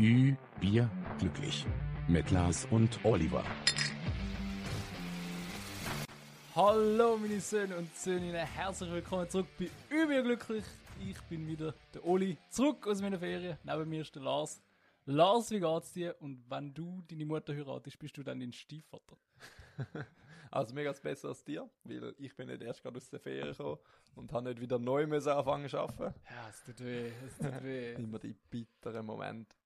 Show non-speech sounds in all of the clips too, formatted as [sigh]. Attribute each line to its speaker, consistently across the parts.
Speaker 1: Ü, Bier, glücklich. Mit Lars und Oliver.
Speaker 2: Hallo meine Söhne und Söhne, herzlich willkommen zurück bei Überglücklich. Ich bin wieder der Oli, zurück aus meiner Ferien. Neben mir ist der Lars. Lars, wie geht's dir? Und wenn du deine Mutter heiratest, bist du dann dein Stiefvater?
Speaker 3: Also mir geht's besser als dir, weil ich bin nicht erst gerade aus der Ferien gekommen und habe nicht wieder neu müssen anfangen zu
Speaker 2: [laughs]
Speaker 3: arbeiten.
Speaker 2: Ja, es tut weh, es tut weh.
Speaker 3: Immer die bitteren Momente.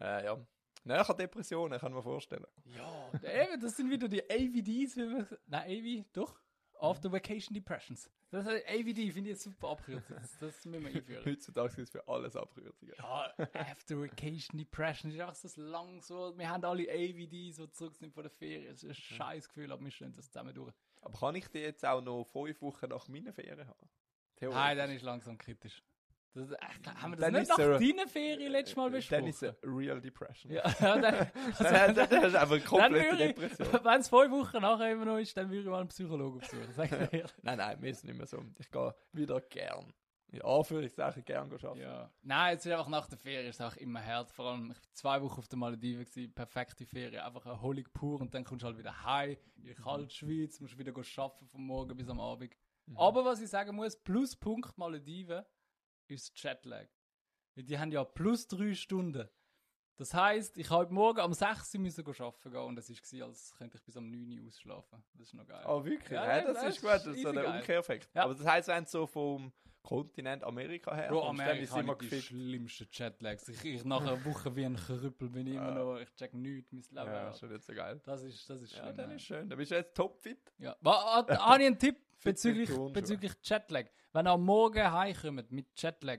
Speaker 3: Äh, ja. Naja, ich habe Depressionen, kann man vorstellen.
Speaker 2: [laughs] ja, eben, das sind wieder die AVDs, wie man Nein, AV, doch. After Vacation Depressions. Das heißt, AVD finde ich jetzt super abkürzt. Das- Das müssen wir [laughs] einführen.
Speaker 3: Heutzutage sind es für alles Abkürzungen.
Speaker 2: Ja, After Vacation Depression ist einfach so ein langes Wort. Wir haben alle AVDs, die zurück sind von der Ferien. Das ist ein scheiß Gefühl, aber wir stehen das zusammen durch.
Speaker 3: Aber kann ich die jetzt auch noch fünf Wochen nach meiner Ferien haben? Theoretisch.
Speaker 2: Nein, dann ist langsam kritisch. Das, äh, haben wir das
Speaker 3: Dann
Speaker 2: nicht
Speaker 3: ist
Speaker 2: nach
Speaker 3: er-
Speaker 2: deiner Ferien letztes Mal besprochen?
Speaker 3: Äh, Dann ist es eine real depression.
Speaker 2: ja, [laughs] dann,
Speaker 3: [laughs]
Speaker 2: also,
Speaker 3: Dann, dann, dann ist
Speaker 2: [laughs]
Speaker 3: einfach eine
Speaker 2: dann
Speaker 3: komplette
Speaker 2: würde ich, [laughs]
Speaker 3: Depression.
Speaker 2: wenn es fünf Wochen nachher immer noch ist, dann würde ich mal einen Psychologen besuchen. Sag ich dir.
Speaker 3: Nein, nein, mir ist nicht mehr so. Ich gehe wieder gern. In Anführungszeichen gern arbeiten.
Speaker 2: Ja. Nein, es ist einfach nach der Ferien ist es auch immer hart. Vor allem, ich war zwei Wochen auf der Malediven, gewesen, perfekte Ferien, einfach Erholung pur und dann kommst du halt wieder heim in die kalte Schweiz, musst wieder go arbeiten vom Morgen bis am Abend. Aber was ich sagen muss, Pluspunkt Malediven ist Jetlag. Weil die haben ja plus drei Stunden. Das heisst, ich habe heute Morgen am 6 Uhr müssen go arbeiten gehen und es war, als könnte ich bis am 9 Uhr ausschlafen. Das ist noch geil.
Speaker 3: Oh, wirklich?
Speaker 2: Ja,
Speaker 3: Ja,
Speaker 2: nein,
Speaker 3: das,
Speaker 2: nein,
Speaker 3: ist gut,
Speaker 2: das
Speaker 3: das
Speaker 2: ist
Speaker 3: ist so
Speaker 2: easy
Speaker 3: der
Speaker 2: geil.
Speaker 3: Umkehreffekt.
Speaker 2: Ja.
Speaker 3: Aber das heisst, wenn du so vom Kontinent Amerika her
Speaker 2: Bro,
Speaker 3: kommst,
Speaker 2: Amerika
Speaker 3: dann
Speaker 2: immer
Speaker 3: ist
Speaker 2: die
Speaker 3: es immer gefickt.
Speaker 2: schlimmsten Jetlags. Ich, ich nach einer Woche wie ein Krüppel bin ich immer
Speaker 3: Ja.
Speaker 2: noch, ich check nichts, mein Leben.
Speaker 3: Ja,
Speaker 2: Alter.
Speaker 3: ist schon nicht so geil.
Speaker 2: das ist, das ist schlimm.
Speaker 3: Ja, dann
Speaker 2: ja.
Speaker 3: ist schön. Dann bist du jetzt topfit.
Speaker 2: Ja. Wa-
Speaker 3: [laughs]
Speaker 2: ah, Habe ich einen Tipp bezüglich,
Speaker 3: Turnschuhe.
Speaker 2: bezüglich Jetlag? Wenn ihr am Morgen heimkommt mit Jetlag,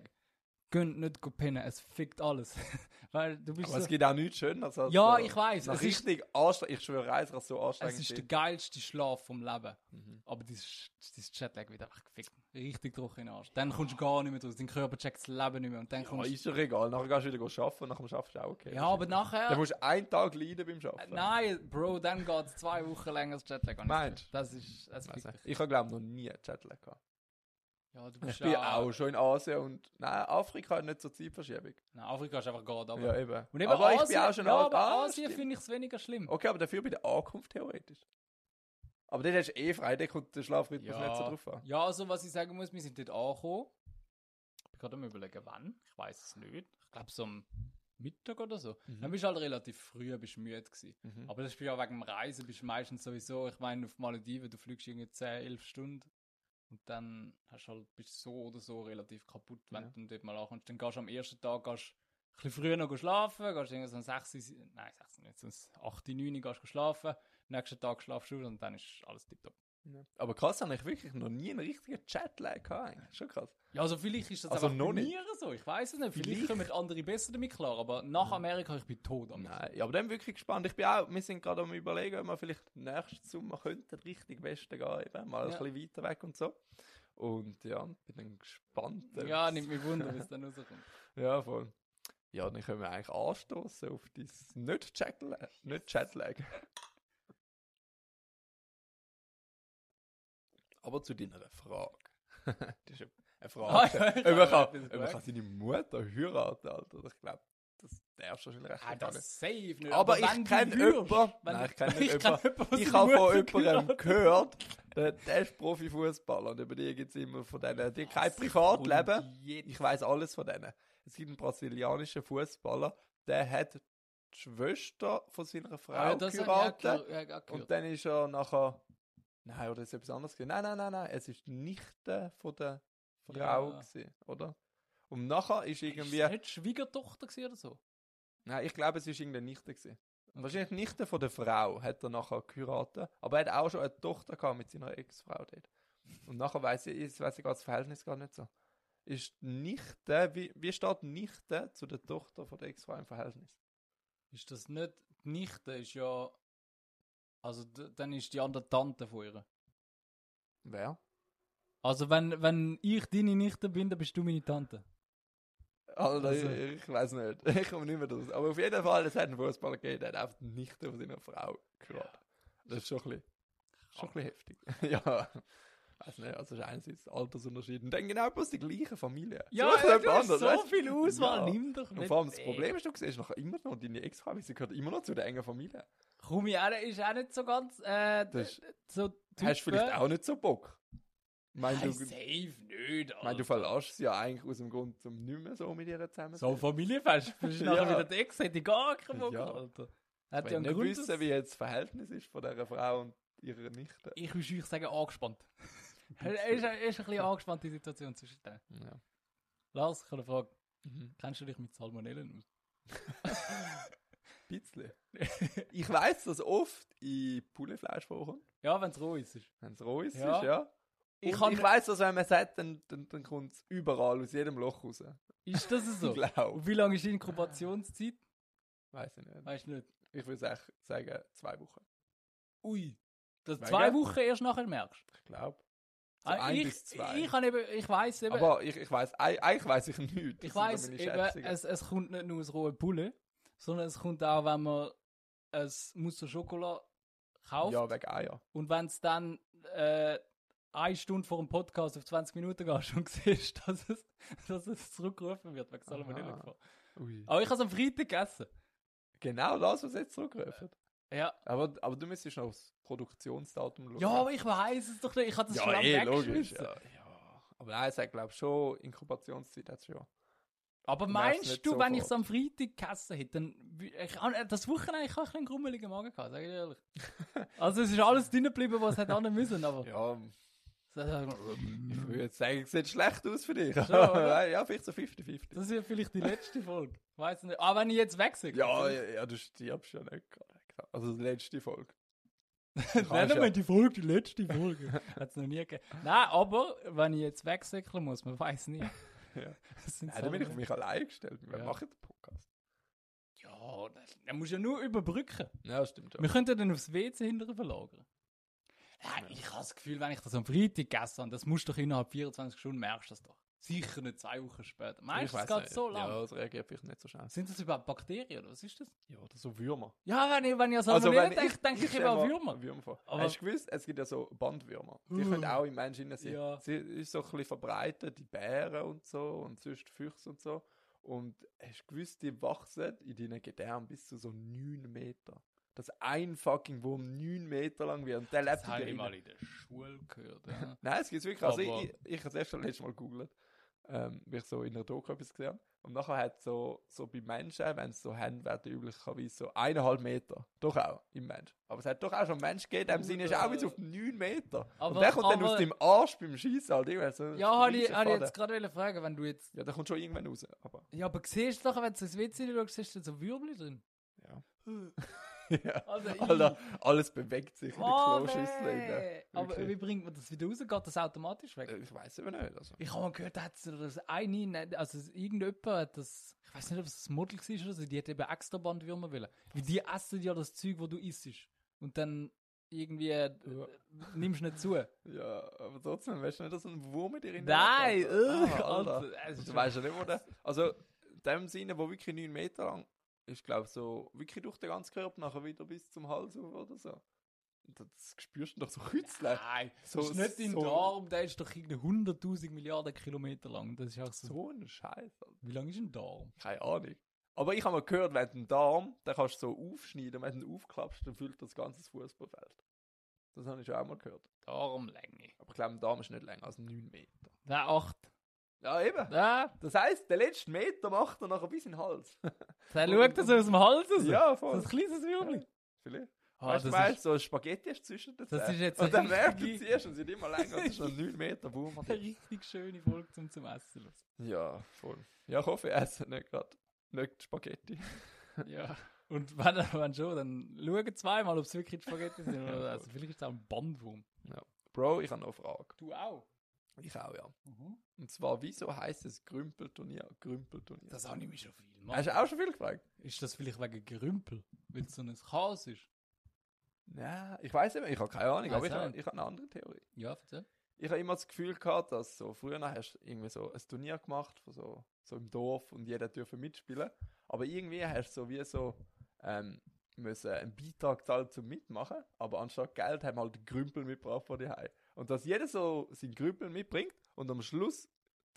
Speaker 2: könnt nicht go pinnen, es fickt alles. [laughs] Weil du bist
Speaker 3: Aber es
Speaker 2: so,
Speaker 3: gibt auch nichts Schöneres als
Speaker 2: Ja,
Speaker 3: so
Speaker 2: ich weiss,
Speaker 3: nach
Speaker 2: es ist-
Speaker 3: richtig anstrengend. Ich schwöre, Reis kann so
Speaker 2: es
Speaker 3: anstrengend
Speaker 2: ist der
Speaker 3: sein.
Speaker 2: geilste Schlaf vom Leben.
Speaker 3: Mhm.
Speaker 2: Aber dieses, dieses Jetlag wird einfach gefickt. Richtig durch in den Arsch. Dann kommst du gar nicht mehr raus, dein Körper checkt das Leben nicht mehr und dann
Speaker 3: Ja,
Speaker 2: kommst
Speaker 3: Ah, ist doch egal. Nachher gehst du wieder arbeiten und nach dem Arbeiten ist auch okay.
Speaker 2: Ja, aber
Speaker 3: Dann
Speaker 2: nachher...
Speaker 3: musst du einen Tag leiden beim
Speaker 2: Äh,
Speaker 3: Arbeiten.
Speaker 2: Nein, Bro, dann geht es zwei Wochen länger als Jetlag. habe ich
Speaker 3: Meinst
Speaker 2: gehört. Das ist... Das
Speaker 3: Weiss
Speaker 2: fickt
Speaker 3: nicht.
Speaker 2: dich.
Speaker 3: Ich habe, glaube ich, noch nie einen Jetlag gehabt.
Speaker 2: ja, du
Speaker 3: Ich
Speaker 2: bist
Speaker 3: bin
Speaker 2: ja,
Speaker 3: auch schon in Asien und... Nein, Afrika hat nicht so Zeitverschiebung.
Speaker 2: Nein, Afrika ist einfach gerade, aber...
Speaker 3: Ja, eben.
Speaker 2: Und eben
Speaker 3: aber
Speaker 2: Asien,
Speaker 3: ich bin auch schon
Speaker 2: ja,
Speaker 3: alt.
Speaker 2: aber
Speaker 3: Ah,
Speaker 2: Asien
Speaker 3: stimmt. Oh,
Speaker 2: finde ich es weniger schlimm.
Speaker 3: Okay, aber dafür bei der Ankunft theoretisch. Aber dort hast du eh frei, dort kommt der Schlafrhythmus
Speaker 2: Ja.
Speaker 3: nicht so drauf an.
Speaker 2: Ja, also was ich sagen muss, wir sind dort angekommen. Ich bin gerade am überlegen, wann. Ich weiß es nicht. Ich glaube so am Mittag oder so.
Speaker 3: Mhm.
Speaker 2: Dann bist du halt relativ früh, bist müde gewesen.
Speaker 3: Hm.
Speaker 2: Aber das ist ja wegen dem Reisen, bist du meistens sowieso, ich meine auf Malediven, du fliegst irgendwie 10, 11 Stunden. Und dann hast du halt, bist du so oder so relativ kaputt, wenn
Speaker 3: Ja.
Speaker 2: du dort mal ankommst. Dann gehst du am ersten Tag gehst, ein bisschen früher noch schlafen, gehst irgendwas um 6, Uhr- nein 6 Uhr nicht, so um 8, 9 Uhr gehst du schlafen. Am nächsten Tag schlafst du aus und dann ist alles tipptopp.
Speaker 3: Aber krass, habe ich wirklich noch nie einen richtigen Jetlag gehabt. eigentlich. Schon krass.
Speaker 2: Ja, also vielleicht ist das
Speaker 3: Also
Speaker 2: einfach
Speaker 3: noch
Speaker 2: bei
Speaker 3: nicht.
Speaker 2: mir so, ich weiß es nicht. Vielleicht,
Speaker 3: Vielleicht.
Speaker 2: kommen andere besser damit klar, aber nach Amerika, ich bin tot am
Speaker 3: Nein, ja, aber dann wirklich gespannt. Ich bin auch, wir sind gerade am überlegen, ob wir vielleicht nächsten Sommer könnten richtig Westen gehen, eben, mal
Speaker 2: Ja.
Speaker 3: ein bisschen weiter weg und so. Und ja, bin dann gespannt. ob's-
Speaker 2: Ja, nimmt mich Wunder, bis dann rauskommt.
Speaker 3: Ja, voll. Ja, dann können wir eigentlich anstoßen auf dein nicht Jetlag. Nicht Jetlag. Aber zu deiner Frage. [laughs] das ist eine- eine
Speaker 2: Ah,
Speaker 3: Frage.
Speaker 2: ja,
Speaker 3: ob
Speaker 2: ich
Speaker 3: man
Speaker 2: habe etwas
Speaker 3: kann, ob man kann
Speaker 2: gefragt.
Speaker 3: seine Mutter heiraten, Alter. Ich glaube, das darfst du wahrscheinlich
Speaker 2: Ah,
Speaker 3: recht gar
Speaker 2: das
Speaker 3: nicht.
Speaker 2: ist safe nicht.
Speaker 3: Aber
Speaker 2: wenn
Speaker 3: ich
Speaker 2: du
Speaker 3: kenne
Speaker 2: würdest-
Speaker 3: jemanden.
Speaker 2: wenn-
Speaker 3: Nein, ich kenne
Speaker 2: [laughs] ich
Speaker 3: nicht
Speaker 2: kenn
Speaker 3: jemanden.
Speaker 2: jemanden, der
Speaker 3: Ich
Speaker 2: seine
Speaker 3: habe
Speaker 2: Mutter
Speaker 3: von
Speaker 2: geheiratet
Speaker 3: jemandem gehört, der, der ist Profifußballer und über die gibt es immer von denen, die haben kein Privatleben.
Speaker 2: Und jeder-
Speaker 3: Ich weiß alles von denen. Es gibt einen brasilianischen Fußballer, der hat die Schwester von seiner Frau
Speaker 2: Ah, ja, das habe ich auch
Speaker 3: geheiratet.
Speaker 2: gehört- ja, auch
Speaker 3: Und
Speaker 2: gehört.
Speaker 3: dann ist er nachher. Nein, oder ist etwas anderes gewesen? Nein, nein, nein, nein. Es ist nicht der von der Frau,
Speaker 2: Ja.
Speaker 3: gewesen, oder? Und nachher
Speaker 2: Ist
Speaker 3: ist irgendwie.
Speaker 2: das nicht Schwiegertochter gewesen oder so?
Speaker 3: Nein, ich glaube, es ist irgendeine Nichte. Gewesen. Wahrscheinlich die Nichte von der Frau hat er nachher geheiratet. Aber er hat auch schon eine Tochter gehabt mit seiner Ex-Frau dort. Und nachher weiß ich, ich weiß ich gar das Verhältnis gar nicht so. Ist die Nichte, wie, wie steht die Nichte zu der Tochter von der Ex-Frau im Verhältnis?
Speaker 2: Ist das nicht die Nichte? Ist ja. Also d- dann ist die andere Tante von ihr.
Speaker 3: Wer?
Speaker 2: Also wenn, wenn ich deine Nichte bin, dann bist du meine Tante.
Speaker 3: Alter,
Speaker 2: Also-
Speaker 3: ich, ich weiß nicht. [laughs] Ich komme nicht mehr draus. Aber auf jeden Fall, es hat einen Fußballer gegeben, der hat einfach die Nichte von seiner Frau geheiratet. Das ist schon ein bisschen, schon ein bisschen heftig. [laughs] ja. Weiß nicht, also ist einerseits Altersunterschied. Und dann genau bloß die gleiche Familie.
Speaker 2: Ja,
Speaker 3: Such
Speaker 2: ja
Speaker 3: jemand
Speaker 2: du hast so
Speaker 3: weißt
Speaker 2: viel Auswahl,
Speaker 3: Ja.
Speaker 2: nimm doch
Speaker 3: Und vor allem das Problem ist, du siehst noch immer noch deine Ex-Frau, weil sie gehört immer noch zu der engen Familie.
Speaker 2: Kumi ist auch nicht so ganz. Äh,
Speaker 3: Das ist-
Speaker 2: so
Speaker 3: Hast du vielleicht auch nicht so Bock? Mein,
Speaker 2: Nein,
Speaker 3: du,
Speaker 2: safe nicht.
Speaker 3: mein, du
Speaker 2: Alter.
Speaker 3: verlässt sie ja eigentlich aus dem Grund, um nicht mehr so mit ihr zusammen
Speaker 2: So ein Familienfest, bist
Speaker 3: [laughs]
Speaker 2: du nachher
Speaker 3: Ja.
Speaker 2: wieder der Ex, hätte ich gar keinen Bock,
Speaker 3: Ja.
Speaker 2: Alter. Hat ja
Speaker 3: Wenn
Speaker 2: einen
Speaker 3: nicht
Speaker 2: Grund.
Speaker 3: wissen, wie jetzt das Verhältnis ist von dieser Frau und ihrer Nichte.
Speaker 2: Ich würde euch sagen,
Speaker 3: [laughs]
Speaker 2: angespannt. Er ist, er ist ein bisschen angespannt, die Situation zwischen denen.
Speaker 3: Ja.
Speaker 2: Lars, ich habe eine Frage.
Speaker 3: Mhm.
Speaker 2: Kennst du dich mit Salmonellen aus? [laughs]
Speaker 3: Bisschen. ich weiß, dass oft in Pullefleisch vorkommt,
Speaker 2: Ja, wenn es roh ist. ist.
Speaker 3: wenn es roh ist,
Speaker 2: Ja.
Speaker 3: ist, ja. Und
Speaker 2: Ich
Speaker 3: ich,
Speaker 2: kann-
Speaker 3: weiß, dass wenn man sagt, dann, dann, dann kommt es überall, aus jedem Loch raus.
Speaker 2: Ist
Speaker 3: [laughs]
Speaker 2: das so?
Speaker 3: Ich glaube.
Speaker 2: Und wie lange ist die Inkubationszeit?
Speaker 3: Weiß ich nicht.
Speaker 2: Weißt du nicht.
Speaker 3: Ich würde sag- sagen, zwei Wochen.
Speaker 2: Ui. Dass
Speaker 3: Mega.
Speaker 2: zwei Wochen erst nachher merkst.
Speaker 3: Ich glaube. So
Speaker 2: Ah,
Speaker 3: ein
Speaker 2: ich,
Speaker 3: bis zwei.
Speaker 2: Ich, kann eben, ich weiss eben,
Speaker 3: Aber ich, ich weiß, eigentlich weiß ich nichts.
Speaker 2: ich
Speaker 3: Das sind
Speaker 2: weiss
Speaker 3: nur
Speaker 2: eben,
Speaker 3: meine Schätzungen.
Speaker 2: es, es kommt nicht nur aus rohen Pulle, sondern es kommt auch, wenn man ein Muster Schokolade kauft.
Speaker 3: Ja, wegen Eier.
Speaker 2: Und wenn es dann äh, eine Stunde vor dem Podcast auf 20 Minuten gehst und [laughs] siehst, dass es, dass es zurückgerufen wird, wegen Salmonella
Speaker 3: Aha.
Speaker 2: gefahren.
Speaker 3: Ui.
Speaker 2: Aber ich habe es am Freitag gegessen.
Speaker 3: Genau das, was jetzt zurückgerufen
Speaker 2: Ja,
Speaker 3: Aber, aber du müsstest noch aufs Produktionsdatum schauen.
Speaker 2: ja aber ich weiß es doch nicht. Ich habe das schon
Speaker 3: ja,
Speaker 2: lange
Speaker 3: eh, logisch.
Speaker 2: weggeschmissen.
Speaker 3: Ja, ja. Aber nein, ich glaube schon, Inkubationszeit hat es schon.
Speaker 2: Aber
Speaker 3: Du merkst
Speaker 2: meinst
Speaker 3: nicht
Speaker 2: du, wenn ich es
Speaker 3: sofort.
Speaker 2: am Freitag gegessen hätte, dann... wü- Ich, ah, äh, das Wochenende ich habe ich einen grummeligen Magen gehabt, sage ich dir
Speaker 3: [laughs]
Speaker 2: ehrlich. Also es ist alles drin geblieben, was es hätte an müssen, aber... [laughs]
Speaker 3: Ja, ich
Speaker 2: Das
Speaker 3: würde jetzt sagen, es sieht schlecht aus für [laughs] dich.
Speaker 2: Mhm. Schon, oder?
Speaker 3: ja, vielleicht so 50-50.
Speaker 2: ist ja vielleicht die letzte Folge. Weiß nicht. Ah, wenn ich jetzt wechsle.
Speaker 3: Ja, ja, ja, du stirbst ja nicht gerade. Also die
Speaker 2: [laughs]
Speaker 3: letzte Folge.
Speaker 2: Nennen wir die Folge, die letzte Folge. [laughs] Hat es noch nie gegeben. Nein, aber wenn ich jetzt wegsäckeln muss, man weiß nie.
Speaker 3: Ja.
Speaker 2: Das sind
Speaker 3: Nein, dann bin ich auf
Speaker 2: Sachen.
Speaker 3: mich allein gestellt. Wir
Speaker 2: Ja.
Speaker 3: machen den Podcast.
Speaker 2: ja, das- man muss ja nur überbrücken.
Speaker 3: Ja, stimmt schon.
Speaker 2: Wir könnten dann aufs WC hinterher verlagern. Nein, ich habe das Gefühl, wenn ich das am Freitag gegessen habe, das musst du doch innerhalb 24 Stunden merkst du das doch. Sicher nicht zwei Wochen später. Meinst du, es
Speaker 3: weiß
Speaker 2: geht
Speaker 3: nicht.
Speaker 2: so lange?
Speaker 3: Ja, es reagiert vielleicht nicht so schnell.
Speaker 2: Sind das überhaupt Bakterien oder was ist das?
Speaker 3: Ja, oder so Würmer.
Speaker 2: Ja, wenn ich, wenn ich an
Speaker 3: Also
Speaker 2: Salmonellen denke, denke ich
Speaker 3: stell
Speaker 2: eben an
Speaker 3: mir
Speaker 2: Würmer.
Speaker 3: Würmer vor.
Speaker 2: Aber-
Speaker 3: Hast du gewusst, es gibt ja so Bandwürmer. Die
Speaker 2: Uh.
Speaker 3: können auch im Menschen drin sein.
Speaker 2: Ja.
Speaker 3: Sie ist so ein bisschen verbreitet, die Bären und so und sonst Füchse und so. Und hast du gewusst, die wachsen in deinen Gedärmen bis zu so 9 Meter. Dass ein fucking Wurm 9 Meter lang wird und der lebt
Speaker 2: Das habe ich
Speaker 3: in dir
Speaker 2: mal
Speaker 3: rein.
Speaker 2: in der Schule gehört.
Speaker 3: [laughs]
Speaker 2: Ja.
Speaker 3: Nein, es gibt wirklich. Also ich,
Speaker 2: Aber-
Speaker 3: ich, ich habe es erst letztes Mal gegoogelt, ähm, weil ich so in einer Doku etwas gesehen habe. Und nachher hat so, so bei Menschen, wenn es so haben, werden üblicherweise so eineinhalb Meter. Doch auch im Mensch. Aber es hat doch auch schon Mensch gegeben, in dem Sinne ist auch bis auf neun Meter.
Speaker 2: Aber-
Speaker 3: und der kommt dann
Speaker 2: aber-
Speaker 3: aus dem Arsch beim Schießen halt irgendwann so.
Speaker 2: Ja, habe ich,
Speaker 3: riesen
Speaker 2: hab ich
Speaker 3: Faden.
Speaker 2: jetzt gerade wollen fragen, wenn du jetzt.
Speaker 3: Ja, der kommt schon irgendwann raus. Aber.
Speaker 2: Ja, aber siehst du doch, wenn du ins WC schaust, siehst du so Wirbel drin. [laughs]
Speaker 3: Ja.
Speaker 2: Äh,
Speaker 3: ja.
Speaker 2: Alter, ich-
Speaker 3: [laughs] Alter, alles bewegt sich in der
Speaker 2: Oh,
Speaker 3: Kloschüssel. in
Speaker 2: nee.
Speaker 3: der-
Speaker 2: Aber
Speaker 3: Wirklich.
Speaker 2: wie bringt man das wieder raus? Geht das automatisch weg?
Speaker 3: Ich weiß eben nicht. Also.
Speaker 2: Ich habe mal gehört, da hat es das eine, nicht- also es- irgendjemand hat das, ich weiß nicht, ob es ein Model war oder so, die hat eben extra Bandwürmer wollen. Weil die essen ja das Zeug, wo du isst. Und dann irgendwie äh, nimmst du nicht zu.
Speaker 3: Ja, aber trotzdem weißt du nicht, dass ein Wurm mit dir [laughs] in
Speaker 2: Nein,
Speaker 3: Alter.
Speaker 2: ugh,
Speaker 3: Ah, Alter.
Speaker 2: Alter, es ist
Speaker 3: Du weißt ja nicht, wo der. Also, in dem Sinne, wo wirklich 9 Meter lang ist, glaube ich, so wirklich durch den ganzen Körper, nachher wieder bis zum Hals auf oder so. Und Das spürst du doch so kützle.
Speaker 2: Nein,
Speaker 3: So-
Speaker 2: das ist nicht dein
Speaker 3: so-
Speaker 2: Darm, der ist doch irgendwie 100.000 Milliarden Kilometer lang. Das ist auch so.
Speaker 3: So ein Scheiß. Alter.
Speaker 2: Wie lang ist ein Darm?
Speaker 3: Keine Ahnung. Aber ich habe mal gehört, wenn du den Darm, den kannst du so aufschneiden, wenn du ihn aufklappst, dann füllt das ganze Fußballfeld. Das habe ich schon auch mal gehört.
Speaker 2: Darmlänge.
Speaker 3: Aber ich glaube, der Darm ist nicht länger als 9 Meter.
Speaker 2: Der 8.
Speaker 3: Ja, eben.
Speaker 2: Der,
Speaker 3: Das heisst, den letzten Meter macht er nachher bis in den Hals.
Speaker 2: der schaut das aus dem Hals raus.
Speaker 3: ja,
Speaker 2: Also, Das
Speaker 3: voll.
Speaker 2: ist ein kleines Würmchen.
Speaker 3: Vielleicht.
Speaker 2: Ah,
Speaker 3: weißt du,
Speaker 2: das
Speaker 3: weißt,
Speaker 2: ist
Speaker 3: so Spaghetti ist zwischen den
Speaker 2: Das
Speaker 3: Zähnen.
Speaker 2: ist jetzt
Speaker 3: Und dann
Speaker 2: eine
Speaker 3: merken
Speaker 2: richtige-
Speaker 3: sie erst, und sie sind immer länger. Das
Speaker 2: [laughs]
Speaker 3: ist noch 9 Meter Boom.
Speaker 2: eine [laughs] richtig schöne Folge zum, zum Essen.
Speaker 3: [laughs]
Speaker 2: los.
Speaker 3: Ja, voll. Ja, ich hoffe, ich esse nicht gerade nicht Spaghetti.
Speaker 2: Ja. Und wenn, wenn schon, dann schauen zweimal, ob es wirklich Spaghetti
Speaker 3: [laughs]
Speaker 2: sind. Oder also vielleicht ist es auch ein Bandwurm.
Speaker 3: Bro, ich habe noch eine Frage.
Speaker 2: Du auch?
Speaker 3: Ich auch, ja. Und zwar, wieso heisst es Grümpelturnier? Grümpelturnier.
Speaker 2: Das habe ich mich schon viel
Speaker 3: Hast du auch schon viel gefragt?
Speaker 2: Ist das vielleicht wegen Gerümpel? Weil es so ein Chaos ist?
Speaker 3: Nein, ich weiß nicht, ich habe keine Ahnung,
Speaker 2: Weiss
Speaker 3: aber ich
Speaker 2: auch
Speaker 3: habe
Speaker 2: nicht.
Speaker 3: ich habe eine andere Theorie.
Speaker 2: Ja, erzähl.
Speaker 3: Ich habe immer das Gefühl gehabt, dass so früher hast du irgendwie so ein Turnier gemacht, von so, so im Dorf und jeder dürfen mitspielen. Aber irgendwie hast du so wie so ähm, müssen einen Beitrag zahlen zum Mitmachen, aber anstatt Geld haben wir halt Grümpel mitgebracht von dir Und dass jeder so seinen Krümpel mitbringt und am Schluss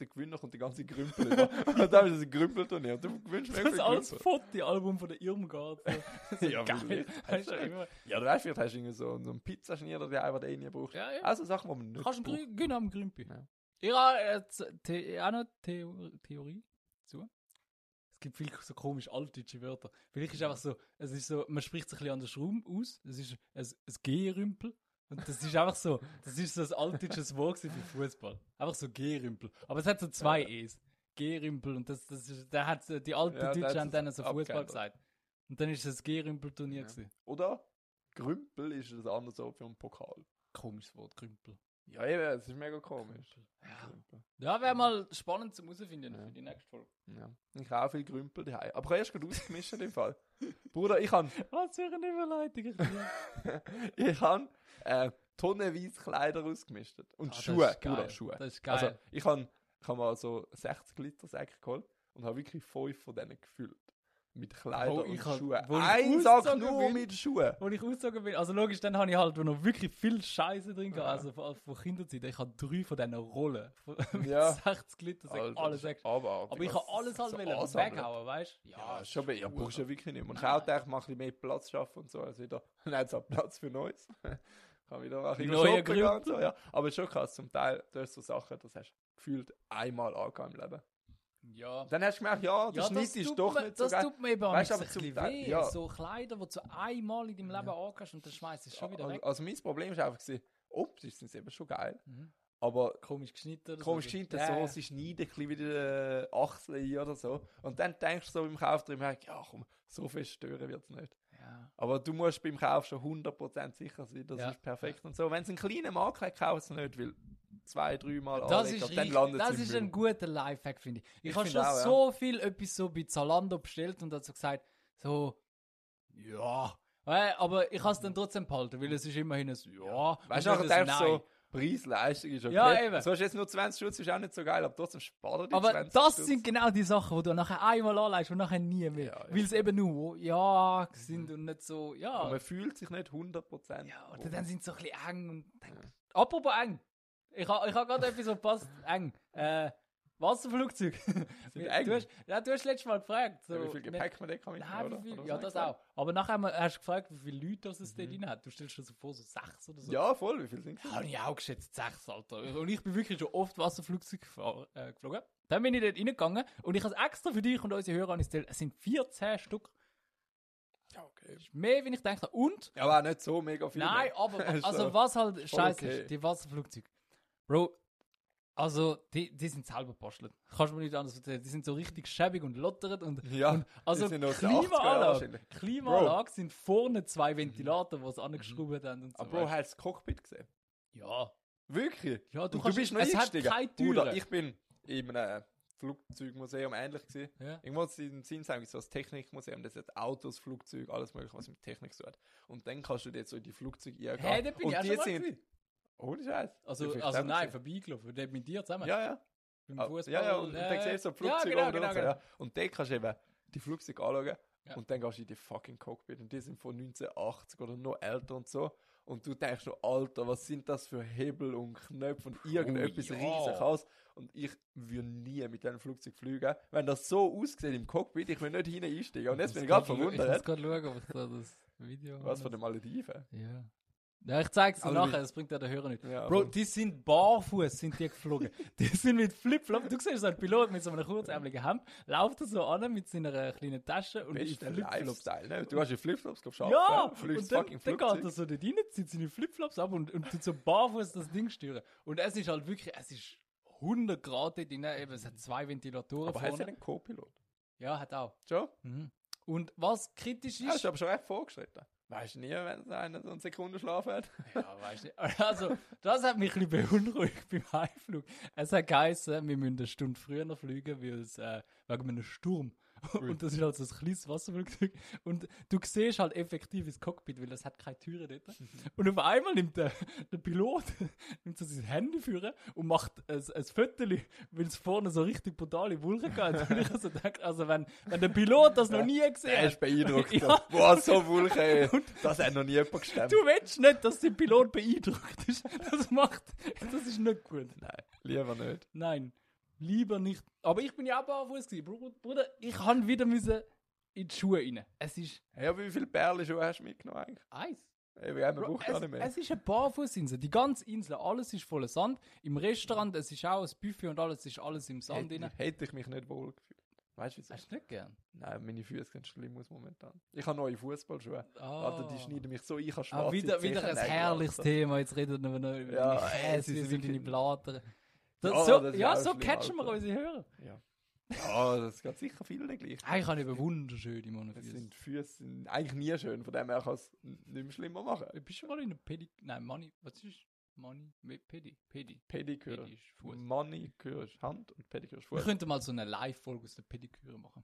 Speaker 3: der Gewinner kommt die ganze
Speaker 2: [laughs]
Speaker 3: Krümpel über. und dann ist es ein Krümpelturnier und du gewinnst
Speaker 2: Das ist alles
Speaker 3: Krümpel.
Speaker 2: Fotoalbum von der
Speaker 3: [laughs]
Speaker 2: Irmgard. so
Speaker 3: Ja,
Speaker 2: geil.
Speaker 3: vielleicht.
Speaker 2: Weißt du, immer-
Speaker 3: Ja, du weißt, vielleicht hast du irgendwie so, so einen Pizzaschneider, der einfach den nie braucht.
Speaker 2: Ja, ja.
Speaker 3: Also Sachen, die man nicht
Speaker 2: Kannst du
Speaker 3: braucht.
Speaker 2: grün, genau am Grünpi.
Speaker 3: Ja.
Speaker 2: Ja, äh, z- The- auch noch Theo- Theorie zu. Es gibt viel so komisch altdeutsche Wörter. Vielleicht ist einfach so, es ist so, man spricht sich ein bisschen anders rum aus. Es ist ein, ein Gehrümpel. Und das ist einfach so, das ist so ein altdeutsches Wort gewesen für Fußball. Einfach so Gehrümpel. Aber es hat so zwei E's. Gehrümpel und das, das ist, da hat die alten
Speaker 3: Ja, da
Speaker 2: Deutschen
Speaker 3: hat's
Speaker 2: haben dann so Fußball
Speaker 3: abgeändert.
Speaker 2: gesagt. Und dann ist es ein Gehrümpelturnier
Speaker 3: Ja.
Speaker 2: gewesen.
Speaker 3: Oder Krümpel ist das andere so für einen Pokal.
Speaker 2: Komisches Wort, Krümpel.
Speaker 3: Ja, eben, es ist mega komisch.
Speaker 2: Ja,
Speaker 3: Krümpel.
Speaker 2: ja wäre mal spannend zum herausfinden
Speaker 3: Ja.
Speaker 2: für die nächste Folge.
Speaker 3: Ja. Ich habe auch viel Krümpel daheim. Aber ich habe erst gerade ausgemischt in dem Fall. Bruder, ich habe
Speaker 2: Was für eine Überleitung. Ich [laughs] liebe-
Speaker 3: ich hab, äh, tonnenweise Kleider ausgemischt. Und
Speaker 2: Ah, das
Speaker 3: Schuhe,
Speaker 2: ist geil.
Speaker 3: Bruder, Schuhe.
Speaker 2: Das ist geil.
Speaker 3: Also ich habe ich hab mal so 60 Liter Säcke geholt und habe wirklich fünf von denen gefüllt. Mit Kleidern
Speaker 2: Oh,
Speaker 3: und
Speaker 2: ich hab-
Speaker 3: Schuhen.
Speaker 2: wo ich
Speaker 3: Ein Sack
Speaker 2: ausgezogen
Speaker 3: nur
Speaker 2: bin-
Speaker 3: mit Schuhen.
Speaker 2: Wo ich ausgezogen bin, also logisch, dann habe ich halt noch wirklich viel Scheiße drin gehabt, also von, von Kinderzeit. Ich habe drei von diesen Rollen [laughs] von, mit
Speaker 3: Ja.
Speaker 2: 60 Liter, das
Speaker 3: Alter,
Speaker 2: Alter, alles
Speaker 3: Also, das
Speaker 2: weg.
Speaker 3: ist abartig,
Speaker 2: Aber ich
Speaker 3: was
Speaker 2: habe alles halt
Speaker 3: so
Speaker 2: wollen
Speaker 3: ansammelt.
Speaker 2: weghauen, weißt du?
Speaker 3: Ja,
Speaker 2: Ja,
Speaker 3: schon, ja,
Speaker 2: cool.
Speaker 3: brauchst du ja wirklich nicht. Man kann auch denken, mach ein bisschen mehr Platz schaffen und so, als wieder, [laughs] dann hat es auch Platz für Neues. [laughs] kann wieder ein bisschen
Speaker 2: Neue
Speaker 3: shoppen gehen und
Speaker 2: Grüppel.
Speaker 3: so, ja. Aber schon krass, zum Teil, du hast so Sachen, das hast du gefühlt einmal angegangen im Leben.
Speaker 2: ja.
Speaker 3: Und dann hast du gemerkt, ja, der
Speaker 2: Ja,
Speaker 3: Schnitt ist
Speaker 2: tut
Speaker 3: doch
Speaker 2: mir,
Speaker 3: nicht so
Speaker 2: Das
Speaker 3: geil.
Speaker 2: tut mir eben am
Speaker 3: Weißt du,
Speaker 2: ein
Speaker 3: aber zum
Speaker 2: bisschen
Speaker 3: Teil-
Speaker 2: weh.
Speaker 3: ja.
Speaker 2: So Kleider, die du einmal in deinem Leben angehst und dann schmeißt du es schon wieder
Speaker 3: Also,
Speaker 2: weg.
Speaker 3: also mein Problem ist einfach, gewesen, optisch sind sie eben schon geil,
Speaker 2: Mhm.
Speaker 3: aber
Speaker 2: Komisch geschnitten oder
Speaker 3: komisch
Speaker 2: so.
Speaker 3: scheint das so, sie schneiden ein bisschen wieder äh, Achseln ein oder so. Und dann denkst du so beim Kauf drin, ja komm, so viel stören wird es nicht.
Speaker 2: Ja.
Speaker 3: Aber du musst beim Kauf schon 100% sicher sein, das
Speaker 2: Ja.
Speaker 3: ist perfekt und so. Wenn es einen kleinen Makler hat, kaufst du nicht, weil zwei, dreimal
Speaker 2: Das ist,
Speaker 3: Oh, dann
Speaker 2: richtig,
Speaker 3: landet
Speaker 2: das
Speaker 3: es
Speaker 2: ist
Speaker 3: im
Speaker 2: ein
Speaker 3: Müll.
Speaker 2: guter Lifehack, finde ich. Ich,
Speaker 3: Ich
Speaker 2: habe
Speaker 3: find
Speaker 2: schon
Speaker 3: auch, ja.
Speaker 2: so viel etwas so bei Zalando bestellt und dazu gesagt, so, ja. Äh, Aber ich habe es dann trotzdem behalten, weil es ist immerhin ein Ja.
Speaker 3: Mhm. Weißt du,
Speaker 2: und
Speaker 3: nachher
Speaker 2: nicht ein
Speaker 3: denkst du so, Preis-Leistung ist okay.
Speaker 2: Ja, eben.
Speaker 3: So hast du jetzt nur 20 Schutz, ist auch nicht so geil, aber trotzdem spart er die
Speaker 2: Aber
Speaker 3: 20
Speaker 2: das
Speaker 3: Stutz.
Speaker 2: sind genau die Sachen, die du nachher einmal anleihst und nachher nie mehr.
Speaker 3: Ja, Mhm. ja.
Speaker 2: Weil es eben nur ja sind und nicht so,
Speaker 3: Und
Speaker 2: ja.
Speaker 3: man fühlt sich nicht 100%.
Speaker 2: ja
Speaker 3: wohl.
Speaker 2: oder dann sind sie so ein bisschen eng. Und dann, Apropos eng. Ich habe ich ha gerade etwas
Speaker 3: [laughs]
Speaker 2: verpasst. Eng. Äh, Wasserflugzeug.
Speaker 3: eng?
Speaker 2: Du hast, ja, du hast letztes Mal gefragt. So,
Speaker 3: wie viel Gepäck man da kann mitnehmen,
Speaker 2: Nein,
Speaker 3: oder?
Speaker 2: wie viel,
Speaker 3: Oder
Speaker 2: ja,
Speaker 3: was
Speaker 2: das
Speaker 3: hast du
Speaker 2: auch. Aber nachher haben wir- hast du gefragt, wie viele Leute das es dort drin hat. Du stellst dir so vor, so sechs oder so.
Speaker 3: gesagt? Mhm. Ja, voll, wie viel sind es?
Speaker 2: Habe ich auch geschätzt, sechs, Alter. Und ich bin wirklich schon oft Wasserflugzeug gefahr- äh, geflogen. Dann bin ich dort reingegangen und ich habe extra für dich und unsere Hörer angestellt. Es sind 14 Stück.
Speaker 3: Ja, okay.
Speaker 2: Das ist Mehr, wie ich dachte. Und,
Speaker 3: Aber auch nicht so mega viel. [laughs]
Speaker 2: nein,
Speaker 3: mehr.
Speaker 2: aber,
Speaker 3: Ist
Speaker 2: also
Speaker 3: so.
Speaker 2: was halt scheiße
Speaker 3: okay.
Speaker 2: ist, die Wasserflugzeuge. Bro, also, die, die sind selber bastelt. Kannst du mir nicht anders erzählen. Die sind so richtig schäbig und lottert und
Speaker 3: Ja,
Speaker 2: Also
Speaker 3: das sind aus den 80er Jahren
Speaker 2: Klimaanlage,
Speaker 3: wahrscheinlich. Mhm.
Speaker 2: Klimaanlage sind vorne zwei Ventilatoren, die es angeschraubt haben und so.
Speaker 3: Aber Bro,
Speaker 2: weisst
Speaker 3: hast du das Cockpit gesehen?
Speaker 2: du. ja.
Speaker 3: Wirklich?
Speaker 2: Ja, Ah, du
Speaker 3: Und
Speaker 2: kannst-
Speaker 3: bist noch
Speaker 2: es hat
Speaker 3: eingestiegen.
Speaker 2: keine
Speaker 3: Bruder,
Speaker 2: Türe.
Speaker 3: ich bin in einem Flugzeugmuseum ähnlich gewesen.
Speaker 2: Ja.
Speaker 3: Irgendwo in Zinsheim ist so ein Technikmuseum, das hat Autos, Flugzeuge, alles mögliche, was mit Technik zu tun hat. Und dann kannst du dir so in die Flugzeuge eingehen.
Speaker 2: Hä, da bin
Speaker 3: und
Speaker 2: ich auch
Speaker 3: die
Speaker 2: schon mal
Speaker 3: sind.
Speaker 2: gewesen.
Speaker 3: Ohne Scheiß.
Speaker 2: Also,
Speaker 3: Ja, vielleicht
Speaker 2: also
Speaker 3: haben wir
Speaker 2: nein,
Speaker 3: gesehen.
Speaker 2: vorbeigelaufen. Der mit dir zusammen.
Speaker 3: Ja, ja.
Speaker 2: Beim
Speaker 3: Ah,
Speaker 2: Fußball.
Speaker 3: Ja, ja, und, und dann
Speaker 2: äh,
Speaker 3: siehst du so Flugzeuge
Speaker 2: Ja, genau,
Speaker 3: oben
Speaker 2: genau,
Speaker 3: und so,
Speaker 2: genau.
Speaker 3: ja. Und dann kannst du eben die Flugzeuge anschauen
Speaker 2: Ja.
Speaker 3: und dann gehst du in die fucking Cockpit und die sind von 1980 oder noch älter und so. Und du denkst nur, Alter, was sind das für Hebel und Knöpfe und irgendetwas
Speaker 2: ja.
Speaker 3: riesig aus. Und ich würde nie mit diesem Flugzeug fliegen. Wenn das so aussieht im Cockpit, ich will nicht hinein einsteigen. Und jetzt bin ich gerade
Speaker 2: Ich muss
Speaker 3: verwundert.
Speaker 2: gerade schauen, was da das Video
Speaker 3: Was von den Malediven?
Speaker 2: Ja. Ja, ich zeig's dir
Speaker 3: Aber
Speaker 2: nachher,
Speaker 3: wie-
Speaker 2: das bringt ja den Hörer nicht.
Speaker 3: Ja,
Speaker 2: Bro,
Speaker 3: aber-
Speaker 2: die sind barfuß, sind die
Speaker 3: [laughs]
Speaker 2: geflogen. die sind mit Flipflop, du siehst so einen Pilot mit so einem kurzärmeligen Hemd, läuft da so an mit seiner kleinen Tasche und
Speaker 3: Bist
Speaker 2: ist
Speaker 3: der
Speaker 2: Flipflops.
Speaker 3: Lifestyle, ne? Du hast in Flipflops geschafft,
Speaker 2: Ja,
Speaker 3: fliegst
Speaker 2: und dann,
Speaker 3: fucking
Speaker 2: dann geht er
Speaker 3: Flugzeug.
Speaker 2: so dort rein, zieht seine Flipflops ab und, und tut so barfuß das Ding steuern. Und es ist halt wirklich, es ist 100 Grad dort drin, eben, es hat zwei Ventilatoren
Speaker 3: Aber hast du
Speaker 2: vorne.
Speaker 3: einen Co-Pilot?
Speaker 2: Ja, hat auch.
Speaker 3: Schon?
Speaker 2: Und was kritisch
Speaker 3: Ja, ist
Speaker 2: ist,
Speaker 3: aber schon recht vorgeschritten. Weißt du nie, wenn es einer so einen Sekundenschlaf hat?
Speaker 2: [laughs] ja, weißt du, also das hat mich ein bisschen beunruhigt beim Heimflug. Es hat geheißen, wir müssen eine Stunde früher noch fliegen, weil es äh, wegen einem Sturm. Und das ist halt so ein kleines Wasserflugzeug. Und du siehst halt effektiv ins Cockpit, weil das hat keine Türe dort. Und auf einmal nimmt der, der Pilot [laughs] nimmt so sein Handy führen und macht ein, ein Foto, weil es vorne so richtig brutale Wulche geht. [laughs] Und ich also denke, also wenn, wenn der Pilot das noch nie gesehen
Speaker 3: Er ist
Speaker 2: hat,
Speaker 3: beeindruckt.
Speaker 2: Ja.
Speaker 3: Boah, so Wulche, ey.
Speaker 2: [laughs] Und-
Speaker 3: Das hat noch nie jemand gestemmt.
Speaker 2: du willst nicht, dass der Pilot beeindruckt ist. Das macht, das ist nicht gut.
Speaker 3: Nein, lieber nicht.
Speaker 2: Nein, lieber nicht. Aber ich bin ja auch barfuß gewesen. Bru- Bruder, ich han wieder müssen in die Schuhe rein. Es ist
Speaker 3: Hey, aber wie viele Perlenschuhe hast du mitgenommen eigentlich?
Speaker 2: Eis.
Speaker 3: Ey, wir haben eine
Speaker 2: Bro,
Speaker 3: Woche gar nicht
Speaker 2: es,
Speaker 3: mehr.
Speaker 2: es ist eine Barfußinsel. Die ganze Insel, alles ist voller Sand. Im Restaurant, es ist auch ein Buffet und alles ist alles im Sand
Speaker 3: Hätte,
Speaker 2: drin.
Speaker 3: ich- hätte ich mich nicht wohl gefühlt. Weißt du, wieso?
Speaker 2: Hast du nicht gern?
Speaker 3: Nein, meine Füße sind schlimm aus momentan. Ich habe neue Fußballschuhe.
Speaker 2: Ah.
Speaker 3: Alter, die schneiden mich so ein, ich habe schwarze
Speaker 2: Ah, wieder wieder
Speaker 3: Zehen,
Speaker 2: ein
Speaker 3: Alter.
Speaker 2: herrliches Thema. Jetzt reden wir noch über
Speaker 3: Ja,
Speaker 2: deine
Speaker 3: ey, es
Speaker 2: Käse,
Speaker 3: ist
Speaker 2: über deine
Speaker 3: wirklich-
Speaker 2: Blatter. Das,
Speaker 3: Ja,
Speaker 2: so,
Speaker 3: das ist
Speaker 2: ja,
Speaker 3: auch
Speaker 2: so
Speaker 3: schlimm,
Speaker 2: catchen wir
Speaker 3: Alter.
Speaker 2: unsere Hörer.
Speaker 3: Ja, Ah, das geht sicher vielen gleich.
Speaker 2: Eigentlich habe ich eben wunderschöne
Speaker 3: Es
Speaker 2: Monofüße.
Speaker 3: sind Füße sind eigentlich nie schön, von dem her kann es n- nicht mehr schlimmer machen.
Speaker 2: Bist du mal in einer Pedi... Nein, Money... Was ist... Money... Pedi... Pedi...
Speaker 3: Pediküre.
Speaker 2: Pedi ist Fuß.
Speaker 3: Maniküre ist Hand und Pediküre ist
Speaker 2: Wir
Speaker 3: [laughs] Fuß.
Speaker 2: könnten mal so eine Live-Folge aus der Pediküre machen.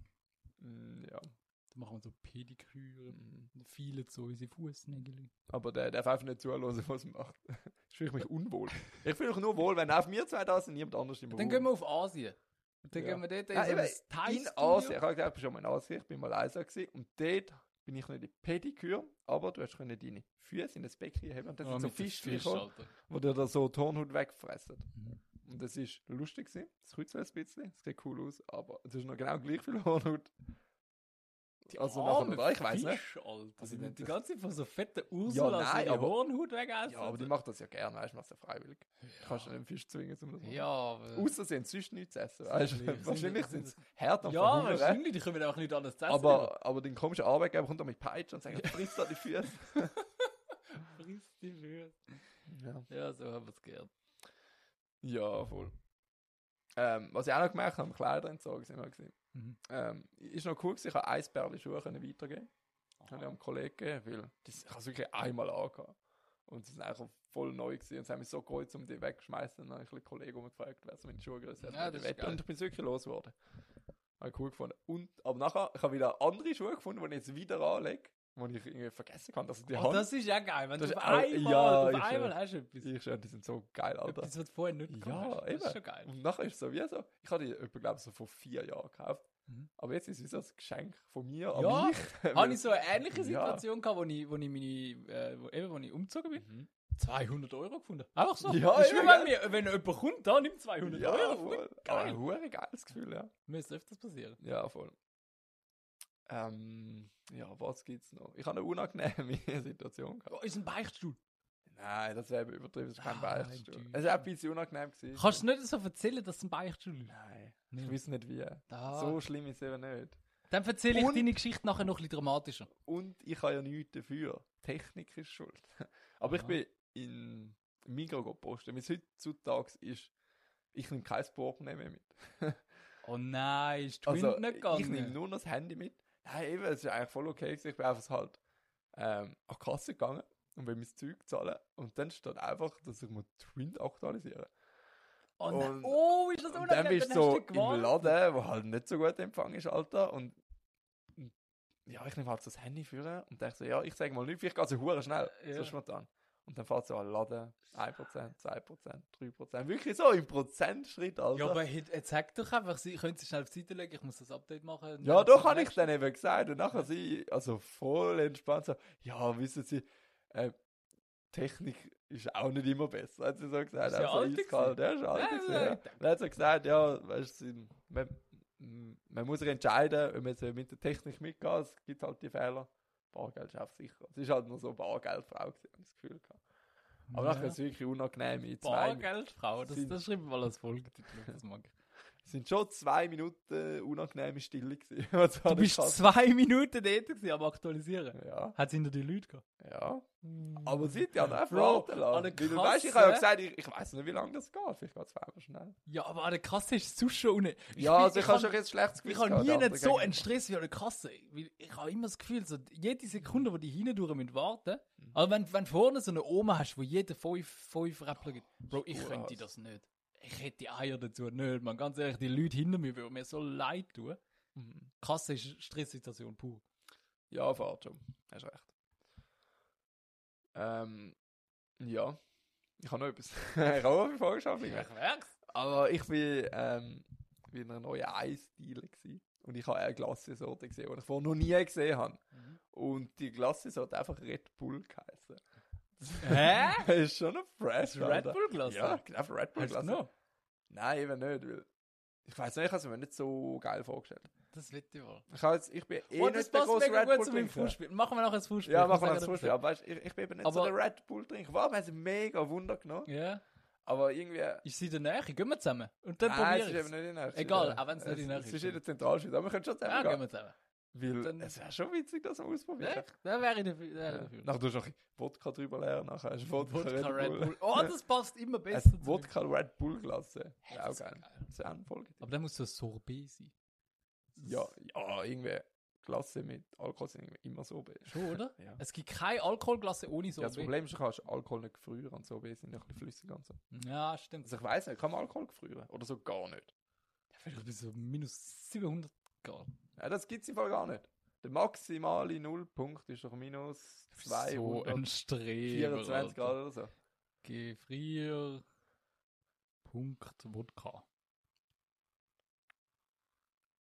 Speaker 3: Mm, Ja.
Speaker 2: Dann machen wir so Pediküre.
Speaker 3: Mm.
Speaker 2: Viele so unsere Fußnägel.
Speaker 3: Aber der darf einfach nicht zuhören, was er macht. [laughs] Ich fühle mich unwohl. Ich fühle mich nur wohl, wenn auf mir zwei da sind, niemand anders im
Speaker 2: Dann gehen wir auf Asien. Dann
Speaker 3: Ja.
Speaker 2: gehen wir dort in
Speaker 3: Ja,
Speaker 2: so
Speaker 3: eben,
Speaker 2: ein Thai
Speaker 3: in Asien. Ich habe gesagt, ich bin schon mal in Asien, ich bin mal in Asien gewesen, und dort bin ich nicht in die Pediküre, aber du hast können deine Füße in das Becken
Speaker 2: Oh,
Speaker 3: heben und das sind so Fischviecher, wo dir da so Tonhut wegfressen.
Speaker 2: Mhm.
Speaker 3: Und das ist lustig gewesen, das kritzelt ein bisschen, es sieht cool aus, aber es ist noch genau gleich viel Hornhaut. Also nachher noch- ich weiß nicht.
Speaker 2: Fisch, Alter.
Speaker 3: Also
Speaker 2: die
Speaker 3: ich
Speaker 2: sind die
Speaker 3: nicht-
Speaker 2: ganze Zeit von so fetten Ursulas
Speaker 3: nein,
Speaker 2: ihre
Speaker 3: aber-
Speaker 2: Hornhaut wegessen.
Speaker 3: Ja, aber die machen das ja gerne, weißt du, was ja freiwillig. Du kannst ja den Fisch zwingen, um das zu machen.
Speaker 2: Ja, äh, aber...
Speaker 3: Außer sie haben sonst nichts zu essen,
Speaker 2: Sind
Speaker 3: weißt
Speaker 2: lieb, sind
Speaker 3: du. [laughs] Wahrscheinlich
Speaker 2: lieb, sind
Speaker 3: sind sie hart am
Speaker 2: ja,
Speaker 3: Verhungern.
Speaker 2: wahrscheinlich. Die können auch nicht anders essen.
Speaker 3: Aber, aber den komischen Arbeitgeber kommt da mit Peitschen und sagt, frisst da die Füße.
Speaker 2: Friss die Füße.
Speaker 3: Ja.
Speaker 2: Ja, so haben wir es gehört.
Speaker 3: Ja, voll. Ähm, was ich auch noch gemerkt habe, Kleider entzogen sind wir gewesen.
Speaker 2: Mhm.
Speaker 3: Ähm, ist noch cool gewesen, ich habe Eisbärli Schuhe können weitergeben. Aha. Habe ich am Kollegen gegeben, weil das, ich habe es wirklich einmal angehabt. Und sie sind einfach voll neu gewesen. Und sie haben mich so geholt, um die wegzuschmeißen. Und dann habe ich einen Kollegen umgefragt, wer so meine Schuhe gerissen hat.
Speaker 2: Ja,
Speaker 3: Und
Speaker 2: das
Speaker 3: ich
Speaker 2: ist
Speaker 3: wette-
Speaker 2: geil.
Speaker 3: Und ich bin wirklich los geworden. Habe ich cool gefunden. Und, aber nachher, ich habe wieder andere Schuhe gefunden, die ich jetzt wieder anlege, die ich irgendwie vergessen kann, dass ich die
Speaker 2: Oh,
Speaker 3: Hand...
Speaker 2: das ist ja geil, wenn
Speaker 3: Das
Speaker 2: du auf
Speaker 3: ist auch-
Speaker 2: einmal,
Speaker 3: ja,
Speaker 2: auf
Speaker 3: ist ja-
Speaker 2: einmal hast du etwas.
Speaker 3: ich schwör, die sind so geil, Alter.
Speaker 2: Etwas, was du vorher nicht
Speaker 3: Ja,
Speaker 2: gehabt hast. Das
Speaker 3: eben.
Speaker 2: ist schon geil.
Speaker 3: Und nachher ist es so wie so, ich hatte die etwa, glaube ich, so vor vier Jahren gekauft.
Speaker 2: Mhm.
Speaker 3: Aber jetzt ist es wie so ein Geschenk von mir an
Speaker 2: Ja,
Speaker 3: mich.
Speaker 2: Habe
Speaker 3: [laughs]
Speaker 2: ich so eine ähnliche
Speaker 3: Ja.
Speaker 2: Situation gehabt, wo ich, wo ich meine, äh, wo, eben, wo ich umgezogen bin? 200 Euro gefunden. Einfach so.
Speaker 3: Ja,
Speaker 2: Das ist
Speaker 3: eben,
Speaker 2: wie wenn, mir, wenn jemand kommt, da nimmt 200
Speaker 3: ja,
Speaker 2: Euro.
Speaker 3: voll.
Speaker 2: Geil.
Speaker 3: Geil. Ein hure geiles Gefühl, ja.
Speaker 2: Müsste öfters passieren.
Speaker 3: Ja, voll. Ähm, ja, was gibt's noch? Ich habe eine unangenehme [laughs] Situation gehabt.
Speaker 2: Oh, ist ein Beichtstuhl.
Speaker 3: Nein, das wäre eben übertrieben, das ist kein
Speaker 2: Ah,
Speaker 3: ah,
Speaker 2: du-
Speaker 3: Es war ein bisschen unangenehm. Gewesen.
Speaker 2: Kannst du nicht so erzählen, dass es ein Beichtstuhl ist?
Speaker 3: Nein,
Speaker 2: Nee.
Speaker 3: ich weiß nicht wie.
Speaker 2: Da.
Speaker 3: So schlimm ist es eben nicht.
Speaker 2: Dann erzähle ich
Speaker 3: Und-
Speaker 2: deine Geschichte nachher noch ein bisschen dramatischer.
Speaker 3: Und ich habe ja nichts dafür. Technik ist schuld. [laughs] Aber ich
Speaker 2: Aha.
Speaker 3: bin in Migros gepostet. Mein heutzutage ist, ich nehme kein Portemonnaie mehr mit.
Speaker 2: Oh nein, ist die
Speaker 3: Also,
Speaker 2: Wind nicht
Speaker 3: ich nehme
Speaker 2: gegangen?
Speaker 3: nur noch das Handy mit. Nein, eben, es ist eigentlich voll okay. gewesen. Ich bin einfach halt ähm, an die Kasse gegangen und will mein Zeug zahlen. Und dann steht einfach, dass ich mir Twin aktualisieren
Speaker 2: Oh, nein.
Speaker 3: und-
Speaker 2: oh, ist das
Speaker 3: Und dann
Speaker 2: unangenehm?
Speaker 3: bist du
Speaker 2: hast
Speaker 3: so
Speaker 2: dich gewarnt.
Speaker 3: im Laden, wo halt nicht so gut Empfang ist, Alter. Und und ja, ich nehme halt so das Handy führen und denke so, ja, ich sage mal nicht, vielleicht geht es hure schnell.
Speaker 2: Ja.
Speaker 3: So spontan. Und dann fährt so ein Laden, 1%, 2%, 3%. Wirklich so im Prozentschritt, Alter.
Speaker 2: Ja, aber hit- jetzt sag doch einfach, sie können sie schnell auf die Seite legen, ich muss das Update machen. Und
Speaker 3: Ja, doch habe ich
Speaker 2: nächste-
Speaker 3: dann eben gesagt. Und nachher sie, also voll entspannt, so, ja, wissen Sie, äh, Technik ist auch nicht immer besser, hat sie so gesagt.
Speaker 2: Ist ja
Speaker 3: also
Speaker 2: alt
Speaker 3: eiskalt, ja, ist alt
Speaker 2: Ja,
Speaker 3: gewesen,
Speaker 2: ja,
Speaker 3: ja.
Speaker 2: ich denk-
Speaker 3: Dann hat sie gesagt, ja, weißt du, man, man muss sich entscheiden, ob man jetzt mit der Technik mitgeht, es gibt halt die Fehler. Bargeld schafft sicher. Es ist halt nur so Bargeldfrau, gewesen, hab ich das Gefühl gehabt. Aber nachher ist es wirklich unangenehm. in zwei Mi-
Speaker 2: Bargeldfrau, das,
Speaker 3: sind-
Speaker 2: das schreiben wir mal als Folgetitel, das mag ich.
Speaker 3: Es sind schon zwei Minuten äh, unangenehme Stille gewesen. [laughs] was
Speaker 2: Du
Speaker 3: an der
Speaker 2: bist
Speaker 3: Kasse-
Speaker 2: zwei Minuten dort gewesen, am Aktualisieren.
Speaker 3: Ja,
Speaker 2: Hat es hinter die Leute gehabt?
Speaker 3: ja. Aber sie hat ja dann einfach
Speaker 2: Hm. Bro,
Speaker 3: warten
Speaker 2: an der
Speaker 3: lassen. Weil du
Speaker 2: Kasse-
Speaker 3: weißt, ich habe ja gesagt, ich, ich weiß nicht, wie lange das geht. Vielleicht geht es zweimal schnell.
Speaker 2: Ja, aber an der Kasse ist es sonst schon unten.
Speaker 3: Ja, also ich, habe
Speaker 2: hab-
Speaker 3: schon jetzt schlechtes
Speaker 2: ich
Speaker 3: Gewissen.
Speaker 2: habe nie
Speaker 3: gehabt,
Speaker 2: nicht so
Speaker 3: aber
Speaker 2: einen Stress wie an der Kasse. Weil ich habe immer das Gefühl, so jede Sekunde, wo die hindurch müssen warten.
Speaker 3: Mhm.
Speaker 2: Aber wenn, wenn vorne so eine Oma hast, wo jeder fünf, fünf Rappler gibt. Bro, ich
Speaker 3: ist
Speaker 2: könnte
Speaker 3: Urhass.
Speaker 2: das nicht. Ich hätte die Eier dazu nicht, man. Ganz ehrlich, die Leute hinter mir würden mir so leid tun.
Speaker 3: Mhm.
Speaker 2: Kasse ist Stresssituation pur.
Speaker 3: Ja, fahrt schon. Hast recht. Ähm, ja. Ich habe noch etwas. [laughs] ich habe auch eine Folgenschaft.
Speaker 2: merk's.
Speaker 3: [laughs] Aber ich bin ähm, bei einer neuen Eisdiele gsi und ich habe eine Glassesorte gesehen, die ich vorher noch nie gesehen habe.
Speaker 2: Mhm.
Speaker 3: Und die Glassesorte hat einfach Red Bull geheißen.
Speaker 2: Hä?
Speaker 3: [laughs] Das ist schon ein Fresh,
Speaker 2: Red Bull Glas?
Speaker 3: Ja, genau, Red Bull
Speaker 2: Hast du
Speaker 3: Glas.
Speaker 2: noch?
Speaker 3: Nein, eben nicht, weil ich weiß nicht, ich habe es mir nicht so geil vorgestellt.
Speaker 2: Das wird dir wohl.
Speaker 3: Ich, habe jetzt, ich bin eh
Speaker 2: Und das
Speaker 3: nicht der
Speaker 2: passt
Speaker 3: große
Speaker 2: mega
Speaker 3: Red
Speaker 2: gut
Speaker 3: Bull
Speaker 2: zu meinem
Speaker 3: Trinker.
Speaker 2: Fußspiel. Machen wir nachher das Fußspiel.
Speaker 3: Ja, machen wir das Fußspiel. Aber weißt, ich, ich bin eben nicht so
Speaker 2: Aber-
Speaker 3: der Red Bull Trinker. Warum hat es mega Wunder genommen?
Speaker 2: Ja,
Speaker 3: Aber irgendwie
Speaker 2: ich sehe in der Nähe. Gehen wir zusammen. Und dann
Speaker 3: Nein,
Speaker 2: probieren
Speaker 3: es ist
Speaker 2: wir
Speaker 3: eben
Speaker 2: es.
Speaker 3: nicht in der
Speaker 2: Egal,
Speaker 3: Schweiz.
Speaker 2: auch wenn es nicht in der
Speaker 3: Es
Speaker 2: Schweiz
Speaker 3: ist in der Zentralschweiz, aber wir können schon
Speaker 2: Ja,
Speaker 3: zusammen
Speaker 2: gehen
Speaker 3: gehen.
Speaker 2: wir zusammen.
Speaker 3: Weil
Speaker 2: Dann-
Speaker 3: es wäre schon witzig, das mal ausprobieren.
Speaker 2: Ja, da wäre ich dafür. Da
Speaker 3: Ja.
Speaker 2: wäre ich dafür.
Speaker 3: Nachher tust du noch ein bisschen Wodka drüber leeren, nachher hast du Wodka,
Speaker 2: äh, Wodka Red Bull. Oh,
Speaker 3: Ja.
Speaker 2: das passt immer besser. zu
Speaker 3: Ein
Speaker 2: mir.
Speaker 3: Wodka Red Bull Glasse.
Speaker 2: Hey,
Speaker 3: Ja, auch
Speaker 2: das ist
Speaker 3: geil.
Speaker 2: geil.
Speaker 3: Das ist auch eine Folge.
Speaker 2: Aber dann muss so ein Sorbet sein. Das
Speaker 3: Ja,
Speaker 2: ist-
Speaker 3: ja, irgendwie Glasse mit Alkohol sind irgendwie immer so be-
Speaker 2: Schon, oder?
Speaker 3: [laughs] Ja.
Speaker 2: Es gibt keine Alkoholglasse ohne
Speaker 3: ja, das
Speaker 2: Sorbet.
Speaker 3: Problem ist, du kannst Alkohol nicht gefrieren und so, wir sind ja ein bisschen flüssig und so.
Speaker 2: Ja, stimmt.
Speaker 3: Also ich weiß nicht, kann man Alkohol gefrieren? Oder so gar nicht?
Speaker 2: Vielleicht bis so minus 700 Grad.
Speaker 3: Ja, das gibt es im Fall gar nicht. Der maximale Nullpunkt ist doch minus
Speaker 2: So ein
Speaker 3: 224
Speaker 2: Streber. Alter.
Speaker 3: Grad oder so.
Speaker 2: Gefrier. Punkt Wodka.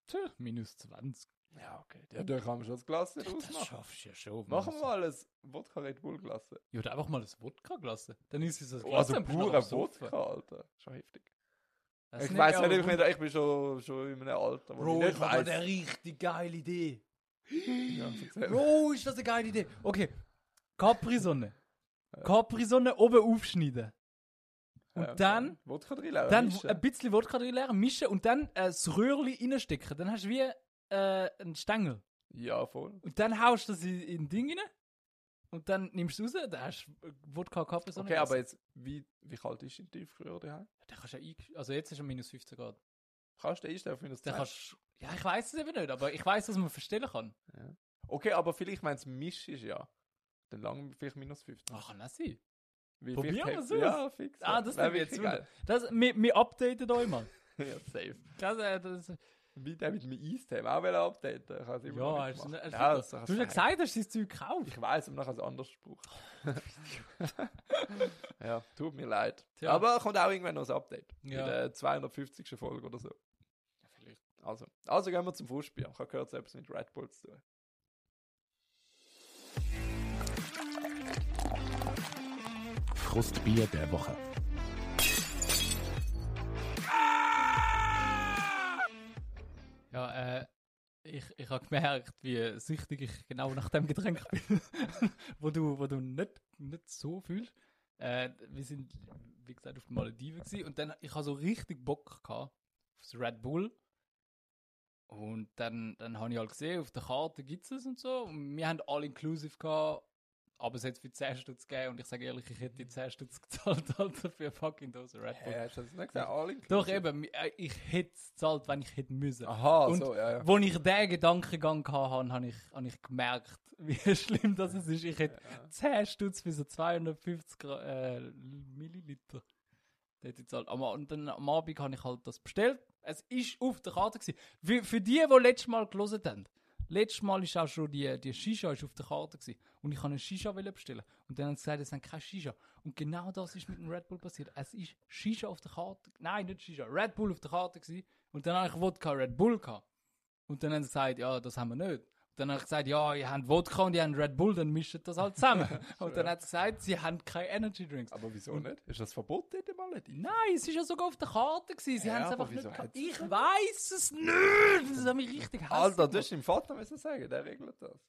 Speaker 2: Tja, minus 20.
Speaker 3: Ja, okay. Ja, da kann man schon das Glas nicht ausmachen.
Speaker 2: schaffst du ja schon.
Speaker 3: Machen wir mal ein Wodka Red Bull Glasse.
Speaker 2: Ja, oder einfach mal das Wodka gelassen. Dann ist es das
Speaker 3: Oh, also
Speaker 2: und bist
Speaker 3: purer
Speaker 2: nachher besoffen.
Speaker 3: Wodka, Alter. Schon heftig.
Speaker 2: Das
Speaker 3: ich
Speaker 2: nimmt
Speaker 3: weiß
Speaker 2: ja
Speaker 3: nicht,
Speaker 2: auch
Speaker 3: ob ich, nicht, ich bin schon, schon in einem Alter, wo
Speaker 2: Bro,
Speaker 3: ich nicht
Speaker 2: ich habe
Speaker 3: weiß.
Speaker 2: eine richtig geile Idee.
Speaker 3: Ja, erzähl.
Speaker 2: Bro, ist das eine geile Idee. Okay, Capri-Sonne. Capri-Sonne oben aufschneiden. Und
Speaker 3: Ähm, Ja,
Speaker 2: dann,
Speaker 3: Wodka reinlaufen.
Speaker 2: dann
Speaker 3: mischen.
Speaker 2: ein bisschen Wodka reinleeren, mischen und dann äh, das Röhrli reinstecken. Dann hast du wie äh, einen Stängel.
Speaker 3: Ja, voll.
Speaker 2: Und dann haust du das in, in ein Ding rein. Und dann nimmst du es raus, dann hast du äh, Wodka, Capri-Sonne.
Speaker 3: Okay, aber
Speaker 2: gegessen.
Speaker 3: jetzt, wie, wie kalt ist dein Tiefkühler daheim?
Speaker 2: Dann kannst du ja eingesch- Also jetzt ist er minus 15 Grad.
Speaker 3: Kannst du den einstellen auf minus
Speaker 2: Dann
Speaker 3: 10?
Speaker 2: kannst du... Ja, ich weiß es eben nicht, aber ich weiß, dass man verstellen kann.
Speaker 3: Okay, aber vielleicht, wenn es misch ist, ja. Dann lang vielleicht minus 15.
Speaker 2: Ah, kann das sein.
Speaker 3: Wie,
Speaker 2: probieren
Speaker 3: vielleicht
Speaker 2: wir's
Speaker 3: hebt-
Speaker 2: aus.
Speaker 3: Ja, fix.
Speaker 2: Ah, das
Speaker 3: Wär
Speaker 2: nehmen wir jetzt
Speaker 3: wirklich
Speaker 2: wieder. Das, wir, wir updaten euch
Speaker 3: [laughs]
Speaker 2: mal. [laughs]
Speaker 3: geil. ja, safe.
Speaker 2: Das, äh, das,
Speaker 3: Wie der mit dem Eis-Thema auch will updaten. Ich hab's immer noch
Speaker 2: ja,
Speaker 3: nicht
Speaker 2: hast du,
Speaker 3: gemacht.
Speaker 2: hast du,
Speaker 3: Ja, das
Speaker 2: du hast ja
Speaker 3: kannst
Speaker 2: gesagt, dass du das Zeug gekauft.
Speaker 3: Ich weiß, aber nachher es anders gebraucht. [laughs] ja, tut mir leid.
Speaker 2: Tja.
Speaker 3: Aber kommt auch irgendwann noch ein Update.
Speaker 2: Ja.
Speaker 3: In der 250. Folge oder so.
Speaker 2: vielleicht.
Speaker 3: Also, also gehen wir zum Fußspiel. Ich habe gehört, es hat etwas mit Red Bull zu tun.
Speaker 1: Frustbier der Woche.
Speaker 2: Ja, äh, ich, ich habe gemerkt, wie süchtig ich genau nach dem Getränk bin, [laughs] wo du, wo du nicht, nicht so fühlst. Äh, wir sind, wie gesagt, auf den Malediven gewesen, und dann, ich habe so richtig Bock gehabt aufs Red Bull. Und dann, dann habe ich halt gesehen, auf der Karte gibt es es und so. Und wir haben all inclusive gehabt, aber es hat für 10 Stutz gegeben. Und ich sage ehrlich, ich hätte die 10 Stutz [laughs] gezahlt, Alter, für eine fucking Dose Red Bull.
Speaker 3: Hä, Äh, hast du das nicht gesagt? All
Speaker 2: Doch
Speaker 3: inclusive?
Speaker 2: eben, äh, ich hätte es gezahlt, wenn ich hätte müssen.
Speaker 3: Aha,
Speaker 2: Und-
Speaker 3: so, ja, ja.
Speaker 2: Wo ich diesen Gedankengang hatte, habe ich, habe ich gemerkt, [laughs] wie schlimm das es ist. Ich hätte
Speaker 3: Ja.
Speaker 2: 10 Stutz für so 250 Gra äh, Milliliter. Das hätte ich gezahlt. Am, und dann am Abend habe ich halt das bestellt. Es ist auf der Karte. Gewesen. Für, für die, die letztes Mal gelesen haben, letztes Mal ist auch schon die, die Shisha ist auf der Karte. Gewesen. Und ich habe eine Shisha wollen bestellen. Und dann haben sie gesagt, es sind keine Shisha. Und genau das ist mit dem Red Bull passiert. Es ist Shisha auf der Karte. Nein, nicht Shisha. Red Bull auf der Karte. Gewesen. Und dann habe ich Wodka Red Bull gehabt. Und dann haben sie gesagt, ja, das haben wir nicht. Und dann habe ich gesagt, ja, ihr habt Wodka und ihr habt Red Bull, dann mischt das halt
Speaker 3: [laughs]
Speaker 2: zusammen. und dann hat sie gesagt, sie haben keine Energy Drinks.
Speaker 3: Aber wieso nicht? Ist das verboten in den Malediven?
Speaker 2: Nein, es war ja sogar auf der Karte. Gewesen. Sie
Speaker 3: Ja,
Speaker 2: haben es
Speaker 3: aber
Speaker 2: einfach nicht
Speaker 3: wieso
Speaker 2: gehabt.
Speaker 3: hat sie
Speaker 2: Ich weiß es nicht! Das hat mich richtig
Speaker 3: [laughs] Alter,
Speaker 2: hässlich
Speaker 3: das ist im Vater müssen sagen, der regelt das.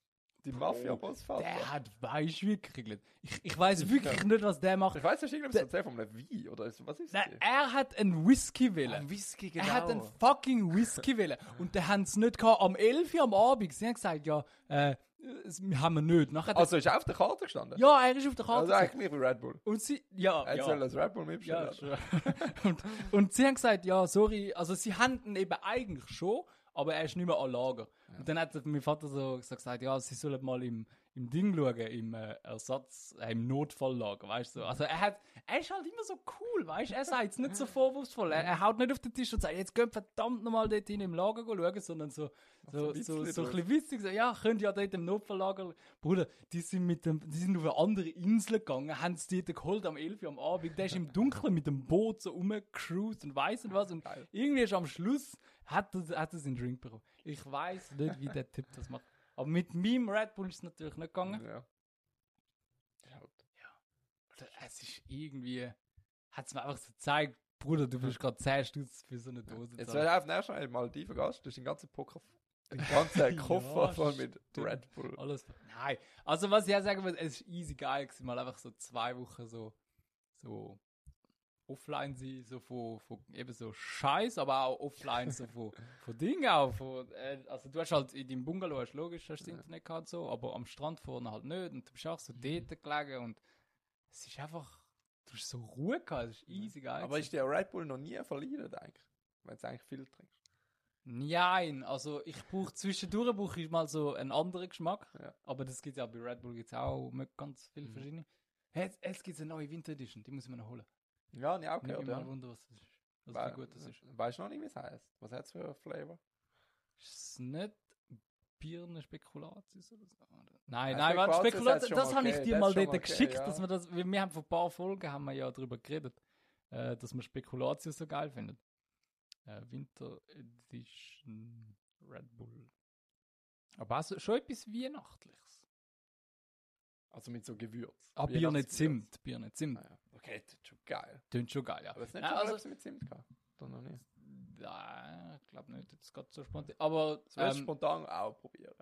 Speaker 3: Die Mafia-Boss-Vater.
Speaker 2: Der hat weiß wirklich. Ich, ich weiß wirklich nicht, was der macht.
Speaker 3: Ich weiß, du hast irgendwas erzählt von einem Wein oder ist- was ist das?
Speaker 2: Nein, äh, er hat einen Whisky willen.
Speaker 3: Whisky, genau.
Speaker 2: Er hat einen fucking
Speaker 3: [laughs]
Speaker 2: Whisky willen. Und der haben sie nicht gehabt. Am 11 Uhr am Abend. Sie haben gesagt, ja, äh, das haben wir nicht. Nachher hat er-
Speaker 3: Also ist er auf der Karte gestanden?
Speaker 2: ja, er ist auf der Karte.
Speaker 3: Also
Speaker 2: gewesen.
Speaker 3: eigentlich wie Red Bull.
Speaker 2: und sie, ja,
Speaker 3: Er
Speaker 2: ja.
Speaker 3: soll das Red Bull mitbestellen.
Speaker 2: [laughs] Ja, schon. und, und sie haben gesagt, ja, sorry, also sie hatten eben eigentlich schon, aber er ist nicht mehr an Lager. Und dann hat mein Vater so, so gesagt, ja, sie sollen mal im, im Ding schauen, im äh, Ersatz, äh, im Notfalllager, weißt du. Also er hat, er ist halt immer so cool, weißt du, er sagt es nicht so vorwurfsvoll, er, er haut nicht auf den Tisch und sagt, jetzt geht verdammt nochmal dort hin im Lager schauen, sondern so, so,
Speaker 3: Ach, so
Speaker 2: so,
Speaker 3: ein
Speaker 2: so ein
Speaker 3: bisschen
Speaker 2: bisschen witzig, so, ja, könnt ja dort im Notfalllager, Bruder, die sind mit dem, die sind auf eine andere Insel gegangen, haben es dort geholt am 11 Uhr am Abend, der ist im Dunkeln mit dem Boot so rumgecruised und weiss nicht was und
Speaker 3: Geil.
Speaker 2: irgendwie ist am Schluss, hat er, hat er seinen Drink bekommen. Ich weiß nicht, wie der Typ das macht. Aber mit meinem Red Bull ist es natürlich nicht gegangen.
Speaker 3: Ja.
Speaker 2: Oder Also, Es ist irgendwie, hat es mir einfach so gezeigt, Bruder, du bist gerade 10 Stutz für so eine Dose.
Speaker 3: Jetzt
Speaker 2: zahlen.
Speaker 3: wäre auf nächsten Mal mal tiefer Gast, du hast den ganzen Poker, den ganzen Koffer
Speaker 2: Ja,
Speaker 3: voll mit
Speaker 2: stimmt. Ah,
Speaker 3: Red Bull.
Speaker 2: Alles. Nein. Also was ich ja sagen will, es ist easy geil gewesen, mal einfach so zwei Wochen so, so offline sein, so von, von eben so Scheiß, aber auch offline so von, von Dingen auch. Von, äh, also du hast halt in deinem Bungalow hast logisch hast du Internet gehabt und so, aber am Strand vorne halt nicht und du bist auch so dort gelegen und es ist einfach, du hast so Ruhe gehabt, es ist easy geil.
Speaker 3: Aber ist der Red Bull noch nie verliehen, eigentlich? Wenn du eigentlich viel trinkst.
Speaker 2: Nein, also ich brauche zwischendurch brauche ich mal so einen anderen Geschmack.
Speaker 3: Ja. Mhm.
Speaker 2: Aber das gibt ja bei Red Bull gibt's auch mit ganz viele verschiedene. Hey, jetzt jetzt gibt es eine neue Winter Edition, die muss ich mir noch holen.
Speaker 3: Ja, nicht auch
Speaker 2: Okay,
Speaker 3: gehört.
Speaker 2: ich mal
Speaker 3: Ja.
Speaker 2: wunder, was das ist. Also
Speaker 3: Wei-
Speaker 2: wie gut das ist.
Speaker 3: Weißt du noch nicht, wie es heißt? Was hat es für einen Flavor?
Speaker 2: Ist es nicht Birnenspekulatius oder so? Oder? Nein,
Speaker 3: Ja,
Speaker 2: nein, warte,
Speaker 3: Spekulatius hat's
Speaker 2: Spekulatius,
Speaker 3: schon
Speaker 2: das
Speaker 3: mal
Speaker 2: habe ich
Speaker 3: gegeben,
Speaker 2: dir
Speaker 3: das
Speaker 2: mal
Speaker 3: schon
Speaker 2: dort
Speaker 3: mal gegeben,
Speaker 2: geschickt,
Speaker 3: ja.
Speaker 2: dass wir das, weil wir haben vor ein paar Folgen haben wir ja darüber geredet, äh, dass wir Spekulatius so geil finden. Äh, Winter Edition Red Bull. Aber also schon etwas Weihnachtliches.
Speaker 3: Also mit so Gewürz.
Speaker 2: Ah, Birne Zimt, Birne Zimt.
Speaker 3: Ah, ja. Okay, das ist schon geil.
Speaker 2: Tönt schon geil, ja.
Speaker 3: Aber es ist nicht
Speaker 2: Nein,
Speaker 3: schon also,
Speaker 2: also,
Speaker 3: etwas mit Zimt gehabt. Dann noch nie.
Speaker 2: nein, ich glaube nicht, das geht so spontan. Aber
Speaker 3: Das willst du
Speaker 2: ähm,
Speaker 3: spontan auch probieren.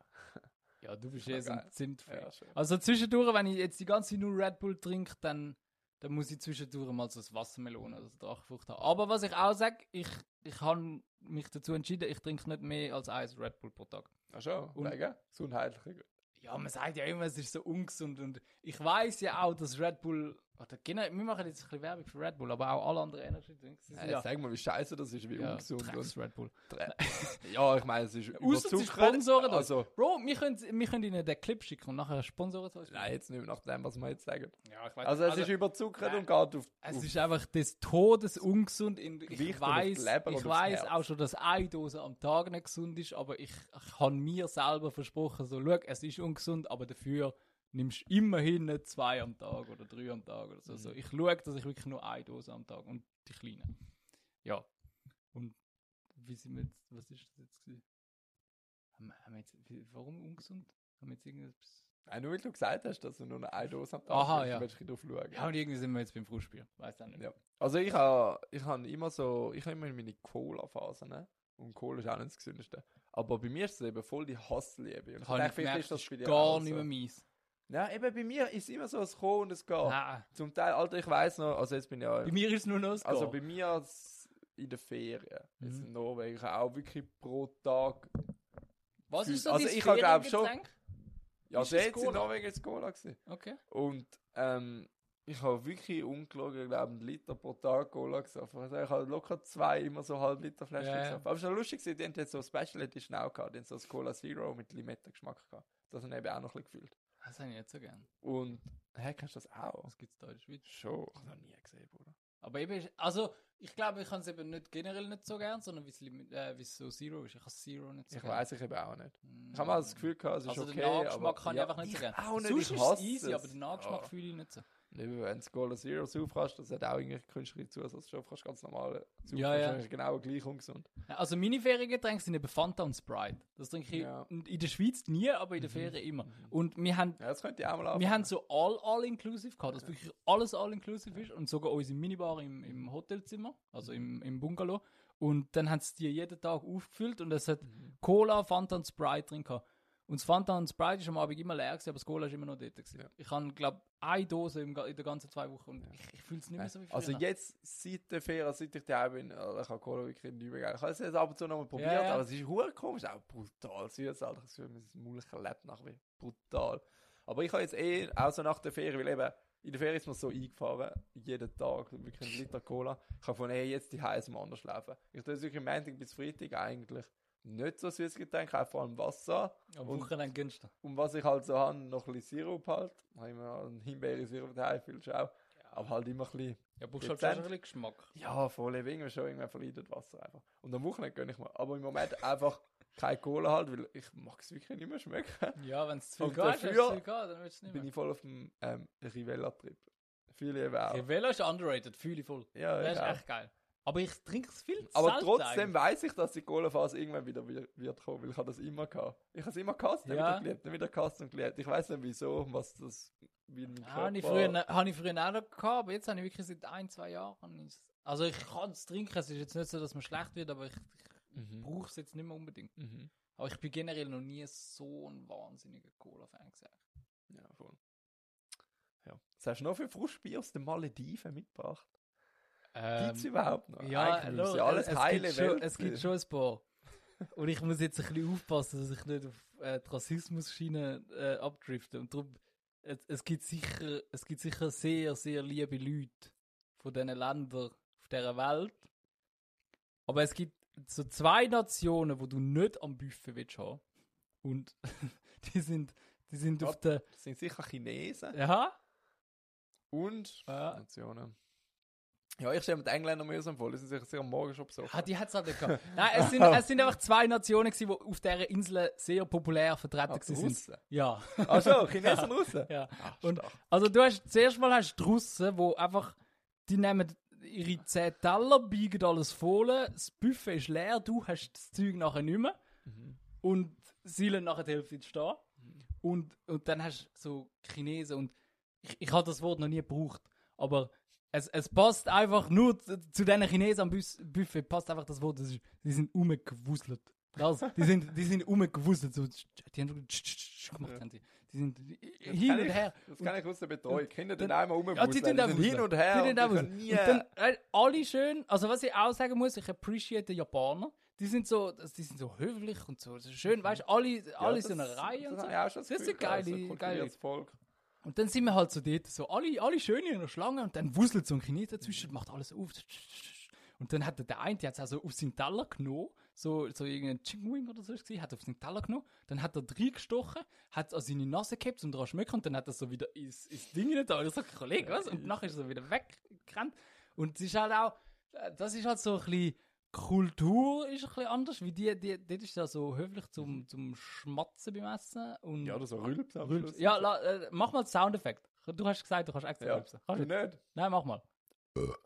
Speaker 2: ja, du bist
Speaker 3: Ja,
Speaker 2: eh so ein
Speaker 3: geil.
Speaker 2: Zimtfreak.
Speaker 3: Ja, schön.
Speaker 2: Also zwischendurch, wenn ich jetzt die ganze Zeit nur Red Bull trinke, dann, dann muss ich zwischendurch mal so das Wassermelone oder so Drachenfrucht haben. Aber was ich auch sage, ich, ich habe mich dazu entschieden, ich trinke nicht mehr als eins Red Bull pro Tag.
Speaker 3: Ach schon,
Speaker 2: Und-
Speaker 3: wegen gesundheitlicher Gründe.
Speaker 2: Ja, man sagt ja immer, es ist so ungesund und ich weiß ja auch, dass Red Bull, oder generell, wir machen jetzt ein bisschen Werbung für Red Bull, aber auch alle anderen Energy Drinks. sie sind
Speaker 3: Ja. Sag mal, wie scheiße das ist, wie
Speaker 2: ja,
Speaker 3: ungesund.
Speaker 2: Drecks
Speaker 3: Und
Speaker 2: Red Bull.
Speaker 3: Dre- ja, ich meine, es ist
Speaker 2: Außer sie
Speaker 3: überzuckert.
Speaker 2: sponsoren das.
Speaker 3: Also,
Speaker 2: Bro, wir können, wir können Ihnen den Clip schicken und nachher sponsoren zu uns.
Speaker 3: nein, jetzt nicht mehr nach dem, was wir jetzt sagen.
Speaker 2: Ja, ich weiß
Speaker 3: Also, es ist überzuckert und geht auf,
Speaker 2: Es
Speaker 3: auf
Speaker 2: ist einfach des Todes ungesund. In,
Speaker 3: Gewicht
Speaker 2: ich
Speaker 3: und auf die
Speaker 2: weiß,
Speaker 3: Leber und
Speaker 2: ich
Speaker 3: aufs
Speaker 2: weiß
Speaker 3: Herz.
Speaker 2: auch schon, dass eine Dose am Tag nicht gesund ist, aber ich, ich habe mir selber versprochen, so, schau, es ist ungesund, aber dafür nimmst du immerhin nicht zwei am Tag oder drei am Tag
Speaker 3: Mhm.
Speaker 2: oder so. so ich schaue, dass ich wirklich nur eine Dose am Tag und die kleine. Ja. Und wie sind wir jetzt, was ist das jetzt gewesen? Haben wir, haben wir jetzt, wie- warum ungesund? Haben wir jetzt irgendwas?
Speaker 3: Nein, nur weil du gesagt hast, dass du nur eine Dose am Tag
Speaker 2: Aha,
Speaker 3: willst,
Speaker 2: ja.
Speaker 3: willst du ein bisschen drauf schauen.
Speaker 2: Ja, und irgendwie sind wir jetzt beim Frühspiel. Weiß auch nicht.
Speaker 3: Ja. Also ich habe ich hab immer so, ich habe immer meine Cola-Phase, ne? Und Cola ist auch nicht das Gesündeste. Aber bei mir ist es eben voll die Hassliebe. Und
Speaker 2: Ich habe
Speaker 3: denke,
Speaker 2: nicht gemerkt, das
Speaker 3: bei
Speaker 2: ist
Speaker 3: dir
Speaker 2: gar
Speaker 3: auch
Speaker 2: nicht mehr
Speaker 3: so.
Speaker 2: meins.
Speaker 3: Ja, eben bei mir ist immer so ein Kommen und es Gehen.
Speaker 2: Nein.
Speaker 3: Zum Teil, Alter, ich weiß noch, also jetzt bin ich ja...
Speaker 2: Bei mir ist es nur noch das
Speaker 3: Also
Speaker 2: Gehen.
Speaker 3: bei mir s- in der Ferien, jetzt
Speaker 2: Mhm.
Speaker 3: in Norwegen, ich habe auch wirklich pro Tag...
Speaker 2: Was ist so
Speaker 3: Also
Speaker 2: dein
Speaker 3: ich hab, glaub,
Speaker 2: Feriengetränk?
Speaker 3: Ja,
Speaker 2: Ist
Speaker 3: also
Speaker 2: es
Speaker 3: jetzt in
Speaker 2: Cola?
Speaker 3: Norwegen ist es Cola gewesen.
Speaker 2: Okay.
Speaker 3: Und ähm, ich habe wirklich ungelogen, glaube einen Liter pro Tag Cola gesoffen. Also ich habe locker zwei immer so halb Liter Flaschen
Speaker 2: Ja, ja.
Speaker 3: gesoffen. Aber es war lustig, gewesen, die haben jetzt so Special Edition auch gehabt, die haben so das Cola Zero mit Limettengeschmack gehabt. Das habe ich eben auch noch ein bisschen gefühlt.
Speaker 2: Das habe ich nicht so gern.
Speaker 3: Und, hä, kannst du das auch?
Speaker 2: Das gibt es da in der Schweiz.
Speaker 3: Schon, ich habe noch nie gesehen, Bruder.
Speaker 2: Aber eben, ist- also ich glaube, ich kann es eben nicht generell nicht so gern, sondern wie es Lim- äh, wie es so Zero ist. Ich kann Zero nicht so
Speaker 3: Ich
Speaker 2: gern.
Speaker 3: weiß ich eben auch nicht.
Speaker 2: Mm.
Speaker 3: Ich habe mal das Gefühl gehabt, es ist
Speaker 2: also den
Speaker 3: okay,
Speaker 2: Nachgeschmack
Speaker 3: aber,
Speaker 2: kann
Speaker 3: ja,
Speaker 2: ich einfach nicht so gern.
Speaker 3: Auch nicht,
Speaker 2: Sonst ist
Speaker 3: ich
Speaker 2: es
Speaker 3: hasse
Speaker 2: easy,
Speaker 3: es. Oh.
Speaker 2: aber den Nachgeschmack
Speaker 3: Ja.
Speaker 2: fühle ich nicht so.
Speaker 3: Eben, wenn du Cola Zero aufkast, das hat auch irgendwelche künstliche Zusatzstoffe, kannst du ganz normal
Speaker 2: Ja, ja.
Speaker 3: Das ist genau gleich ungesund.
Speaker 2: Also meine Feriengetränke sind eben Fanta und Sprite. Das trinke ich
Speaker 3: Ja. Mhm.
Speaker 2: in der Schweiz nie, aber in der Ferien immer. Und wir haben
Speaker 3: Ja, das könnte ich auch mal anfangen.
Speaker 2: Wir haben so all, all inclusive gehabt, dass wirklich alles all inclusive ist und sogar unsere Minibar im, im Hotelzimmer,
Speaker 3: Mhm.
Speaker 2: also im, im Bungalow. Und dann haben sie die jeden Tag aufgefüllt und es hat
Speaker 3: Mhm.
Speaker 2: Cola, Fanta und Sprite drin gehabt. Und das Fanta und Sprite ist am Abend immer leer gewesen, aber das Cola ist immer noch dort gewesen.
Speaker 3: Ja.
Speaker 2: Ich habe, glaube eine Dose im, Ga- in der ganzen zwei Wochen und ich, ich fühle es nicht mehr so wie früher.
Speaker 3: Also jetzt, seit der Ferien, seit ich daheim bin, also ich habe Cola wirklich nicht mehr geil. Ich habe es jetzt ab und zu nochmal probiert,
Speaker 2: Ja, ja.
Speaker 3: aber es ist hure komisch, auch brutal süß, Alter. Ich fühle mein Maul klebt nach wie brutal. Aber ich habe jetzt eh, auch so nach der Ferien, weil eben, in der Ferien ist mir so eingefahren, jeden Tag, wirklich einen Liter Cola. Ich kann von eh jetzt die heiß mal anders laufen. Ich tue es wirklich Montag bis Freitag eigentlich nicht so süßes Getränk, auch vor allem Wasser.
Speaker 2: Am
Speaker 3: Und-
Speaker 2: Wochenende günstiger.
Speaker 3: Und was ich halt so habe, noch ein bisschen Sirup halt. Da habe ich mir einen Himbeere-Sirup daheim, viel schon auch. Aber halt immer ein bisschen,
Speaker 2: Ja, brauchst halt
Speaker 3: Dezent.
Speaker 2: schon ein bisschen Geschmack.
Speaker 3: ja, voll eben, irgendwie schon, irgendwann verleidet Wasser einfach. Und am Wochenende gönne ich mir. Aber im Moment einfach
Speaker 2: [laughs]
Speaker 3: keine Cola halt, weil ich mag es wirklich nicht mehr schmecken.
Speaker 2: Ja, wenn es zu viel
Speaker 3: Und
Speaker 2: geht, wenn's zu viel
Speaker 3: dafür
Speaker 2: geht, dann willst du es nicht
Speaker 3: Bin
Speaker 2: mehr.
Speaker 3: ich voll auf dem ähm, Rivella-Trip. Viele eben auch.
Speaker 2: Rivella ist underrated, fühle ich voll.
Speaker 3: Ja,
Speaker 2: Das
Speaker 3: ich
Speaker 2: ist
Speaker 3: auch.
Speaker 2: echt geil. Aber ich trinke es viel zu
Speaker 3: Aber
Speaker 2: selten
Speaker 3: trotzdem
Speaker 2: eigentlich.
Speaker 3: weiß ich, dass die Cola-Phase irgendwann wieder wir- wird kommen, weil ich habe das immer gehabt. Ich habe es immer gehasst, dann
Speaker 2: Ja.
Speaker 3: wieder geliebt, dann wieder gehasst und geliebt. Ich weiß nicht wieso, was das wie mein Körper...
Speaker 2: Habe ich, Ah, früher, ne. habe ich früher auch noch gehabt, aber jetzt habe ich wirklich seit ein, zwei Jahren. Also ich kann es trinken, es ist jetzt nicht so, dass man schlecht wird, aber ich, ich
Speaker 3: Mhm.
Speaker 2: brauche es jetzt nicht mehr unbedingt.
Speaker 3: Mhm.
Speaker 2: Aber ich bin generell noch nie so ein wahnsinniger Cola-Fan gewesen.
Speaker 3: Ja, voll. Ja. Was hast du noch für Frustbier aus den Malediven mitgebracht?
Speaker 2: Ähm,
Speaker 3: Gibt's überhaupt noch?
Speaker 2: Ja,
Speaker 3: Eigentlich müssen
Speaker 2: schau,
Speaker 3: ja alles
Speaker 2: es,
Speaker 3: heile
Speaker 2: gibt schon,
Speaker 3: Welt
Speaker 2: es gibt
Speaker 3: sein.
Speaker 2: schon ein paar. Und ich muss jetzt ein bisschen aufpassen, dass ich nicht auf äh, die Rassismus-Schiene äh, abdrifte. Und darum, es, es, gibt sicher, es gibt sicher sehr, sehr liebe Leute von diesen Ländern auf dieser Welt. Aber es gibt so zwei Nationen, wo du nicht am Buffet willst haben. Und [laughs] die sind, die sind auf
Speaker 3: Ab-
Speaker 2: der...
Speaker 3: Das sind sicher Chinesen
Speaker 2: Ja?
Speaker 3: und
Speaker 2: Ja.
Speaker 3: Nationen. Ja, ich stelle mir die Engländer mühsam vor, die sind sicher am Morgen schon besoffen.
Speaker 2: Ah, die hat's halt nicht gehabt. Nein, es
Speaker 3: [laughs]
Speaker 2: sind, es sind einfach zwei Nationen, gewesen, die auf dieser Insel sehr populär vertreten
Speaker 3: Ah, die
Speaker 2: gewesen sind.
Speaker 3: Russen. [laughs]
Speaker 2: Ja. [laughs]
Speaker 3: Ach so, Chinesen und Russen?
Speaker 2: ja.
Speaker 3: Ah,
Speaker 2: Und
Speaker 3: stark.
Speaker 2: also du hast zuerst mal hast du die Russen, die einfach die nehmen ihre 10 Teller, biegen alles voll, das Buffet ist leer, du hast das Zeug nachher nicht mehr
Speaker 3: Mhm.
Speaker 2: und sie lassen nachher die Hälfte stehen. Und, und dann hast du so Chinesen und ich, ich habe das Wort noch nie gebraucht, aber es, es passt einfach nur zu, zu diesen Chinesen am Bus- Buffet, passt einfach das Wort, das ist, die sind rumgewuselt. Das, die sind, die sind rumgewuselt, so, die haben so gemacht, haben die. die sind hin
Speaker 3: kann
Speaker 2: und
Speaker 3: ich-
Speaker 2: her.
Speaker 3: Das kann ich aus der Betreuung. Kinder
Speaker 2: dann-
Speaker 3: dann einmal rumwuseln.
Speaker 2: Ja, die tun auch
Speaker 3: sind hin
Speaker 2: wuseln.
Speaker 3: und her.
Speaker 2: Die tun auch
Speaker 3: und ich
Speaker 2: wuseln.
Speaker 3: kann nie-
Speaker 2: Und dann, äh, alle schön, also was ich auch sagen muss, ich appreciate den Japaner. Die sind so, die sind so höflich und so, so schön, weißt du, alle,
Speaker 3: Mhm. Ja,
Speaker 2: alle
Speaker 3: das-
Speaker 2: so in einer Reihe
Speaker 3: das
Speaker 2: und so.
Speaker 3: habe ich auch schon
Speaker 2: Das
Speaker 3: das Gefühl
Speaker 2: sind geile-
Speaker 3: gehabt, also so kultiviertes
Speaker 2: geile-
Speaker 3: Volk.
Speaker 2: Und dann sind wir halt so dort, so alle, alle schön in einer Schlange und dann wuselt so ein Chines dazwischen, macht alles auf. Und dann hat der eine, der hat es also auf seinen Teller genommen, so, so irgendein Chicken Wing oder so ist gewesen, hat auf seinen Teller genommen, dann hat er reingestochen, hat es an seine Nase gehabt und dran schmecken und dann hat er so wieder ins, ins Ding nicht da. Und ich so, Kollege, was? Und nachher ist er wieder weggerannt. Und es ist halt auch, das ist halt so ein bisschen, Kultur ist ein bisschen anders, wie die, die, dort ist ja so höflich zum, zum Schmatzen beim Essen und
Speaker 3: Ja, oder so Rülps am
Speaker 2: Rülps.
Speaker 3: Schluss.
Speaker 2: Ja, la, äh, mach mal einen Soundeffekt. Du hast gesagt, du kannst extra
Speaker 3: Ja. Ne? Äh.
Speaker 2: rülpsen. Kannst
Speaker 3: Du
Speaker 2: du nicht?
Speaker 3: nicht?
Speaker 2: Nein, mach mal.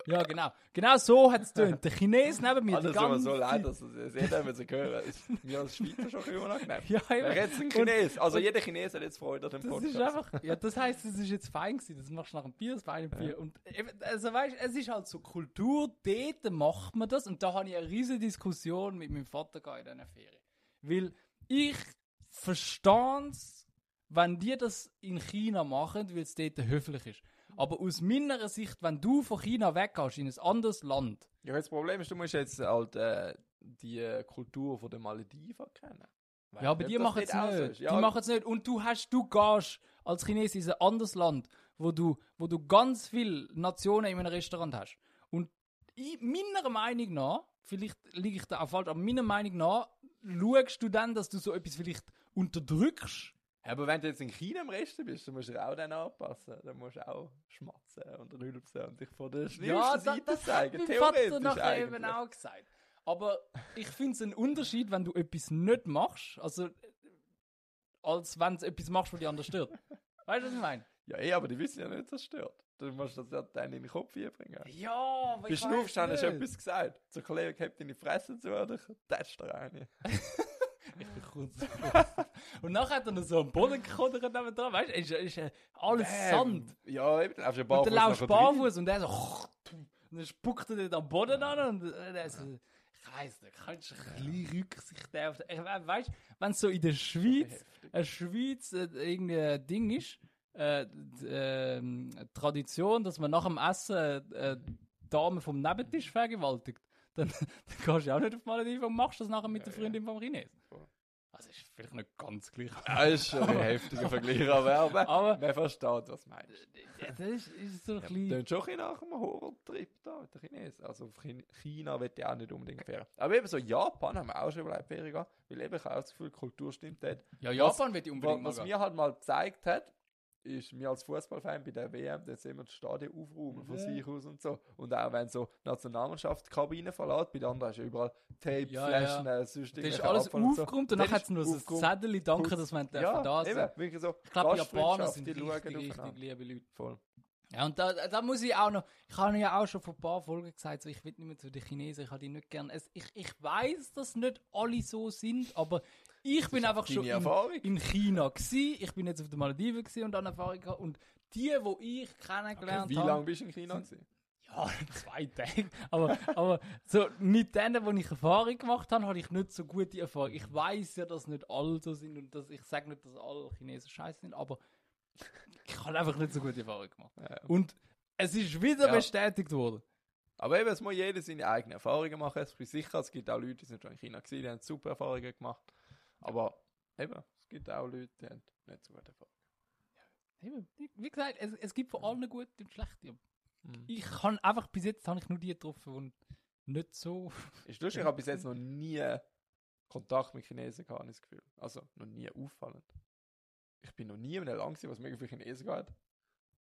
Speaker 2: Ja, genau. Genau so hat es tönt. Der Chines neben mir. die
Speaker 3: Alles tut mir
Speaker 2: ganze
Speaker 3: so leid,
Speaker 2: Zeit-
Speaker 3: dass das jetzt jeder muss hören. Ist Mir als Schweizer schon ein bisschen unangenehm.
Speaker 2: Ja, eben.
Speaker 3: Wer jetzt ein Chines? Also jeder Chines hat jetzt Freude an dem
Speaker 2: Das
Speaker 3: Podcast.
Speaker 2: ist
Speaker 3: [laughs]
Speaker 2: einfach. Ja, das heisst, es ist jetzt fein gewesen. Das machst du nach dem Bier, das feine Bier. Und eben, also weißt es ist halt so Kultur, dort macht man das. Und da habe ich eine riesige Diskussion mit meinem Vater gehabt in diesen Ferien. Weil ich verstehe es, wenn die das in China machen, weil es dort höflich ist. Aber aus meiner Sicht, wenn du von China weggehst in ein anderes Land,
Speaker 3: Ja, das Problem ist, du musst jetzt halt äh, die äh, Kultur von den Malediven kennen. Weiss
Speaker 2: Ja, aber
Speaker 3: nicht,
Speaker 2: die
Speaker 3: ob
Speaker 2: machen
Speaker 3: Äh, das
Speaker 2: es
Speaker 3: auch so
Speaker 2: nicht.
Speaker 3: ist. Ja,
Speaker 2: Die machen es nicht. Und du hast, du gehst als Chines in ein anderes Land, wo du, wo du ganz viele Nationen in einem Restaurant hast. Und ich, meiner Meinung nach, vielleicht liege ich da auch falsch, aber meiner Meinung nach, schaust du dann, dass du so etwas vielleicht unterdrückst.
Speaker 3: aber wenn du jetzt in China im Rest bist, dann musst du dir auch dann anpassen. Dann musst du auch schmatzen und rülpsen und dich von der schlimmsten Seite zeigen.
Speaker 2: mein
Speaker 3: Theoretisch
Speaker 2: Vater nachher
Speaker 3: eigentlich.
Speaker 2: eben auch gesagt. Aber ich finde es einen Unterschied, wenn du etwas nicht machst, also äh, als wenn du etwas machst, was dich anders stört. Weißt du, was ich meine?
Speaker 3: Ja, eh, aber die wissen ja nicht, was stört. Du musst das ja dann in den Kopf einbringen.
Speaker 2: Ja, aber
Speaker 3: Bist
Speaker 2: ich
Speaker 3: du
Speaker 2: weiss
Speaker 3: aufgestanden, hast du
Speaker 2: nicht.
Speaker 3: etwas gesagt? Zu Kollegen, habt deine Fresse zu, oder? Das ist der eine.
Speaker 2: Ich bin [laughs] kurz davor. Und nachher hat er noch so am Boden gekodert neben dran, weißt du, ist, ist äh, alles Sand.
Speaker 3: Ähm, Ja, eben, dann laufst du
Speaker 2: Und
Speaker 3: barfuß.
Speaker 2: dann laufst du
Speaker 3: nachher rein.
Speaker 2: barfuß und der so, und dann spuckt er dir am Boden an und äh, der so, ich weiss nicht, kannst du ein bisschen Rücksicht auf, ich we- weißt du, wenn es so in der Schweiz, eine Schweiz äh, irgendein Ding ist, äh, d- ähm, Tradition, dass man nach dem Essen äh, Damen vom Nebentisch [laughs] vergewaltigt, dann, dann gehst du ja auch nicht auf Malediven und machst das nachher mit der Freundin vom Chines. Also ist vielleicht nicht ganz gleich. [laughs]
Speaker 3: Das ist schon ein heftiger Vergleich, aber, aber
Speaker 2: Aber
Speaker 3: man versteht, was du meinst.
Speaker 2: ja, das ist, ist so ein
Speaker 3: Ja,
Speaker 2: bisschen.
Speaker 3: dann schon ein bisschen nach einem Horror-Trip da mit den Chinesen. Also auf Chin- China wird ja auch nicht unbedingt Ferien. Aber eben so Japan haben wir auch schon überlegt, Ferien gehen, weil eben ich auch das Gefühl, die Kultur stimmt dort.
Speaker 2: Ja, Japan wird ich unbedingt
Speaker 3: Was, was
Speaker 2: mal gehen.
Speaker 3: mir halt mal gezeigt hat, ist mir als Fußballfan bei der WM, da sehen wir das Stadion aufräumen von
Speaker 2: Ja.
Speaker 3: sich aus und so. Und auch wenn so die Nationalmannschaft die Kabine verlässt, bei den anderen hast du überall Tape,
Speaker 2: Ja,
Speaker 3: Flaschen,
Speaker 2: ja.
Speaker 3: äh, sonst
Speaker 2: Das ist
Speaker 3: irgendwelche
Speaker 2: alles
Speaker 3: Abfall und
Speaker 2: aufgeräumt und
Speaker 3: Dann
Speaker 2: nachher hat
Speaker 3: ist
Speaker 2: es nur so ein
Speaker 3: aufgeräumt.
Speaker 2: Zettel. Danke,
Speaker 3: Putz.
Speaker 2: dass wir
Speaker 3: Ja,
Speaker 2: da
Speaker 3: eben,
Speaker 2: sind.
Speaker 3: wirklich so.
Speaker 2: Ich glaube, die Japaner
Speaker 3: Gastfreundschaft,
Speaker 2: sind
Speaker 3: die
Speaker 2: richtig,
Speaker 3: schauen
Speaker 2: richtig
Speaker 3: aufeinander.
Speaker 2: liebe Leute.
Speaker 3: Voll.
Speaker 2: Ja, und da, da muss ich auch noch, ich habe ja auch schon vor ein paar Folgen gesagt, so, ich will nicht mehr zu den Chinesen, ich habe die nicht gern. Es, ich ich weiß, dass nicht alle so sind, aber ich bin einfach schon
Speaker 3: Deine
Speaker 2: in,
Speaker 3: Erfahrung?
Speaker 2: in China gsi, ich bin jetzt auf den Malediven gsi und dann Erfahrung gehabt. Und die, wo ich kennengelernt
Speaker 3: Wie
Speaker 2: habe,
Speaker 3: lange bist du in China gewesen?
Speaker 2: ja, [laughs] zwei Tage. Aber, aber so mit denen, wo ich Erfahrung gemacht habe, habe ich nicht so gute Erfahrung. Ich weiß ja, dass nicht alle so sind und dass ich sage nicht, dass alle Chinesen scheiße sind, aber ich habe einfach nicht so gute Erfahrung gemacht.
Speaker 3: Ja.
Speaker 2: Und es ist wieder
Speaker 3: Ja.
Speaker 2: bestätigt worden.
Speaker 3: Aber eben, es muss jeder seine eigenen Erfahrungen machen. Ich bin sicher, es gibt auch Leute, die sind schon in China gewesen, die haben super Erfahrungen gemacht. Aber eben, es gibt auch Leute, die haben nicht so gute Erfahrungen.
Speaker 2: Eben, Wie gesagt, es, es gibt vor allem gute und schlechte. aber
Speaker 3: Mhm.
Speaker 2: Ich kann einfach bis jetzt habe ich nur die getroffen, die nicht so.
Speaker 3: Ist lustig, ich habe bis jetzt noch nie Kontakt mit Chinesen gehabt, habe ich das Gefühl. Also, noch nie auffallend. Ich bin noch nie in einem Land gewesen, was mega viele Chinesen geht.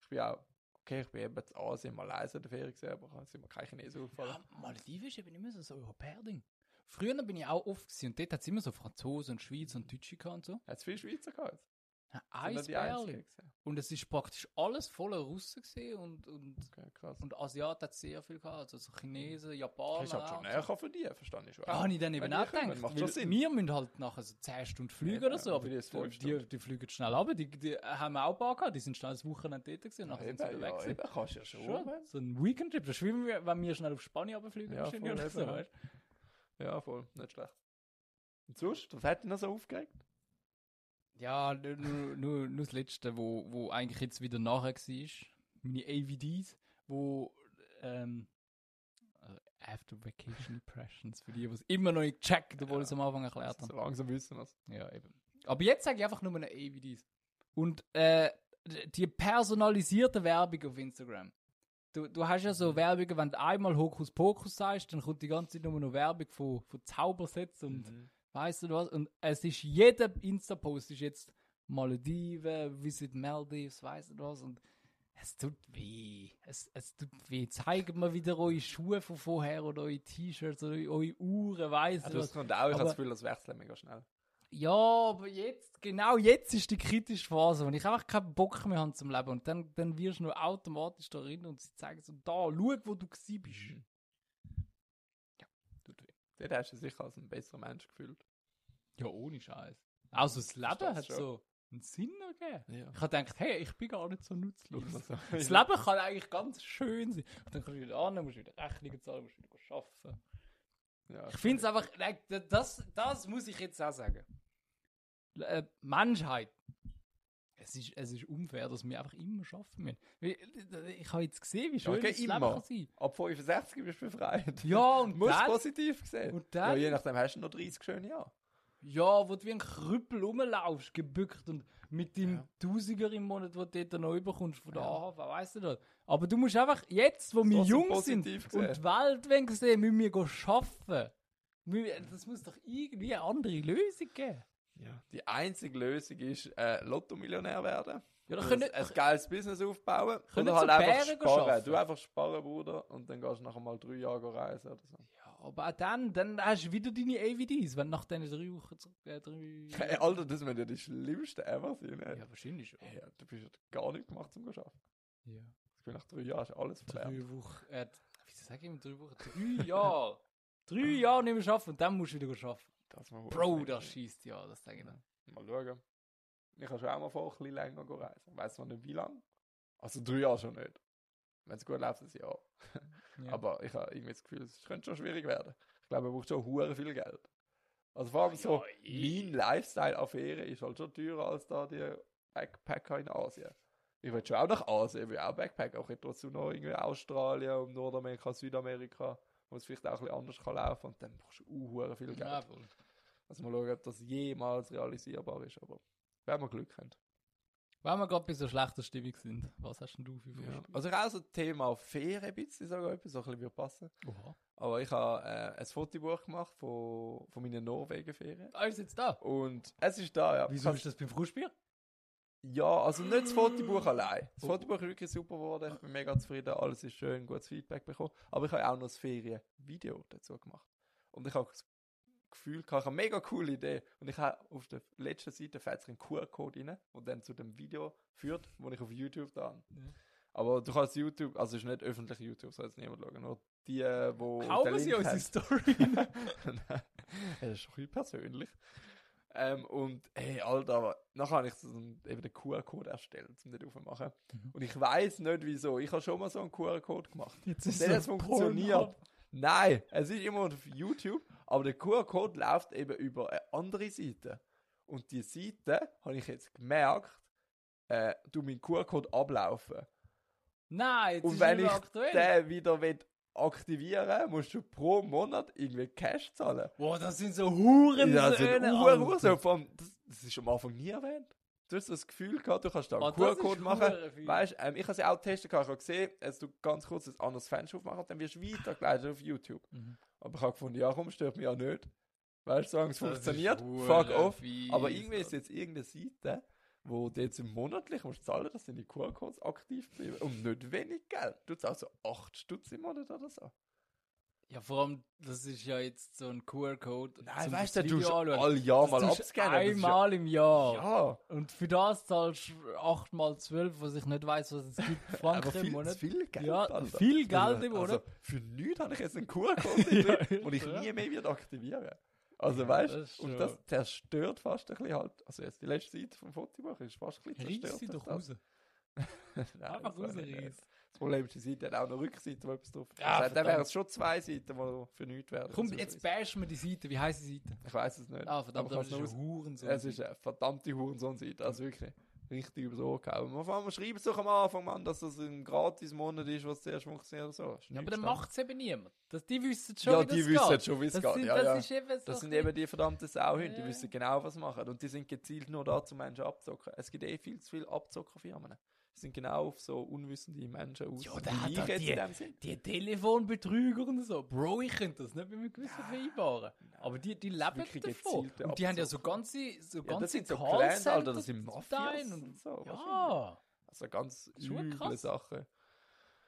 Speaker 3: Ich bin auch, okay, ich bin eben in Asien, in Malaysia in der Ferien gewesen, aber es sind mir keine Chinesen aufgefallen.
Speaker 2: Ja, Malediven ist eben immer so ein Europäer-Ding. Früher bin ich auch oft gewesen, und dort hat es immer so Franzosen und Schweizer und Deutsche gehabt und so.
Speaker 3: Hat es viele Schweizer gehabt? Sind nur die
Speaker 2: Eisbärli.
Speaker 3: einzigen gewesen?
Speaker 2: Und es ist praktisch alles voller Russen gewesen und, und,
Speaker 3: Okay, krass.
Speaker 2: und Asiaten hat sehr viel gehabt, also so Chinesen,
Speaker 3: Das
Speaker 2: Japaner.
Speaker 3: ist halt schon
Speaker 2: auch. Ah,
Speaker 3: näher von dir, verstand ich schon.
Speaker 2: Ja, habe ich dann eben
Speaker 3: Wenn die
Speaker 2: auch
Speaker 3: kommen,
Speaker 2: gedacht.
Speaker 3: macht
Speaker 2: weil
Speaker 3: schon Sinn.
Speaker 2: Wir müssen halt nachher so 10 Stunden fliegen
Speaker 3: Eben,
Speaker 2: oder so,
Speaker 3: und
Speaker 2: aber
Speaker 3: für die ist
Speaker 2: die,
Speaker 3: fünf
Speaker 2: die,
Speaker 3: Stunden.
Speaker 2: die fliegen schnell ab. Die, die haben wir auch ein paar gehabt, die sind schnell ein Wochenende dort gewesen, nachher sind sie wieder weg
Speaker 3: ja,
Speaker 2: gewesen.
Speaker 3: eben, kannst du ja schon.
Speaker 2: Schon,
Speaker 3: wenn's-
Speaker 2: so ein Weekend-Trip, da schwimmen wir, wenn wir schnell auf Spanien runterfliegen
Speaker 3: Ja,
Speaker 2: wahrscheinlich
Speaker 3: voll,
Speaker 2: oder
Speaker 3: eben,
Speaker 2: so,
Speaker 3: ja.
Speaker 2: weißt du?
Speaker 3: Ja, voll, nicht schlecht. Und sonst, was hat dich noch so aufgeregt?
Speaker 2: Ja, nur, nur,
Speaker 3: [laughs]
Speaker 2: nur, nur das Letzte, wo, wo eigentlich jetzt wieder nachher war, meine AVDs, wo ähm, also After Vacation Impressions, für die, die es immer noch nicht checkt, obwohl ich es am Anfang erklärt habe.
Speaker 3: So langsam wissen wir es.
Speaker 2: Ja, eben. Aber jetzt sage ich einfach nur eine AVDs. Und äh, die personalisierte Werbung auf Instagram. Du, du hast ja so Werbung, wenn du einmal Hokus Pokus sagst, dann kommt die ganze Zeit nur noch Werbung von, von Zaubersets und weißt du was? Und es ist jeder Insta-Post ist jetzt Malediven, Visit Maldives, weißt du was? Und es tut weh. Es, es tut weh. Zeigt mir wieder eure Schuhe von vorher oder eure T-Shirts oder eure Uhren, weißt
Speaker 3: Also,
Speaker 2: du was?
Speaker 3: das kommt auch, ich habe
Speaker 2: aber-
Speaker 3: das Gefühl, das wechselt mega schnell.
Speaker 2: Ja, aber jetzt, genau jetzt ist die kritische Phase, wo ich einfach keinen Bock mehr habe zum Leben. Und dann, dann wirst du nur automatisch da rein und sie zeigen so, da, schau, wo du gsi bist.
Speaker 3: Dort hast du dich sicher als ein besserer Mensch gefühlt.
Speaker 2: Ja, ohne Scheiß. Also das Leben
Speaker 3: Verstehst
Speaker 2: hat
Speaker 3: schon.
Speaker 2: so einen Sinn ergeben.
Speaker 3: Ja.
Speaker 2: Ich habe gedacht, hey, ich bin gar nicht so [laughs] nutzlos. Das
Speaker 3: Das
Speaker 2: Leben kann eigentlich ganz schön sein. Und dann kannst du wieder an, musst wieder Rechnungen zahlen, musst wieder arbeiten.
Speaker 3: Ja,
Speaker 2: Ich finde es einfach, nein, d- das, das muss ich jetzt auch sagen. L- Äh, Menschheit. Es ist, es ist unfair, dass wir einfach immer schaffen müssen. Wie- Ich habe jetzt gesehen, wie schön
Speaker 3: okay,
Speaker 2: das Leben
Speaker 3: immer.
Speaker 2: kann sein
Speaker 3: Ab 65 bist du befreit. [laughs]
Speaker 2: Ja, und
Speaker 3: Muss
Speaker 2: dann,
Speaker 3: positiv gesehen.
Speaker 2: Und
Speaker 3: ja,
Speaker 2: dann-
Speaker 3: je nachdem hast du noch 30 schöne Jahre.
Speaker 2: ja, wo du wie ein Krüppel rumlaufst, gebückt und mit dem
Speaker 3: Ja.
Speaker 2: Tausiger im Monat, wo du dort noch überkommst von der
Speaker 3: Ja.
Speaker 2: AHV, weißt du das? Aber du musst einfach, jetzt, wo wir
Speaker 3: so
Speaker 2: jung sind
Speaker 3: positiv gesehen.
Speaker 2: und die Welt wollen sehen, müssen wir gehen arbeiten. Wir- Das muss doch irgendwie eine andere Lösung geben.
Speaker 3: Die einzige Lösung ist, äh, Lotto-Millionär werden.
Speaker 2: Ja,
Speaker 3: Ein-
Speaker 2: dann können,
Speaker 3: ein geiles Business aufbauen.
Speaker 2: Können
Speaker 3: oder halt
Speaker 2: so
Speaker 3: einfach
Speaker 2: Bären
Speaker 3: sparen.
Speaker 2: arbeiten?
Speaker 3: Du einfach sparen, Bruder, und dann gehst du nachher mal drei Jahre reisen oder so.
Speaker 2: Ja, aber auch dann, dann hast du wieder deine AVDs, wenn du nach diesen drei Wochen zurück. Äh, drei
Speaker 3: Hey, Alter, das wäre ja die schlimmste ever sein. ne?
Speaker 2: ja, wahrscheinlich schon.
Speaker 3: Hey, du bist ja gar nichts gemacht zum Arbeiten.
Speaker 2: Ja.
Speaker 3: Ich bin nach drei Jahren hast du alles verlernt.
Speaker 2: Drei Wochen. Äh, wieso sage ich immer drei Wochen? Drei [laughs] Jahre! drei Jahre nicht mehr arbeiten und dann musst du wieder arbeiten.
Speaker 3: Das war
Speaker 2: Bro,
Speaker 3: verdammt.
Speaker 2: das schießt ja, das sage ich dann.
Speaker 3: Mal schauen. Ich kann schon auch mal vor, ein bisschen länger gehen reisen. Ich weiss noch nicht, wie lang. Also drei Jahre schon nicht. Wenn es gut läuft, ein Jahr.
Speaker 2: Ja.
Speaker 3: Aber ich habe irgendwie das Gefühl, es könnte schon schwierig werden. Ich glaube, man braucht schon hure viel Geld. Also vor allem so,
Speaker 2: eh.
Speaker 3: mein Lifestyle-Affäre ist halt schon teurer als da die Backpacker in Asien. Ich will schon auch nach Asien, ich will auch Backpacker, aber ich will trotzdem noch irgendwie Australien und Nordamerika, Südamerika, wo es vielleicht auch ein bisschen anders kann laufen und dann brauchst du auch hure viel Geld.
Speaker 2: Ja, voll.
Speaker 3: Also mal schauen, ob das jemals realisierbar ist, aber wenn wir Glück haben.
Speaker 2: Wenn wir gerade bei so schlechter Stimmung sind, was hast denn du für
Speaker 3: Ja.
Speaker 2: Vorspiel?
Speaker 3: Also ich habe auch so Thema Ferien ein bisschen, sogar etwas, so ein bisschen würde passen.
Speaker 2: Oha.
Speaker 3: Aber ich habe äh, ein Fotobuch gemacht von, von meinen Norwegen-Ferien.
Speaker 2: Ah, ist jetzt da.
Speaker 3: Und es ist da, ja.
Speaker 2: Wieso
Speaker 3: Kannst-
Speaker 2: ist das beim Frühspiel?
Speaker 3: Ja, also nicht das Fotobuch allein.
Speaker 2: Oh.
Speaker 3: Das Fotobuch ist wirklich super geworden. Ich bin mega zufrieden. Alles ist schön, gutes Feedback bekommen. Aber ich habe auch noch das Ferienvideo dazu gemacht. Und ich habe das Gefühl, gehabt, ich habe eine mega coole Idee. Und ich habe auf der letzten Seite fällt so ein QR-Code rein, der dann zu dem Video führt, wo ich auf YouTube da habe.
Speaker 2: Ja.
Speaker 3: Aber du kannst YouTube, also es ist nicht öffentlich YouTube, soll jetzt niemand schauen. Nur die, äh, wo
Speaker 2: Hauen
Speaker 3: den
Speaker 2: sie
Speaker 3: Link
Speaker 2: unsere
Speaker 3: haben.
Speaker 2: Story.
Speaker 3: [laughs] Nein, das ist schon ein bisschen persönlich. Ähm, und hey, Alter, nachher habe ich so einen, eben den QR-Code erstellt, um den aufzumachen.
Speaker 2: Mhm.
Speaker 3: Und ich weiß nicht wieso. Ich habe schon mal so einen QR-Code gemacht.
Speaker 2: jetzt ist
Speaker 3: Der hat funktioniert. Nein, es ist immer auf YouTube, aber der QR-Code läuft eben über eine andere Seite. Und die Seite, habe ich jetzt gemerkt, äh, du meinen QR-Code ablaufen.
Speaker 2: Nein, jetzt
Speaker 3: Und
Speaker 2: ist
Speaker 3: wenn
Speaker 2: nicht mehr
Speaker 3: ich
Speaker 2: aktuell.
Speaker 3: Den wieder will aktivieren, musst du pro Monat irgendwie Cash zahlen.
Speaker 2: Boah, das sind so Huren.
Speaker 3: Ja, also das sind Uhren, Uhren. So, vor allem, das, das ist am Anfang nie erwähnt. Du hast so das Gefühl gehabt, du kannst da einen
Speaker 2: Ah, das ist
Speaker 3: QR-Code machen.
Speaker 2: hure viel.
Speaker 3: Weißt, ähm, ich habe es auch testen können. Ich habe gesehen, dass du ganz kurz ein anderes Fenster aufmachst und dann wirst du weitergeleitet auf YouTube.
Speaker 2: Mhm.
Speaker 3: Aber ich habe gefunden, ja komm, stört mich ja nicht. Weißt du, solange es
Speaker 2: Das ist
Speaker 3: funktioniert,
Speaker 2: hure
Speaker 3: fuck off.
Speaker 2: fies,
Speaker 3: Aber irgendwie ist
Speaker 2: Alter.
Speaker 3: jetzt irgendeine Seite, wo du jetzt monatlich musst zahlen, dass deine QR-Codes aktiv bleiben. Und nicht wenig Geld. Du zahlst so 8 Stutz im Monat oder so.
Speaker 2: Ja, vor allem, das ist ja jetzt so ein QR-Code.
Speaker 3: Nein,
Speaker 2: zum
Speaker 3: weißt du,
Speaker 2: Video
Speaker 3: du musst
Speaker 2: anschauen.
Speaker 3: alle Jahr
Speaker 2: Das
Speaker 3: mal
Speaker 2: tust du
Speaker 3: abscannen. Das ist ja-
Speaker 2: Einmal im Jahr.
Speaker 3: Ja.
Speaker 2: Und für das zahlst du 8 mal 12, was ich nicht weiß, was es gibt. Franken
Speaker 3: [laughs] Aber viel,
Speaker 2: im Monat.
Speaker 3: zu viel Geld.
Speaker 2: Ja,
Speaker 3: Alter.
Speaker 2: viel Geld im
Speaker 3: Also,
Speaker 2: Monat.
Speaker 3: für nichts habe ich jetzt
Speaker 2: [laughs]
Speaker 3: einen QR-Code
Speaker 2: Ja,
Speaker 3: drin, den ich
Speaker 2: ja.
Speaker 3: nie mehr wieder aktivieren Also,
Speaker 2: Ja,
Speaker 3: weißt
Speaker 2: das ist
Speaker 3: du, und
Speaker 2: schon-
Speaker 3: das zerstört fast ein bisschen halt. Also, jetzt die letzte Seite vom Fotobuch ist fast ein bisschen
Speaker 2: Reiss
Speaker 3: zerstört.
Speaker 2: sie doch
Speaker 3: durch
Speaker 2: raus.
Speaker 3: das. Nein,
Speaker 2: Einfach
Speaker 3: das will ich nicht.
Speaker 2: rausreiss.
Speaker 3: Das Problem ist, die Seite hat auch noch Rückseite, wo etwas drauf ist.
Speaker 2: Ja,
Speaker 3: also, dann
Speaker 2: verdammt.
Speaker 3: wären es schon zwei Seiten, die für nichts wären.
Speaker 2: Komm,
Speaker 3: Also,
Speaker 2: jetzt bash mir die Seite. Wie heißt die Seite?
Speaker 3: Ich weiß es nicht.
Speaker 2: Ah, verdammt,
Speaker 3: Aber
Speaker 2: aber das ist
Speaker 3: kannst
Speaker 2: ein
Speaker 3: du
Speaker 2: Hurensohn.
Speaker 3: Es ist eine verdammte Hurensohn-Seite, also wirklich richtig übers Ohr gehauen. Man vor allem schreibt es doch am Anfang an, dass das ein Gratis-Monat ist, was zuerst funktioniert oder so. Ist
Speaker 2: ja, aber
Speaker 3: nichts
Speaker 2: dann
Speaker 3: dran.
Speaker 2: macht es eben niemand. Das, die wissen schon,
Speaker 3: Ja,
Speaker 2: wie das
Speaker 3: die wissen
Speaker 2: geht.
Speaker 3: schon, wie es
Speaker 2: das
Speaker 3: geht,
Speaker 2: Sind,
Speaker 3: ja,
Speaker 2: das
Speaker 3: ja.
Speaker 2: Ist eben so
Speaker 3: Das sind
Speaker 2: ein
Speaker 3: eben die verdammten Sauhunde, die
Speaker 2: Ja.
Speaker 3: wissen genau, was machen. Und die sind gezielt nur dazu, Menschen abzocken. Es gibt eh viel zu viele Abzockerfirmen. Die sind genau auf so unwissende Menschen aus.
Speaker 2: Ja, der hat
Speaker 3: ich
Speaker 2: doch
Speaker 3: jetzt
Speaker 2: die-
Speaker 3: in dem Sinn.
Speaker 2: Die Telefonbetrüger und so. Bro, ich könnte das nicht mit einem Gewissen vereinbaren. Aber die, die leben
Speaker 3: wirklich
Speaker 2: davon.
Speaker 3: gezielte
Speaker 2: Und die haben ja so
Speaker 3: Abzocke.
Speaker 2: ganze, so
Speaker 3: Ja, das
Speaker 2: ganze
Speaker 3: sind so
Speaker 2: Callcenter
Speaker 3: Clans, Alter, das sind
Speaker 2: zum
Speaker 3: Mafias
Speaker 2: Teil
Speaker 3: und
Speaker 2: Und,
Speaker 3: so. wahrscheinlich.
Speaker 2: ja,
Speaker 3: Also ganz
Speaker 2: Schon
Speaker 3: üble
Speaker 2: krass.
Speaker 3: Sachen.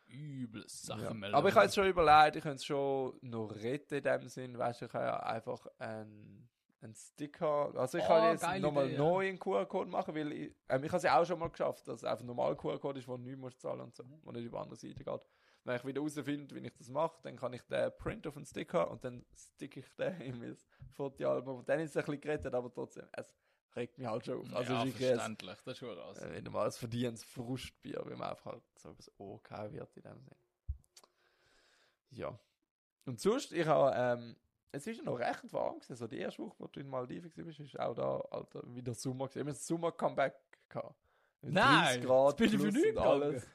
Speaker 2: üble
Speaker 3: Ja.
Speaker 2: Sachen.
Speaker 3: Aber ich habe jetzt schon überlegt, ich könnte es schon noch retten in dem Sinn, weißt du, ich habe ja einfach einen, einen Sticker, also ich
Speaker 2: Oh,
Speaker 3: kann jetzt
Speaker 2: geile
Speaker 3: nochmal
Speaker 2: Idee, ja.
Speaker 3: neu einen QR-Code machen, weil ich, ähm, ich habe es ja auch schon mal geschafft, dass es einfach ein normaler QR-Code ist, wo du nichts musst zahlen und so,
Speaker 2: Mhm.
Speaker 3: wo nicht über andere Seite geht. Wenn ich wieder herausfinde, wie ich das mache, dann kann ich den Print auf den Sticker und dann sticke ich den in mein Fotoalbum. Und dann ist es ein bisschen gerettet, aber trotzdem, es regt mich halt schon auf. Also
Speaker 2: ja,
Speaker 3: es ist wirklich ein-
Speaker 2: verständlich. Das ist schon raus.
Speaker 3: äh, Wenn du mal ein verdientes Frustbier, wenn man einfach halt so etwas OK wird in dem Sinne. Ja. Und sonst, ich habe, ähm, es ist ja noch recht warm gewesen. So die erste Woche, wo du in Maldiven warst, ist auch da, Alter, wieder Sommer gewesen. Ich habe ein Sommer-Comeback gehabt. Mit
Speaker 2: Nein,
Speaker 3: 30 Grad
Speaker 2: jetzt bin ich
Speaker 3: plus
Speaker 2: für
Speaker 3: und
Speaker 2: nichts
Speaker 3: alles.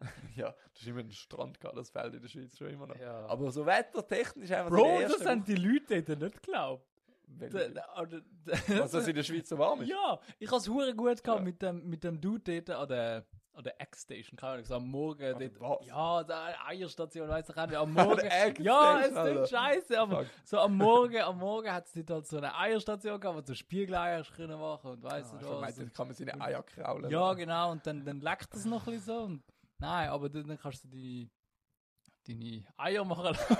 Speaker 3: [laughs] ja, du hast immer einen Strand gehabt, das fällt in der Schweiz schon immer noch.
Speaker 2: Ja.
Speaker 3: Aber so wettertechnisch einfach so
Speaker 2: Bro,
Speaker 3: die
Speaker 2: das
Speaker 3: erste
Speaker 2: haben die Leute dort nicht geglaubt.
Speaker 3: Woche-
Speaker 2: Da- da- oder- da-
Speaker 3: Was, dass in der Schweiz so warm ist?
Speaker 2: Ja, ich habe es hure gut gehabt
Speaker 3: Ja.
Speaker 2: mit, dem, mit dem Dude dort an der, an der Eggstation. Keine Ahnung, so am Morgen.
Speaker 3: der
Speaker 2: dort,
Speaker 3: was?
Speaker 2: ja, da Eierstation, weiß ich auch nicht.
Speaker 3: [laughs]
Speaker 2: Am Morgen.
Speaker 3: Eggstation,
Speaker 2: ja, es
Speaker 3: Alter.
Speaker 2: klingt scheiße, aber
Speaker 3: Fuck.
Speaker 2: so am Morgen, am Morgen hat es dort halt so eine Eierstation gehabt, wo du Spiegeleier hast können machen und weißt
Speaker 3: Ah,
Speaker 2: du
Speaker 3: ich hab
Speaker 2: was.
Speaker 3: gemeint, dann kann man seine Eier kraulen.
Speaker 2: Ja, genau, und dann, dann leckt das noch ein bisschen so. Und, nein, aber dann, dann kannst du deine, deine Eier machen lassen.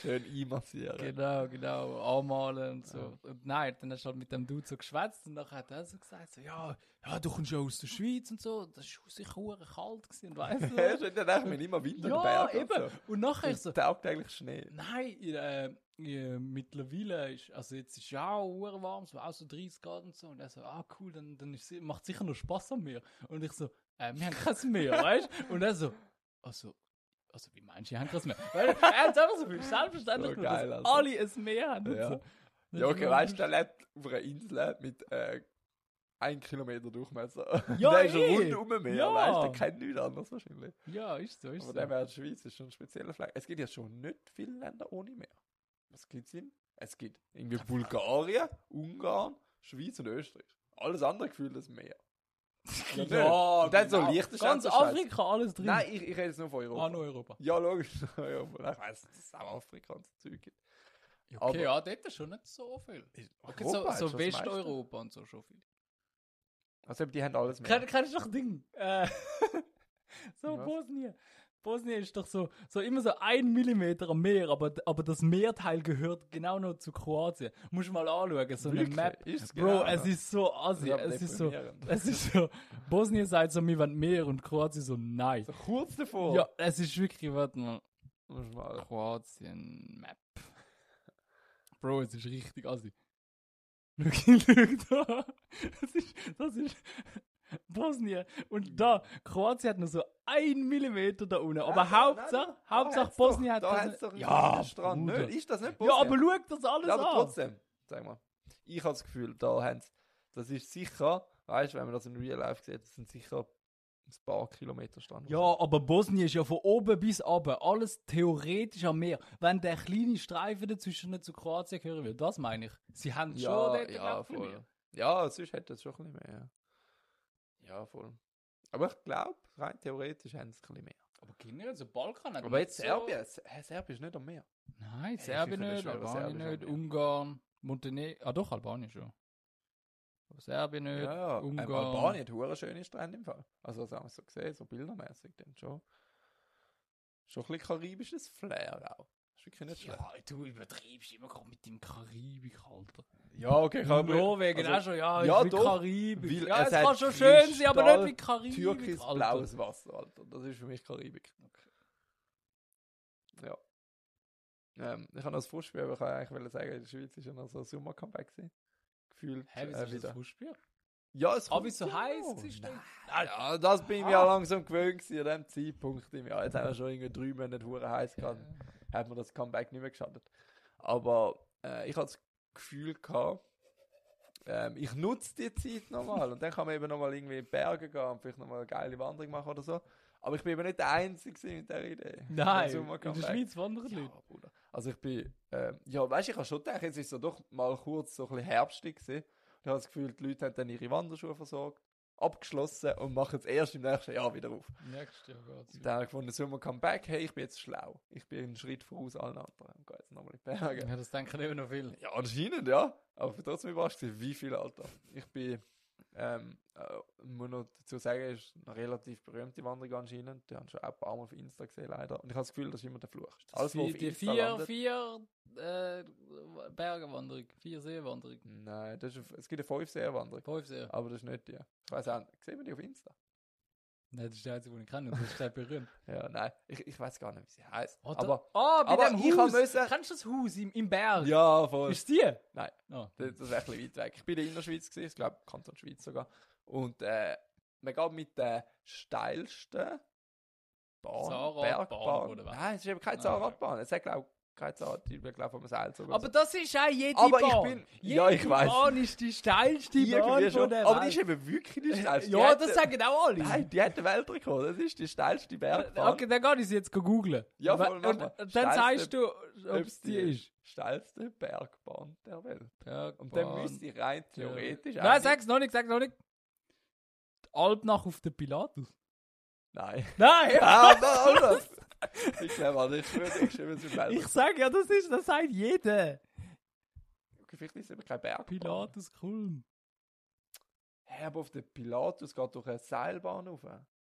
Speaker 3: Schön einmassieren.
Speaker 2: Genau, genau, anmalen und so. Und nein, dann hast du halt mit dem Dude so geschwätzt und nachher hat er so gesagt, so, ja, ja, du kommst ja aus der Schweiz und so, das war sicher hure kalt gewesen, und weißt
Speaker 3: [laughs] Ja,
Speaker 2: du.
Speaker 3: schon, dann denke ich mir immer Winter und
Speaker 2: ja,
Speaker 3: Berge und
Speaker 2: eben.
Speaker 3: So.
Speaker 2: Und nachher ich
Speaker 3: Es
Speaker 2: so,
Speaker 3: taugt eigentlich Schnee.
Speaker 2: nein, ihr, äh, ihr, mittlerweile ist, also jetzt ist ja auch hure warm, so auch so 30 Grad und so. Und er so, ah cool, dann, dann ist, macht sicher noch Spaß am Meer. Und ich so, äh, wir haben kein Meer,
Speaker 3: [laughs]
Speaker 2: weißt du? Und er so, also, also wie meinst du, wir haben kein Meer? Weil er hat einfach so viel selbstverständlich,
Speaker 3: So
Speaker 2: gemacht,
Speaker 3: geil,
Speaker 2: dass
Speaker 3: Alter.
Speaker 2: alle ein Meer haben und
Speaker 3: Ja.
Speaker 2: so.
Speaker 3: Ja, okay,
Speaker 2: Dann-
Speaker 3: weißt du, der lebt auf einer Insel mit äh, 1 Kilometer Durchmesser.
Speaker 2: Ja,
Speaker 3: [laughs] der ist
Speaker 2: eh.
Speaker 3: rund um den Meer,
Speaker 2: Ja.
Speaker 3: weißt du, der kennt nichts anderes wahrscheinlich.
Speaker 2: Ja, ist so, ist
Speaker 3: Aber
Speaker 2: so.
Speaker 3: der wäre die Schweiz, ist schon ein spezieller Fleck. Es gibt ja schon nicht viele Länder ohne Meer. Was gibt es denn? Es gibt irgendwie Bulgarien, Ungarn, Schweiz und Österreich. Alles andere gefühlt das mehr. Ja, und dann so Liechtenstein.
Speaker 2: Ganz
Speaker 3: so Schweiz.
Speaker 2: Afrika, alles drin.
Speaker 3: Nein, ich, ich rede jetzt nur von Europa.
Speaker 2: ah, nur Europa.
Speaker 3: Ja, logisch. [laughs] Europa. Ich weiß, dass es auch Afrika und so Zeug gibt.
Speaker 2: Ja,
Speaker 3: Aber-
Speaker 2: Okay, ja, dort ist schon nicht so viel. Okay, so
Speaker 3: Europa hat
Speaker 2: so
Speaker 3: schon das meiste.
Speaker 2: Westeuropa und so schon viel.
Speaker 3: Also, die haben alles
Speaker 2: Kenn-
Speaker 3: mehr.
Speaker 2: Kennst du doch Ding? Äh, [laughs] so
Speaker 3: Was?
Speaker 2: Bosnien. Bosnien ist doch so, so immer so ein Millimeter am Meer, aber, aber das Meerteil gehört genau noch zu Kroatien. Musst du mal anschauen, so eine
Speaker 3: Wirklich?
Speaker 2: Map.
Speaker 3: Ist es
Speaker 2: Bro,
Speaker 3: genau
Speaker 2: es
Speaker 3: noch?
Speaker 2: ist so assi.
Speaker 3: Das ist aber
Speaker 2: Es ist so,
Speaker 3: deprimierend.
Speaker 2: es ist so, Bosnien sagt so, wir wollen Meer und Kroatien so, nein.
Speaker 3: So kurz davor.
Speaker 2: Ja, es ist wirklich, warte mal,
Speaker 3: Muss mal.
Speaker 2: Kroatien-Map. [laughs] Bro, es ist richtig assi. Schau, [laughs] schau da. Das ist, das ist [laughs] Bosnien.
Speaker 3: Mhm.
Speaker 2: Und da, Kroatien hat nur so ein Millimeter da unten. Aber
Speaker 3: Nein,
Speaker 2: Hauptsache,
Speaker 3: nein, da
Speaker 2: Hauptsache
Speaker 3: hat's
Speaker 2: Bosnien
Speaker 3: doch,
Speaker 2: hat
Speaker 3: da
Speaker 2: das-
Speaker 3: hat's doch einen
Speaker 2: Ja,
Speaker 3: kleinen Strand.
Speaker 2: Bruder.
Speaker 3: Nicht, ist das nicht
Speaker 2: Ja,
Speaker 3: Bosnien?
Speaker 2: aber schau das alles
Speaker 3: Ja, aber
Speaker 2: an.
Speaker 3: trotzdem, sag mal. Ich habe das Gefühl, da haben sie- das ist sicher, weißt du, wenn man das in Real Life sieht, das sind sicher ein paar Kilometer Strand.
Speaker 2: Ja, aber Bosnien ist ja von oben bis oben. Alles theoretisch am Meer. Wenn der kleine Streifen dazwischen nicht zu Kroatien gehören würde, das meine ich. Sie haben schon
Speaker 3: ja,
Speaker 2: dort
Speaker 3: ja,
Speaker 2: glaub ich,
Speaker 3: voll.
Speaker 2: Meer.
Speaker 3: Ja, sonst hätte es schon ein bisschen mehr. Ja, Ja, voll. Aber ich glaube, rein theoretisch haben sie ein bisschen mehr.
Speaker 2: Aber Kinder, so Balkan hat
Speaker 3: Aber
Speaker 2: nicht
Speaker 3: jetzt
Speaker 2: so-
Speaker 3: Serbien, S- hä, Serbien ist nicht am Meer.
Speaker 2: Nein,
Speaker 3: ich
Speaker 2: Serbien
Speaker 3: finde
Speaker 2: nicht,
Speaker 3: schon, aber
Speaker 2: Albanien
Speaker 3: Serbien halt
Speaker 2: nicht,
Speaker 3: schon, ja.
Speaker 2: Ungarn, Montenegro. Ah doch, Albanien schon. Aber Serbien nicht,
Speaker 3: ähm,
Speaker 2: Äh, Ungarn.
Speaker 3: Albanien hat hure schöne Strände im Fall. Also, das haben wir so gesehen, so bildermäßig, dann schon. Schon ein bisschen karibisches Flair auch. Ist wirklich nicht schlecht.
Speaker 2: Ja, du übertreibst immer gerade mit dem Karibik, Alter.
Speaker 3: Ja, okay, ich habe-
Speaker 2: Norwegen
Speaker 3: also-
Speaker 2: auch schon, ja,
Speaker 3: ja,
Speaker 2: ist wie
Speaker 3: doch,
Speaker 2: Karibik.
Speaker 3: weil
Speaker 2: ja,
Speaker 3: es
Speaker 2: es
Speaker 3: hat
Speaker 2: kann schon schön sein, aber
Speaker 3: Kristall-
Speaker 2: nicht wie Karibik,
Speaker 3: Türkis
Speaker 2: Alter.
Speaker 3: blaues Wasser, Alter. Das ist für mich Karibik. Ja. Ähm, ich habe noch das Fußspiel, aber ich wollte eigentlich wollen sagen, in der Schweiz ist ja noch so ein Sommer-Comeback gewesen. Gefühlt.
Speaker 2: Hä, wieso
Speaker 3: äh,
Speaker 2: ist das
Speaker 3: wieder.
Speaker 2: Fußspiel?
Speaker 3: Ja, es
Speaker 2: Ah,
Speaker 3: kommt
Speaker 2: wieso
Speaker 3: ja
Speaker 2: heiß
Speaker 3: noch.
Speaker 2: es ist
Speaker 3: Nein.
Speaker 2: denn?
Speaker 3: Ja, das bin ich mir ja
Speaker 2: Ah.
Speaker 3: langsam gewöhnt gewesen, an dem Zeitpunkt im Jahr. Jetzt haben wir schon irgendwie drei Monate hure heiß gehabt. Hat mir das Comeback nicht mehr geschadet. Aber äh, ich hatte das Gefühl gehabt, ähm, ich nutze die Zeit nochmal und dann kann man eben nochmal irgendwie in die Berge gehen und vielleicht nochmal eine geile Wanderung machen oder so. Aber ich bin eben nicht der Einzige gewesen mit dieser Idee.
Speaker 2: Nein, in
Speaker 3: Zum
Speaker 2: der
Speaker 3: Sommer-Comeback.
Speaker 2: Schweiz wandern die
Speaker 3: Also, Ja,
Speaker 2: Leute.
Speaker 3: Bruder. Also ich bin, ähm, ja, weißt du, ich habe schon gedacht, jetzt ist so doch mal kurz so ein bisschen herbstig gewesen. Und ich habe das Gefühl, die Leute haben dann ihre Wanderschuhe versorgt, abgeschlossen und machen es erst im nächsten Jahr wieder auf.
Speaker 2: Nächstes Jahr geht's
Speaker 3: Und dann habe ich gefunden, Sommer Comeback, hey, ich bin jetzt schlau. Ich bin einen Schritt voraus allen anderen und gehe jetzt nochmal in die Berge.
Speaker 2: Ja, das denken immer noch viel.
Speaker 3: Ja, anscheinend, ja. Aber ich bin trotzdem überrascht, gewesen, wie viel, Alter. Ich bin, ähm, äh, muss noch dazu sagen, es ist eine relativ berühmte Wanderung anscheinend. Die haben schon auch ein paar Mal auf Insta gesehen, leider. Und ich habe das Gefühl, das ist immer der Fluch. Alles, was auf
Speaker 2: die
Speaker 3: Insta
Speaker 2: vier,
Speaker 3: landet-
Speaker 2: vier äh, Bergewanderung, vier Seewanderung,
Speaker 3: Nein, das ist, es gibt eine 5 seer wanderung
Speaker 2: fünf See.
Speaker 3: aber das ist nicht die. Ich weiß auch nicht, sehen wir die auf Insta?
Speaker 2: Nein, das ist der einzige, den ich kenne, das ist der
Speaker 3: [laughs]
Speaker 2: berühmt.
Speaker 3: Ja, nein, ich, ich weiß gar nicht, wie sie heißt.
Speaker 2: Oh, da-
Speaker 3: aber,
Speaker 2: Ah, bei
Speaker 3: aber
Speaker 2: dem
Speaker 3: ich
Speaker 2: Haus.
Speaker 3: hab müssen-
Speaker 2: Kennst du das Haus im, im Berg?
Speaker 3: ja, voll.
Speaker 2: Ist die?
Speaker 3: Nein.
Speaker 2: Ah.
Speaker 3: Das, das ist ein bisschen weit weg. Ich bin in der Innerschweiz, gewesen, ich glaube Kanton Schweiz sogar. Und äh, man geht mit der steilsten Bahn,
Speaker 2: Zahnradbahn,
Speaker 3: Bergbahn.
Speaker 2: oder was?
Speaker 3: Nein, es ist eben keine
Speaker 2: Ah,
Speaker 3: Zahnradbahn. Es hat glaube ich keine Zahnradbahn, ich glaube vom Seil sogar.
Speaker 2: Aber das ist auch jede
Speaker 3: Aber ich
Speaker 2: Bahn.
Speaker 3: bin-
Speaker 2: jede
Speaker 3: Ja, ich weiss.
Speaker 2: Bahn ist die steilste Bahn
Speaker 3: irgendwie
Speaker 2: von
Speaker 3: schon.
Speaker 2: der
Speaker 3: Aber die
Speaker 2: Welt.
Speaker 3: ist eben
Speaker 2: [laughs]
Speaker 3: wirklich die steilste. Die
Speaker 2: Ja,
Speaker 3: hat-
Speaker 2: das sagen auch alle. Äh,
Speaker 3: Nein, die hat den Weltrekord. Das ist die steilste Bergbahn.
Speaker 2: Okay, dann kann ich sie jetzt googlen.
Speaker 3: Ja, voll,
Speaker 2: und,
Speaker 3: mach
Speaker 2: und
Speaker 3: mal.
Speaker 2: dann
Speaker 3: Steilste-
Speaker 2: sagst du, ob
Speaker 3: ob's
Speaker 2: es die ist.
Speaker 3: Steilste Bergbahn der Welt.
Speaker 2: Bergbahn.
Speaker 3: Und dann müsste ich rein theoretisch.
Speaker 2: Nein,
Speaker 3: eigentlich-
Speaker 2: sag's noch nicht, sag's noch nicht. Die Alpnach auf den Pilatus.
Speaker 3: [laughs]
Speaker 2: [laughs]
Speaker 3: Nein.
Speaker 2: Nein!
Speaker 3: [laughs] Ah, nein, nein. Ich glaube auch nicht. Ich würde schreiben zum
Speaker 2: Ich
Speaker 3: Weltrekord.
Speaker 2: sag ja, das ist, das sagt jeder.
Speaker 3: Vielleicht ist es eben kein Bergbahn.
Speaker 2: Pilatus Kulm.
Speaker 3: Hä, aber auf den Pilatus geht durch eine Seilbahn rauf.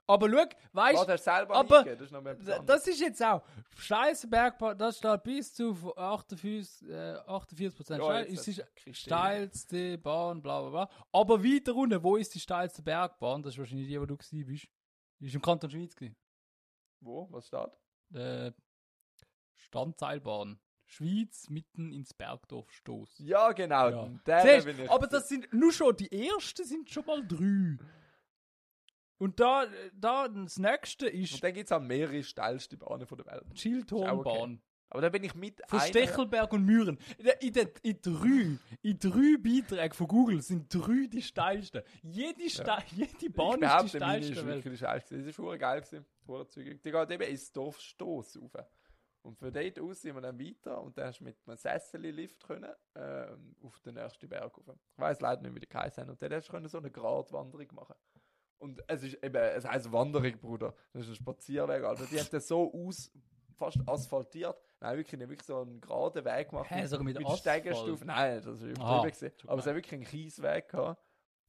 Speaker 2: Aber schau,
Speaker 3: Was,
Speaker 2: weißt
Speaker 3: der Seilbahn
Speaker 2: aber
Speaker 3: eingeben? Das ist noch mehr
Speaker 2: d- das ist jetzt auch. Scheiße Bergbahn, das steht bis zu 48%. Äh, 48%
Speaker 3: Ja,
Speaker 2: steil.
Speaker 3: jetzt
Speaker 2: Es ist
Speaker 3: kriegst du
Speaker 2: steilste Bahn, bla bla bla. Aber weiter unten, wo ist die steilste Bergbahn? Das ist wahrscheinlich die, wo du gewesen bist. Ist im Kanton Schweiz gewesen.
Speaker 3: Wo? Was steht?
Speaker 2: Äh, Standseilbahn. Schweiz mitten ins Bergdorf stoß.
Speaker 3: Ja, genau.
Speaker 2: Ja.
Speaker 3: der
Speaker 2: Siehst,
Speaker 3: bin ich
Speaker 2: aber das sind nur schon die ersten sind schon mal drei. Und da, da das nächste
Speaker 3: Und
Speaker 2: ist
Speaker 3: dann gibt es auch mehrere steilste Bahnen von der Welt. Ist auch
Speaker 2: Chiltonbahn.
Speaker 3: okay. Aber da bin ich mit
Speaker 2: Von
Speaker 3: einer-
Speaker 2: Stechelberg und Mühren. In, der- in, der- in, drei, in drei Beiträgen von Google sind drei die steilsten. Jede, Ste jede Bahn
Speaker 3: Ich
Speaker 2: ist die
Speaker 3: behaupte, meine
Speaker 2: steilste.
Speaker 3: ist
Speaker 2: Welt.
Speaker 3: wirklich die steilste. Das ist hure geil gewesen, hure zügig. Die geht eben ins Dorf Stoss rauf. Und von dort aus sind wir dann weiter und dann hast du mit einem Sesseli-Lift können, ähm, auf den nächsten Berg rauf. Ich weiß leider nicht, wie die geheißen haben. Und dann hast du können so eine Gratwanderung machen Und es ist eben, es heisst Wanderung, Bruder. Das ist ein Spazierweg, also Die haben das so aus, fast asphaltiert. Nein, wirklich nicht, wirklich so einen geraden Weg gemacht.
Speaker 2: Hä, sogar mit Asphalt?
Speaker 3: Steigerstufen. Nein, das war übertrieben.
Speaker 2: Ah,
Speaker 3: gewesen.
Speaker 2: schon
Speaker 3: Aber es
Speaker 2: geil.
Speaker 3: hat wirklich einen Kiesweg gehabt.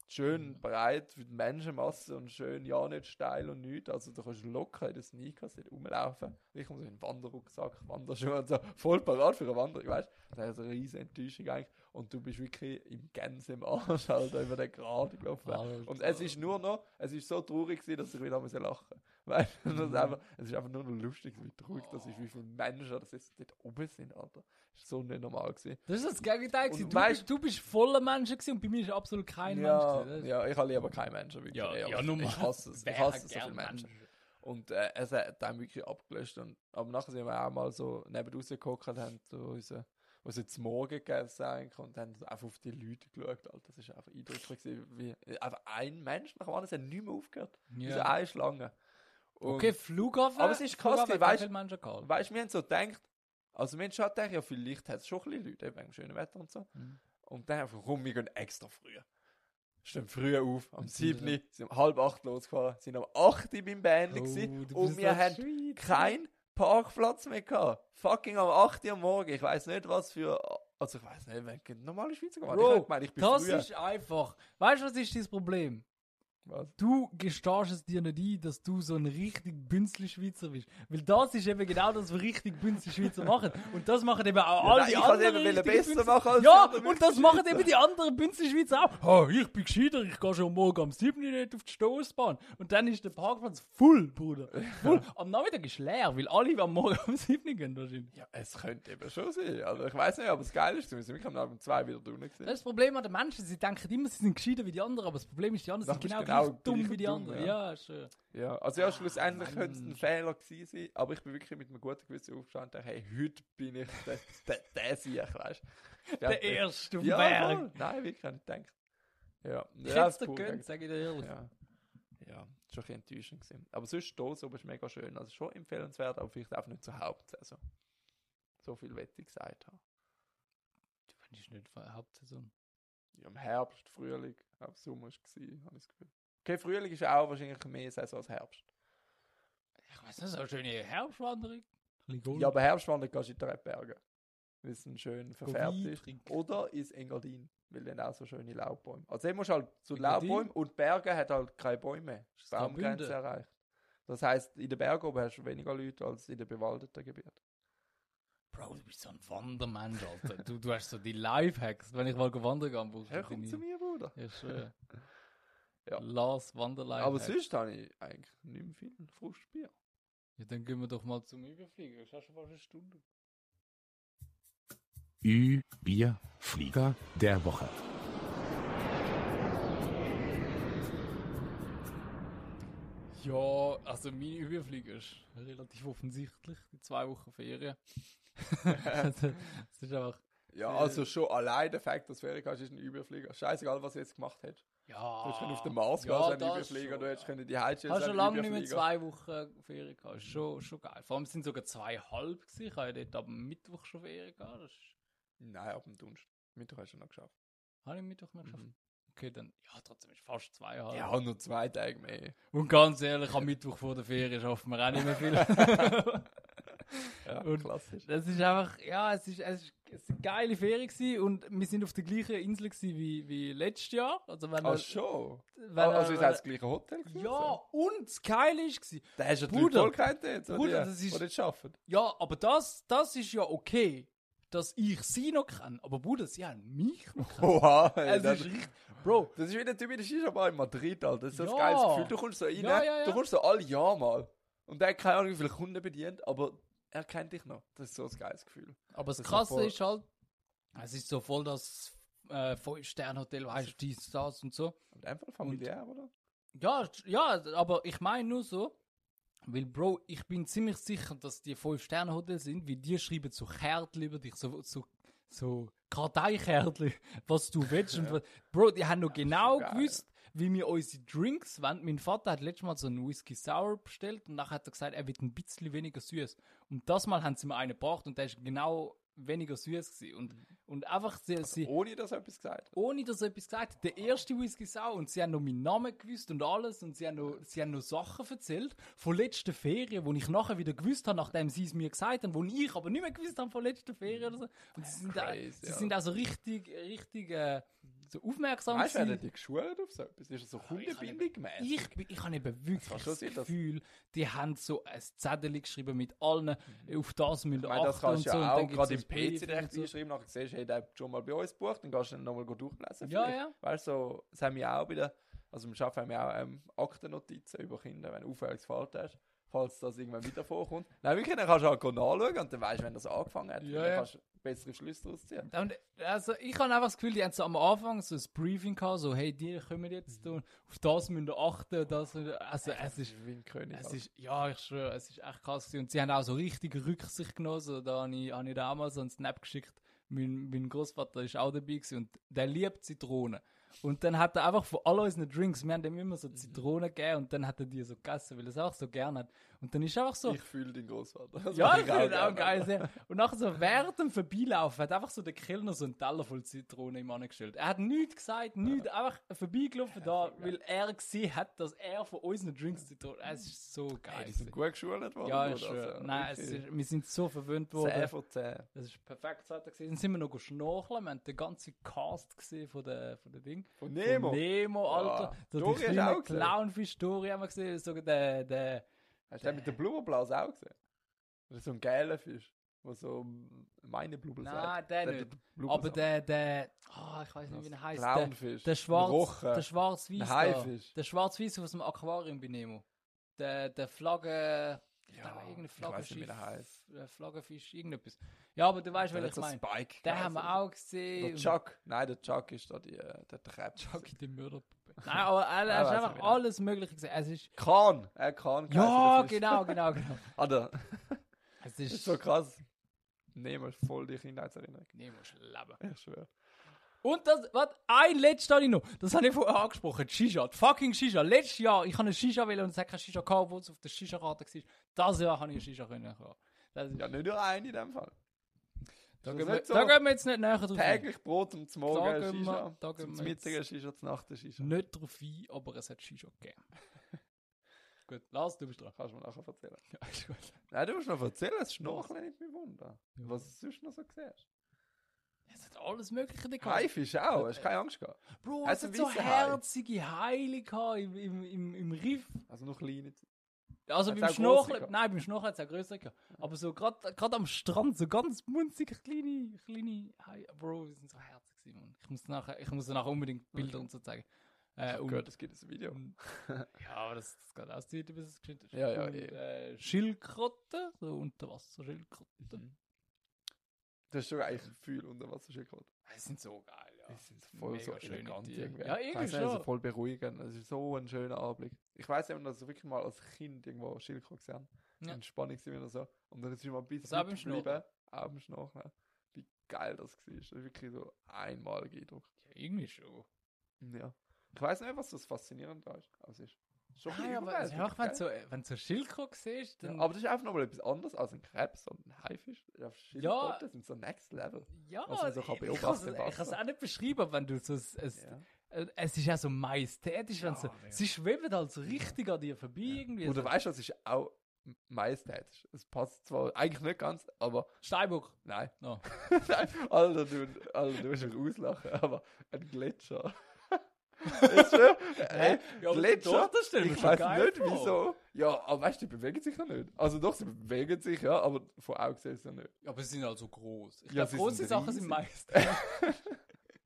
Speaker 3: Schön breit für die Menschenmasse und schön, ja, nicht steil und nichts. Also, da kannst du locker in den Sneakers nicht rumlaufen. Ich muss so einen Wanderrucksack, Wanderschuhe und so, voll parat für eine Wanderung, weißt du? Das ist eine riesige Enttäuschung eigentlich. Und du bist wirklich im Gänse im Arsch, [laughs] Alter, über den Grat gelaufen.
Speaker 2: Alter.
Speaker 3: Und es ist nur noch, es ist so traurig gewesen, dass ich wieder musste lachen. Weißt du, das ist einfach, es ist einfach nur noch lustig, wie traurig das ist, wie viele Menschen das jetzt dort oben sind, Alter. Ist so nicht normal gewesen.
Speaker 2: Das ist das Gegenteil.
Speaker 3: Und
Speaker 2: gewesen. Du,
Speaker 3: weißt-
Speaker 2: bist, du bist voller Mensch gewesen und bei mir ist absolut kein
Speaker 3: ja,
Speaker 2: Mensch. gewesen.
Speaker 3: ja, ich habe lieber keinen Menschen. Wirklich.
Speaker 2: Ja,
Speaker 3: Ey,
Speaker 2: ja,
Speaker 3: aber
Speaker 2: nur mal.
Speaker 3: Ich
Speaker 2: [laughs]
Speaker 3: hasse es. Ich
Speaker 2: Wer
Speaker 3: hasse
Speaker 2: hat
Speaker 3: so viele
Speaker 2: gern
Speaker 3: Menschen.
Speaker 2: Menschen?
Speaker 3: Und äh, es hat dann wirklich abgelöscht. Und, aber nachher sind wir auch mal so neben rausgeguckt und haben so unsere, was jetzt morgen gegessen eigentlich, und haben einfach auf die Leute geschaut. Alter, das ist einfach eindrücklich. gewesen, Wie, einfach ein Mensch nach dem anderen, es hat nicht mehr aufgehört.
Speaker 2: Ja.
Speaker 3: Diese eine Schlange. Und-
Speaker 2: Okay, Flughafen.
Speaker 3: Aber es ist krass,
Speaker 2: Flughafen hat
Speaker 3: weißt-
Speaker 2: auch viele Menschen gehabt.
Speaker 3: Weißt du, wir haben so gedacht, also wir haben schon gedacht, ja, vielleicht hat es schon ein bisschen Leute, eben wegen dem schönen Wetter und so.
Speaker 2: Mhm.
Speaker 3: Und dann einfach, komm, wir gehen extra früh. Stehen früh auf, am
Speaker 2: sind
Speaker 3: 7. sind um halb 8 losgefahren, sind am 8 Uhr beim Band gewesen
Speaker 2: Oh, du
Speaker 3: und
Speaker 2: bist
Speaker 3: wir
Speaker 2: so
Speaker 3: haben
Speaker 2: sweet.
Speaker 3: keinen Parkplatz mehr gehabt. Fucking am 8 Uhr am Morgen. Ich weiß nicht, was für. Also, ich weiß nicht, wenn die normale Schweizer gemacht
Speaker 2: Bro,
Speaker 3: Ich hab gemeint, ich bin
Speaker 2: Das
Speaker 3: früher.
Speaker 2: ist einfach. Weißt du, was ist das Problem?
Speaker 3: Was?
Speaker 2: du gestehst es dir nicht ein, dass du so ein richtig bünzli Schweizer bist. Weil das ist eben genau das, was richtig bünzli Schweizer machen. Und das machen eben auch
Speaker 3: nein,
Speaker 2: alle
Speaker 3: ich
Speaker 2: die
Speaker 3: kann's
Speaker 2: anderen.
Speaker 3: eben wollen
Speaker 2: richtigen
Speaker 3: besser
Speaker 2: Bünzli-
Speaker 3: machen als die
Speaker 2: Ja,
Speaker 3: anderen
Speaker 2: und das
Speaker 3: Bünzli
Speaker 2: machen
Speaker 3: Schweizer.
Speaker 2: eben die anderen bünzli Schweizer auch. Ha, ich bin gescheiter, ich gehe schon morgen am 7. Uhr nicht auf die Stoßbahn. Und dann ist der Parkplatz voll, Bruder. Voll. Am Nachmittag ist leer, weil alle am Morgen am 7. Uhr gehen wahrscheinlich.
Speaker 3: Ja, es könnte eben schon sein. Also, ich weiß nicht, aber das Geile ist, wir sind wirklich am Abend um 2 wieder drunten gewesen.
Speaker 2: Das ist das Problem an den Menschen, sie denken immer, sie sind gescheiter wie die anderen, aber das Problem ist, die anderen
Speaker 3: Doch,
Speaker 2: sind
Speaker 3: bist
Speaker 2: genau,
Speaker 3: genau
Speaker 2: gleich dumm
Speaker 3: gleich
Speaker 2: wie die
Speaker 3: dumm,
Speaker 2: anderen.
Speaker 3: ja.
Speaker 2: Ja, äh, schön.
Speaker 3: Ja, also ja, schlussendlich
Speaker 2: Ah, Mann.
Speaker 3: könnte es ein Fehler gewesen sein, aber ich bin wirklich mit einem guten Gewissen aufgestanden und dachte, hey, heute bin ich der, der, der Sieg, weißt du?
Speaker 2: [laughs] Der Erste auf dem
Speaker 3: ja,
Speaker 2: Berg.
Speaker 3: voll. Nein, wirklich, habe ich gedacht. Ja,
Speaker 2: Ich
Speaker 3: ja,
Speaker 2: hätte es dir
Speaker 3: pur
Speaker 2: gönnt, sag ich dir
Speaker 3: gegen-
Speaker 2: ehrlich.
Speaker 3: Ja, ja, schon ein bisschen enttäuschend gewesen. Aber sonst, hier so ist mega schön. Also schon empfehlenswert, aber vielleicht auch nicht zur Hauptsaison. So viel wette ich gesagt haben.
Speaker 2: Du findest nicht von der Hauptsaison.
Speaker 3: Ja, im Herbst, Frühling, auch Sommer war es, habe ich das Gefühl. Okay, Frühling ist auch wahrscheinlich mehr Saison als Herbst.
Speaker 2: Ich weiß nicht, so eine schöne Herbstwanderung. Ein
Speaker 3: Ja, aber Herbstwandern kannst du in drei Bergen. Weil es ein schön verfärbt
Speaker 2: Wein
Speaker 3: ist.
Speaker 2: trinken.
Speaker 3: Oder ins Engadin, weil dann auch so schöne Laubbäume. Also dann musst du halt zu
Speaker 2: Engadin?
Speaker 3: Laubbäumen und Berge hat halt keine Bäume. mehr.
Speaker 2: Ist das
Speaker 3: Baumgrenze
Speaker 2: Graubünden?
Speaker 3: erreicht. Das heisst, in den Bergen oben hast du weniger Leute als in den bewaldeten Gebieten.
Speaker 2: Bro, du bist so ein Wandermensch, Alter. du, du hast so die Lifehacks. Wenn ich mal wandern gehe, brauchst du
Speaker 3: Ja, komm
Speaker 2: deine-
Speaker 3: zu mir, Bruder.
Speaker 2: Ja, schön.
Speaker 3: Ja.
Speaker 2: äh, Lars Wanderlifehacks.
Speaker 3: Aber sonst habe ich eigentlich nicht mehr viel Frustbier.
Speaker 2: Ja, dann gehen wir doch mal zum Überfliegen. Das ist auch schon fast eine Stunde.
Speaker 1: Ü, Bier, Flieger der Woche.
Speaker 2: Ja, also meine Überflieger ist relativ offensichtlich. Die zwei Wochen Ferien. also, es ist einfach...
Speaker 3: Ja,
Speaker 2: Äh.
Speaker 3: also schon allein der Fakt, dass du Ferien hast, ist ein Überflieger. Scheißegal, was du jetzt gemacht hättest.
Speaker 2: Ja.
Speaker 3: Du hättest können auf den Mars gehen,
Speaker 2: Ah, ja,
Speaker 3: als ein
Speaker 2: das
Speaker 3: Überflieger.
Speaker 2: schon,
Speaker 3: Du hättest können die Heizschäden
Speaker 2: Hast schon lange nicht mehr zwei Wochen Ferien gehabt. Ist schon, schon geil. Vor allem sind sogar zweieinhalb gewesen. Ich habe ja dort am Mittwoch schon Ferien gehabt. Das ist,
Speaker 3: Nein, ab dem Dunst. Mittwoch hast du noch geschafft.
Speaker 2: habe ich am Mittwoch noch geschafft.
Speaker 3: Mhm.
Speaker 2: Okay, dann, ja, trotzdem ist fast zweieinhalb.
Speaker 3: Ja, nur zwei Tage mehr.
Speaker 2: Und ganz ehrlich, am Mittwoch vor der Ferien schaffen wir auch nicht mehr
Speaker 3: [laughs]
Speaker 2: viel. [laughs]
Speaker 3: Ja,
Speaker 2: Und-
Speaker 3: klassisch.
Speaker 2: das ist einfach, ja, es ist, es ist, es ist eine geile Ferien gewesen und wir sind auf der gleichen Insel gewesen wie, wie letztes Jahr. Also wenn
Speaker 3: Ah,
Speaker 2: er-
Speaker 3: schon?
Speaker 2: wenn
Speaker 3: Ah,
Speaker 2: er-
Speaker 3: also ist das das gleiche Hotel? gewesen?
Speaker 2: ja, und das Geile ist gewesen,
Speaker 3: Da hast du die Leute
Speaker 2: Bruder.
Speaker 3: voll kennt jetzt, die-
Speaker 2: Bruder, das ist-
Speaker 3: die nicht arbeiten.
Speaker 2: Ja, aber das, das ist ja okay, dass ich sie noch kenne. Aber Bruder, sie haben mich noch
Speaker 3: [laughs]
Speaker 2: kennt.
Speaker 3: Oha, ey,
Speaker 2: es
Speaker 3: das,
Speaker 2: ist richtig. Bro,
Speaker 3: das ist wie der Typ in der Shisha-Bar in Madrid, Alter. Das ist so ein
Speaker 2: Ja.
Speaker 3: geiles Gefühl. Du kommst so rein, ne?
Speaker 2: Ja, ja, ja.
Speaker 3: du kommst so alle Jahr mal. Und er hat keine Ahnung, wie viele Kunden bedient, aber er kennt dich noch. Das ist so ein geiles Gefühl.
Speaker 2: aber das,
Speaker 3: Das ist ja
Speaker 2: Krasse
Speaker 3: voll-
Speaker 2: ist halt, es ist so voll das äh, Fünf-Sterne-Hotel, weißt du, dies, das und so.
Speaker 3: Und einfach familiär, oder?
Speaker 2: Ja, st- ja, aber ich meine nur so, weil Bro, ich bin ziemlich sicher, dass die Fünf-Sterne-Hotels sind, weil die schreiben so Kärtchen über dich, so, so, [laughs] so Karteikärtchen, was du willst. Und was, Bro, die haben noch genau
Speaker 3: schon geil.
Speaker 2: gewusst, wie wir unsere Drinks wollen. Mein Vater hat letztes Mal so einen Whisky Sour bestellt und nachher hat er gesagt, er wird ein bisschen weniger süß. Und das Mal haben sie mir einen gebracht und der ist genau weniger süß gewesen. Und, und einfach, sie, sie,
Speaker 3: Ohne dass er etwas gesagt hat.
Speaker 2: ohne dass er etwas gesagt hat. Der erste Whisky Sau und sie haben noch meinen Namen gewusst und alles und sie haben noch, sie haben noch Sachen erzählt von letzten Ferien, wo ich nachher wieder gewusst habe, nachdem sie es mir gesagt haben, wo ich aber nicht mehr gewusst habe von letzten Ferien oder so. Und sie sind,
Speaker 3: Crazy,
Speaker 2: auch, sie
Speaker 3: ja.
Speaker 2: sind also richtig, richtig äh, so aufmerksam.
Speaker 3: Weißt du, wer
Speaker 2: gewesen.
Speaker 3: hat dich geschult auf so etwas? Ist er so kundenbindung gemäß?
Speaker 2: Ich, bin- ich habe eben
Speaker 3: war
Speaker 2: wirklich
Speaker 3: schon
Speaker 2: das
Speaker 3: so, dass-
Speaker 2: Gefühl, die haben so ein Zettel geschrieben mit allen, auf das müssen
Speaker 3: Mhm. Ich
Speaker 2: wir
Speaker 3: meine, das
Speaker 2: achten
Speaker 3: kannst
Speaker 2: und so.
Speaker 3: du
Speaker 2: und dann
Speaker 3: ja auch
Speaker 2: gibt's
Speaker 3: gerade im
Speaker 2: ein Brief
Speaker 3: PC
Speaker 2: und
Speaker 3: direkt
Speaker 2: so.
Speaker 3: einschreiben, nachher siehst du, hey, der hat schon mal bei uns gebucht, dann kannst du ihn nochmal durchlesen.
Speaker 2: Ja,
Speaker 3: vielleicht.
Speaker 2: ja.
Speaker 3: Weißt du, so, das haben wir auch bei der, also im Schaffen haben wir auch ähm, Aktennotizen über Kinder, wenn du Auffälligkeit hast, falls das irgendwann wieder vorkommt. [laughs] Nein, wirklich, dann kannst du halt gut nachschauen und dann weißt du, wenn das angefangen hat,
Speaker 2: Ja,
Speaker 3: dann
Speaker 2: ja.
Speaker 3: kannst du bessere Schlüsse daraus ziehen.
Speaker 2: Und, also ich habe einfach das Gefühl, die haben so am Anfang so ein Briefing gehabt, so hey, die kommen jetzt und auf das müssen wir achten, das müsst ihr- also es ist,
Speaker 3: Mhm. wie ein König.
Speaker 2: es
Speaker 3: also.
Speaker 2: ist, ja ich schwöre, es ist echt krass gewesen. und sie haben auch so richtig Rücksicht genommen, so, da habe ich, hab ich damals so einen Snap geschickt, mein, mein Großvater ist auch dabei gewesen, und der liebt Zitronen. Und dann hat er einfach von all unseren Drinks, wir haben ihm immer so
Speaker 3: Mhm.
Speaker 2: Zitronen gegeben und dann hat er die so gegessen, weil er es auch so gerne hat. Und dann ist einfach so,
Speaker 3: ich fühle den Großvater. Das
Speaker 2: ja,
Speaker 3: mach
Speaker 2: ich finde auch
Speaker 3: gerne.
Speaker 2: geil. Sehr. Und nachher so während dem Vorbeilaufen hat einfach so der Kellner so einen Teller voll Zitrone im Mann gestellt. Er hat nichts gesagt, nichts, einfach vorbeigelaufen da, weil er gesehen hat, dass er von unseren Drinks Zitrone. Es ist so
Speaker 3: Hey,
Speaker 2: geil.
Speaker 3: die sind gut geschult worden.
Speaker 2: ja,
Speaker 3: oder?
Speaker 2: ich schwöre.
Speaker 3: Also,
Speaker 2: Nein, es
Speaker 3: wirklich.
Speaker 2: ist, wir sind so verwöhnt
Speaker 3: Zehn
Speaker 2: worden.
Speaker 3: von zehn.
Speaker 2: Das ist perfekt, so hat er gesehen. Dann sind wir noch schnorcheln, wir haben den ganzen Cast gesehen von der, von der Ding.
Speaker 3: Von
Speaker 2: Nemo,
Speaker 3: Nemo.
Speaker 2: Nemo Alter.
Speaker 3: Ah,
Speaker 2: So
Speaker 3: Dory
Speaker 2: die
Speaker 3: hast du
Speaker 2: kleinen
Speaker 3: auch gesehen?
Speaker 2: Clownfisch-Dory haben wir gesehen, sogar der, der
Speaker 3: Hast du den mit der Blumenblase auch gesehen? Das ist so ein geiler Fisch, der so meine Blubbel
Speaker 2: Nein, der
Speaker 3: hat
Speaker 2: nicht.
Speaker 3: die Blubbel
Speaker 2: Aber
Speaker 3: sagt.
Speaker 2: der, der, ah, ich weiß nicht, wie er heißt. Der,
Speaker 3: Clownfisch.
Speaker 2: der
Speaker 3: Ein
Speaker 2: schwarz,
Speaker 3: Rochen.
Speaker 2: der schwarz
Speaker 3: Ein
Speaker 2: weiß
Speaker 3: Haifisch.
Speaker 2: Der schwarz weiß aus dem Aquarium bei Nemo. Der, der Flagge, ich
Speaker 3: Ja,
Speaker 2: glaube, irgendein
Speaker 3: ich weiss nicht, wie der
Speaker 2: Flaggenschiff,
Speaker 3: heißt.
Speaker 2: äh, Flaggenfisch, irgendetwas. Ja, aber du weißt,
Speaker 3: Der
Speaker 2: was
Speaker 3: hat
Speaker 2: ich
Speaker 3: so
Speaker 2: meine.
Speaker 3: Spike.
Speaker 2: Den haben wir
Speaker 3: geheißen.
Speaker 2: auch gesehen.
Speaker 3: Der
Speaker 2: und-
Speaker 3: Chuck. Nein, der Chuck ist da die, äh, der Trepp.
Speaker 2: Chuck, die Mörderpuppe. Nein, aber er er
Speaker 3: weiss
Speaker 2: ist
Speaker 3: ich
Speaker 2: einfach
Speaker 3: wieder.
Speaker 2: alles Mögliche gesehen. Es ist,
Speaker 3: Kahn. Er
Speaker 2: ja,
Speaker 3: Kahn. Äh, geheißen, der Fisch.
Speaker 2: genau, genau,
Speaker 3: [laughs]
Speaker 2: genau.
Speaker 3: Alter,
Speaker 2: Es
Speaker 3: das ist
Speaker 2: ist,
Speaker 3: so krass. Nemo ist voll die Kindheitserinnerung.
Speaker 2: Nemo ist Leben.
Speaker 3: Ich schwöre.
Speaker 2: Und das, was, ein letztes habe ich noch. Das habe ich vorher angesprochen. Die Shisha, die fucking Shisha. Letztes Jahr, ich habe eine Shisha wählen und es hat keine Shisha gehabt, obwohl es auf der Shisha-Karte war. Das Jahr habe ich eine Shisha können. kaufen. Das ist,
Speaker 3: Ja, nicht nur eine in dem Fall.
Speaker 2: da, gehen
Speaker 3: das nicht
Speaker 2: wir,
Speaker 3: so
Speaker 2: da gehen wir jetzt nicht näher drauf ein.
Speaker 3: Täglich Brot um zum
Speaker 2: Da
Speaker 3: Morgen,
Speaker 2: gehen wir-
Speaker 3: Shisha.
Speaker 2: da gehen
Speaker 3: Zum
Speaker 2: wir jetzt-
Speaker 3: Mittag ein Shisha, zum Nacht ein Shisha.
Speaker 2: Nicht drauf ein, aber es hat Shisha gegeben. [laughs] gut, Lars, du bist dran. [laughs]
Speaker 3: Kannst du mir nachher erzählen.
Speaker 2: Ja, ist gut.
Speaker 3: Nein, du musst noch erzählen, das Schnorcheln nicht mehr wunder. Was du sonst noch so siehst.
Speaker 2: Es hat alles Mögliche gehabt.
Speaker 3: Haifisch auch, hast keine Angst gehabt.
Speaker 2: Bro, es
Speaker 3: Also
Speaker 2: hat so
Speaker 3: weisse Hai.
Speaker 2: herzige Heile gehabt im, im, im, im Riff.
Speaker 3: Also noch kleine.
Speaker 2: Also
Speaker 3: Hat's
Speaker 2: beim
Speaker 3: auch grosse
Speaker 2: Schnorcheln,
Speaker 3: gehabt?
Speaker 2: nein, beim Schnorcheln hat es auch größer gehabt. Aber so gerade am Strand, so ganz munzig, kleine, kleine, Hai- Bro, die sind so herzig gewesen, Mann. Ich muss nachher, ich muss nachher unbedingt Bilder und so zeigen. Äh,
Speaker 3: Ich
Speaker 2: und,
Speaker 3: gehört, es gibt ein Video.
Speaker 2: und, ja, aber das, das geht aus, die bis es geschnitten ist.
Speaker 3: Ja, ja,
Speaker 2: und,
Speaker 3: eh.
Speaker 2: äh, Schildkröten, so Unterwasserschildkröten.
Speaker 3: Mhm. Das ist schon eigentlich ein Gefühl unter Wasserschild gehabt.
Speaker 2: Die sind so geil, ja.
Speaker 3: Die sind voll
Speaker 2: Mega
Speaker 3: so
Speaker 2: schöne
Speaker 3: elegant
Speaker 2: Tiere.
Speaker 3: irgendwie.
Speaker 2: Ja, irgendwie
Speaker 3: Weiss nicht, also
Speaker 2: schon.
Speaker 3: voll beruhigend. Das ist so ein schöner Anblick. Ich weiß eben, dass ich wirklich mal als Kind irgendwo Schildkröte gesehen habe.
Speaker 2: Ja.
Speaker 3: Ja. Und spannend gewesen oder so. Und dann ist es mal ein bisschen
Speaker 2: Also auch beim Schnorcheln.
Speaker 3: Auch beim Schnorcheln. Wie geil das war. Das ist wirklich so einmalig Eindruck.
Speaker 2: ja. Irgendwie schon.
Speaker 3: Ja. Ich weiß nicht, was das faszinierend da ist. Aber es ist schon ein
Speaker 2: Nein,
Speaker 3: bisschen
Speaker 2: aber
Speaker 3: überwältigend,
Speaker 2: ja, wenn
Speaker 3: gell?
Speaker 2: du so, äh, wenn du so Schildkröte siehst,
Speaker 3: Ja,
Speaker 2: dann...
Speaker 3: aber das ist einfach nochmal etwas anderes als ein Krebs und ein Haifisch. Auf Schildkröten das sind so next level.
Speaker 2: Ja,
Speaker 3: Was man so
Speaker 2: ich-
Speaker 3: kann
Speaker 2: ich kann's-
Speaker 3: beobachten im
Speaker 2: Ich kann es
Speaker 3: Wasser.
Speaker 2: auch nicht beschreiben, aber wenn du so. Es, es,
Speaker 3: Ja.
Speaker 2: äh, es ist ja so majestätisch, wenn so,
Speaker 3: Ja, mega.
Speaker 2: sie schweben halt so richtig an dir vorbei. Irgendwie Also,
Speaker 3: Oder
Speaker 2: so.
Speaker 3: weißt du, das ist auch majestätisch. Es passt zwar eigentlich nicht ganz, aber
Speaker 2: Steinbock.
Speaker 3: nein. [laughs]
Speaker 2: No.
Speaker 3: nein. Alter, du, Alter, du musst mich auslachen, aber ein Gletscher. [laughs] Weißt du,
Speaker 2: Hä?
Speaker 3: äh,
Speaker 2: Ja, aber
Speaker 3: Gletscher?
Speaker 2: dort stell mir
Speaker 3: Ich
Speaker 2: schon
Speaker 3: weiß
Speaker 2: geil
Speaker 3: nicht
Speaker 2: vor.
Speaker 3: wieso. Ja, aber weißt du, die bewegen sich ja nicht. Also doch, sie bewegen sich, ja, aber von Augen sehen sie ja nicht.
Speaker 2: Ja, aber sie sind halt so groß. Ich
Speaker 3: Ja,
Speaker 2: glaube,
Speaker 3: sie
Speaker 2: große
Speaker 3: sind
Speaker 2: Sachen sind
Speaker 3: riesig.
Speaker 2: majestätisch. [laughs]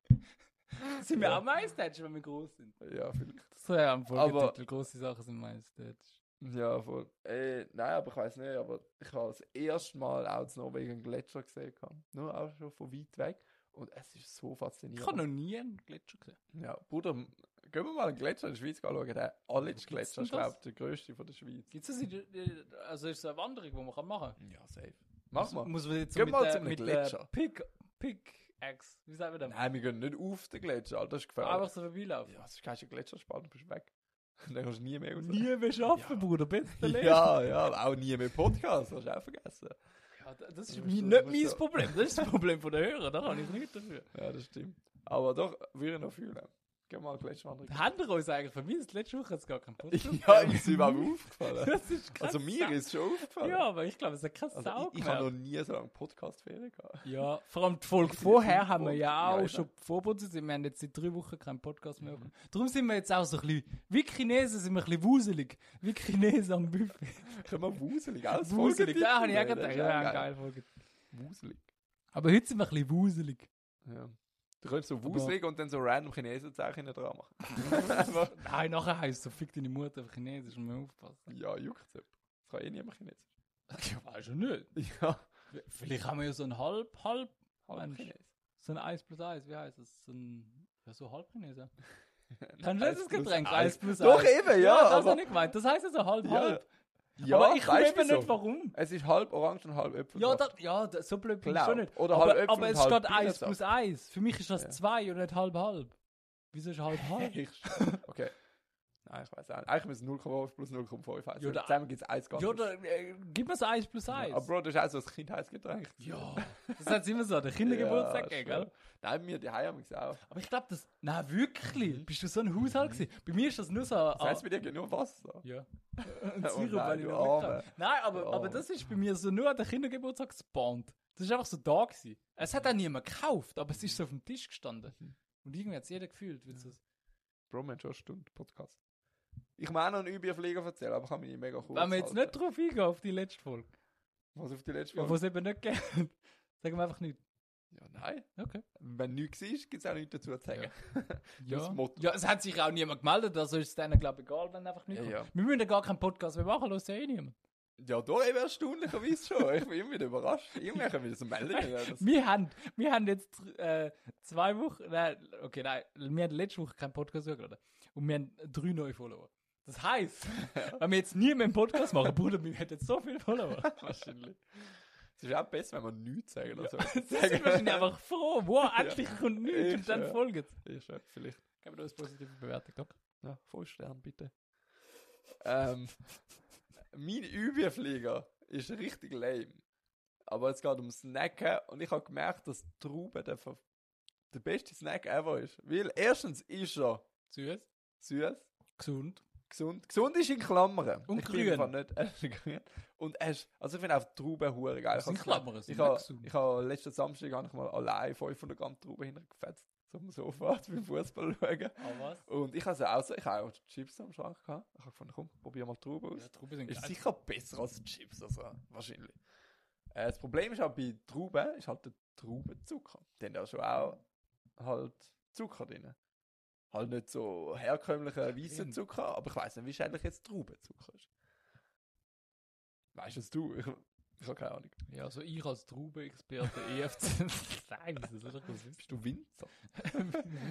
Speaker 2: sind wir
Speaker 3: Ja.
Speaker 2: auch majestätisch, wenn wir groß sind?
Speaker 3: Ja, vielleicht.
Speaker 2: Das wäre ja am
Speaker 3: Folgetitel,
Speaker 2: Große Sachen sind majestätisch.
Speaker 3: Ja, voll. Äh, nein, aber ich weiß nicht, aber ich habe das erste Mal auch in Norwegen einen Gletscher gesehen. gehabt. Nur auch schon von weit weg. Und es ist so
Speaker 2: Ich
Speaker 3: faszinierend.
Speaker 2: habe noch nie einen Gletscher gesehen.
Speaker 3: Ja, Bruder, m- gehen wir mal einen Gletscher in der Schweiz anschauen. Der
Speaker 2: Wo
Speaker 3: Alitsch
Speaker 2: gibt's
Speaker 3: Gletscher
Speaker 2: denn
Speaker 3: ist,
Speaker 2: das?
Speaker 3: glaube ich, der größte von der Schweiz.
Speaker 2: Gibt es also ist es eine Wanderung, die man kann machen kann?
Speaker 3: Ja, safe. Mach mal.
Speaker 2: Muss man jetzt so
Speaker 3: Geh
Speaker 2: mit,
Speaker 3: mal
Speaker 2: der-
Speaker 3: zu einem
Speaker 2: mit der
Speaker 3: Gletscher.
Speaker 2: Pick, Pick, Ex. Wie sagt man das?
Speaker 3: Nein, wir gehen nicht auf den Gletscher, Alter, das ist gefährlich.
Speaker 2: Einfach so vorbeilaufen.
Speaker 3: ja, sonst kannst du den Gletscher spannen, bist du weg. [laughs] Dann kannst du nie mehr raus.
Speaker 2: Nie mehr schaffen, Bruder, bitte nicht.
Speaker 3: [laughs] Ja, ja, aber auch nie mehr Podcast, hast du auch vergessen.
Speaker 2: Ja, da- das ist
Speaker 3: Du
Speaker 2: mein, nicht
Speaker 3: musst so- du musst
Speaker 2: mein
Speaker 3: so-
Speaker 2: Problem, das ist das Problem von den Hörern, da kann ich nichts dafür.
Speaker 3: Ja, das stimmt. Aber doch, würde ich noch fühlen. Geh mal Gletscherwanderung.
Speaker 2: Haben wir uns eigentlich vermisst? Letzte Woche hat es gar keinen [laughs] Podcast
Speaker 3: [laughs] ja,
Speaker 2: gegeben.
Speaker 3: ist überhaupt aufgefallen.
Speaker 2: Das ist krass.
Speaker 3: Also mir ist schon aufgefallen.
Speaker 2: Ja, aber ich glaube, es hat keine
Speaker 3: Also,
Speaker 2: Sau
Speaker 3: ich ich habe
Speaker 2: gemerkt.
Speaker 3: noch nie so lange Podcast-Ferien gehabt.
Speaker 2: Ja, vor allem die Folge
Speaker 3: Ich bin
Speaker 2: vorher
Speaker 3: jetzt
Speaker 2: haben wir ja auch
Speaker 3: unvorbereitet.
Speaker 2: schon vorbereitet. Wir haben jetzt seit drei Wochen keinen Podcast mehr. Mhm. Darum sind wir jetzt auch so ein bisschen, wie Chinesen sind wir ein bisschen wuselig. Wie Chinesen am Buffet.
Speaker 3: Können wir wuselig alles
Speaker 2: Wuselig, da habe ich auch
Speaker 3: Folgetitel
Speaker 2: gedacht,
Speaker 3: nehmen,
Speaker 2: ja,
Speaker 3: das ist auch
Speaker 2: geil. Folge.
Speaker 3: Wuselig.
Speaker 2: Aber heute sind wir ein bisschen wuselig.
Speaker 3: Ja. Du könntest so wuselig und dann so random Chinesenzeichen dran machen. Einfach,
Speaker 2: [laughs] Nein, nachher heisst es so, fick deine Mutter auf Chinesisch und wir aufpassen.
Speaker 3: ja, juckt's. jemand. Das kann eh niemand Chinesisch.
Speaker 2: Ich weiß schon nicht.
Speaker 3: Ja,
Speaker 2: Vielleicht haben wir ja so ein halb, halb,
Speaker 3: halb
Speaker 2: Mensch.
Speaker 3: Chines.
Speaker 2: so ein 1 plus 1, wie heißt das? So ein, ja, so halb [laughs] Chinesen. Kannst du das Getränk? 1 plus eh, 1.
Speaker 3: Doch, eben, ja,
Speaker 2: das habe
Speaker 3: aber-
Speaker 2: ich nicht gemeint. Das heisst also halb,
Speaker 3: Ja,
Speaker 2: halb.
Speaker 3: Ja,
Speaker 2: aber ich weiß
Speaker 3: weißt
Speaker 2: eben
Speaker 3: wieso?
Speaker 2: nicht warum.
Speaker 3: Es ist halb orange und halb Äpfel.
Speaker 2: Ja,
Speaker 3: drauf.
Speaker 2: da, ja da, so blöd bin ich
Speaker 3: Glaub.
Speaker 2: schon nicht.
Speaker 3: Oder
Speaker 2: aber,
Speaker 3: halb Äpfel
Speaker 2: aber
Speaker 3: und
Speaker 2: es
Speaker 3: halb
Speaker 2: steht 1
Speaker 3: Birnensaft.
Speaker 2: plus 1. Für mich ist das
Speaker 3: Ja.
Speaker 2: 2 und nicht halb halb. Wieso ist halb [laughs] halb?
Speaker 3: Echt? okay. Nein, ich weiß auch nicht. Eigentlich müssen 0,5 plus 0,5 heißen.
Speaker 2: Ja, da-
Speaker 3: Zusammen gibt es 1
Speaker 2: ja, da, äh, gib mir das 1 plus 1.
Speaker 3: Aber Bro, das ist auch so ein Kindheitsgetränk. [laughs]
Speaker 2: ja, das hat immer so, der [laughs] Kindergeburtstag,
Speaker 3: Ja,
Speaker 2: gell? Ah.
Speaker 3: schon. Nein, wir daheim haben es auch.
Speaker 2: Aber ich glaube, das. Nein, wirklich? Bist du so ein Haushalt gewesen? Bei mir ist das nur so.
Speaker 3: Mhm. Das heißt, bei dir geht nur Wasser.
Speaker 2: Ja. [laughs] Ein
Speaker 3: Oh
Speaker 2: Sirup,
Speaker 3: nein,
Speaker 2: weil ich
Speaker 3: du
Speaker 2: noch
Speaker 3: Arme.
Speaker 2: habe. Nein, aber,
Speaker 3: Du
Speaker 2: aber
Speaker 3: Arme.
Speaker 2: das ist bei mir so nur an den Kindergeburtstag gespawnt. Das ist einfach so da gewesen. Es hat auch niemand gekauft, aber es ist so auf dem Tisch gestanden.
Speaker 3: Mhm.
Speaker 2: Und irgendwie hat es jeder gefühlt. weil es-
Speaker 3: Bro, wir haben schon eine Stunde Podcast. Ich meine noch einen Überflieger erzählen, aber ich kann mich nicht mega kurz
Speaker 2: Wenn wir jetzt
Speaker 3: halten.
Speaker 2: nicht drauf eingehen, auf die letzte Folge,
Speaker 3: Was auf die letzte
Speaker 2: ja. wo
Speaker 3: Folge?
Speaker 2: es eben nicht geht, [laughs] sagen wir einfach nichts.
Speaker 3: Ja, nein.
Speaker 2: Okay.
Speaker 3: Wenn nichts ist, gibt es auch nichts dazu zu sagen. Das
Speaker 2: Ja.
Speaker 3: Motto.
Speaker 2: ja, es hat sich auch niemand gemeldet, also ist es denen, glaube ich, egal, wenn einfach nichts
Speaker 3: Ja,
Speaker 2: kommt.
Speaker 3: ja.
Speaker 2: Wir müssen ja gar keinen Podcast mehr machen, los ja eh niemand.
Speaker 3: Ja, doch, eben erstaunlicherweise schon. Ich bin immer wieder überrascht. Irgendwann können wir das melden.
Speaker 2: [laughs]
Speaker 3: ja, Das
Speaker 2: Wir haben, wir haben jetzt äh, zwei Wochen, nein, okay, nein, wir haben letzte Woche keinen Podcast hochgeladen und wir haben drei neue Follower. Das
Speaker 3: [laughs]
Speaker 2: heisst, wenn wir jetzt nie mehr einen Podcast machen, Bruder, wir hätten jetzt so viele
Speaker 3: [laughs]
Speaker 2: Follower.
Speaker 3: wahrscheinlich. Es ist auch besser, wenn wir nichts sagen. Also,
Speaker 2: [laughs] Sie sind wahrscheinlich einfach froh, wow, endlich kommt nichts
Speaker 3: Ist,
Speaker 2: und dann
Speaker 3: ja.
Speaker 2: folgt es.
Speaker 3: Ist ja, vielleicht.
Speaker 2: Geben wir uns positive Bewertung, danke.
Speaker 3: Ja, voll Stern, bitte. ähm, mein Überflieger ist richtig lame. Aber es geht um Snacken und ich habe gemerkt, dass Trauben der, ver- der beste Snack ever ist. Weil erstens ist er
Speaker 2: Süß,
Speaker 3: süß,
Speaker 2: gesund.
Speaker 3: gesund. Gesund ist in Klammern.
Speaker 2: Und
Speaker 3: ich Bin im
Speaker 2: grün.
Speaker 3: Fall nicht, er ist [laughs] grün. Und er ist, also ich finde auch Trauben hure geil.
Speaker 2: Das sind
Speaker 3: Ich
Speaker 2: Klammern,
Speaker 3: ich
Speaker 2: sind
Speaker 3: habe
Speaker 2: nicht gesund.
Speaker 3: ich habe letzten Samstag habe ich mal allein 500 Gramm Trauben hintergefetzt. So am Sofa [laughs] beim Fußball schauen.
Speaker 2: Aber was?
Speaker 3: Und ich habe auch so, ich habe auch Chips am Schrank gehabt. Ich habe gefunden, komm, probier mal Trauben aus.
Speaker 2: Ja, Trauben sind
Speaker 3: ist
Speaker 2: geil.
Speaker 3: sicher besser als Chips, also wahrscheinlich. Äh, das Problem ist halt bei Trauben, ist halt der Traubenzucker. Den da schon auch halt Zucker drin. Halt nicht so herkömmlicher weißen
Speaker 2: Stimmt.
Speaker 3: Zucker, aber ich weiß nicht, wie schädlich jetzt Traubenzucker ist. Weißt du, es du? Ich, ich habe keine Ahnung.
Speaker 2: Ja, also ich als Traubenexperte [laughs] EFC. Nein, das ist doch
Speaker 3: [laughs]
Speaker 2: was
Speaker 3: Bist du Winzer?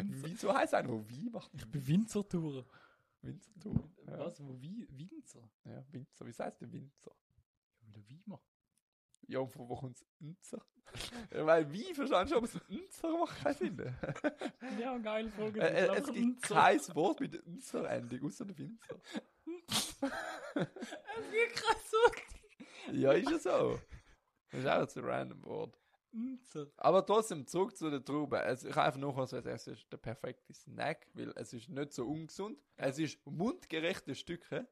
Speaker 3: Wieso heißt einer, der Wein macht?
Speaker 2: Ich bin Winzertourer.
Speaker 3: Winzer, du. Ja.
Speaker 2: Was, wo Wi- Winzer?
Speaker 3: Ja, Winzer. Wieso heißt der Winzer?
Speaker 2: Ja, wieder Wein machen.
Speaker 3: Ja, und von wo kommt das Nzer? Weil wie verstanden schon, aber das Nzer macht keinen Sinn.
Speaker 2: Ja, eine geile Folge.
Speaker 3: Äh, äh, es gibt kein Wort mit Nzer-Endung, außer dem Winzer.
Speaker 2: Es gibt kein Wort.
Speaker 3: Ja, ist ja so. Das ist auch jetzt ein random Wort.
Speaker 2: Unser.
Speaker 3: Aber trotzdem, zurück zu den Trauben. Also, ich kann einfach nur kurz sagen, es ist der perfekte Snack, weil es ist nicht so ungesund. Es ist mundgerechte Stücke.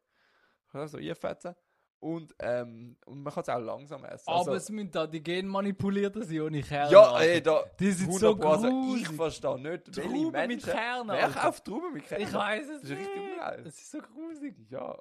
Speaker 3: Kann man so einfetzen. Und, ähm, und man kann es auch langsam essen.
Speaker 2: Aber
Speaker 3: Also-
Speaker 2: es müssen da die Genmanipulierten sein und nicht Kerne.
Speaker 3: Ja, ey, da.
Speaker 2: Die sind so
Speaker 3: 100 Pro, also
Speaker 2: grusig.
Speaker 3: ich verstehe nicht,
Speaker 2: Trauben
Speaker 3: welche
Speaker 2: mit
Speaker 3: Menschen...
Speaker 2: Kernen,
Speaker 3: äh, Wer
Speaker 2: Alter.
Speaker 3: kauft Trauben mit Kernen?
Speaker 2: ich weiß es
Speaker 3: Das ist
Speaker 2: nicht.
Speaker 3: richtig ungeil.
Speaker 2: Es ist so grusig.
Speaker 3: Ja.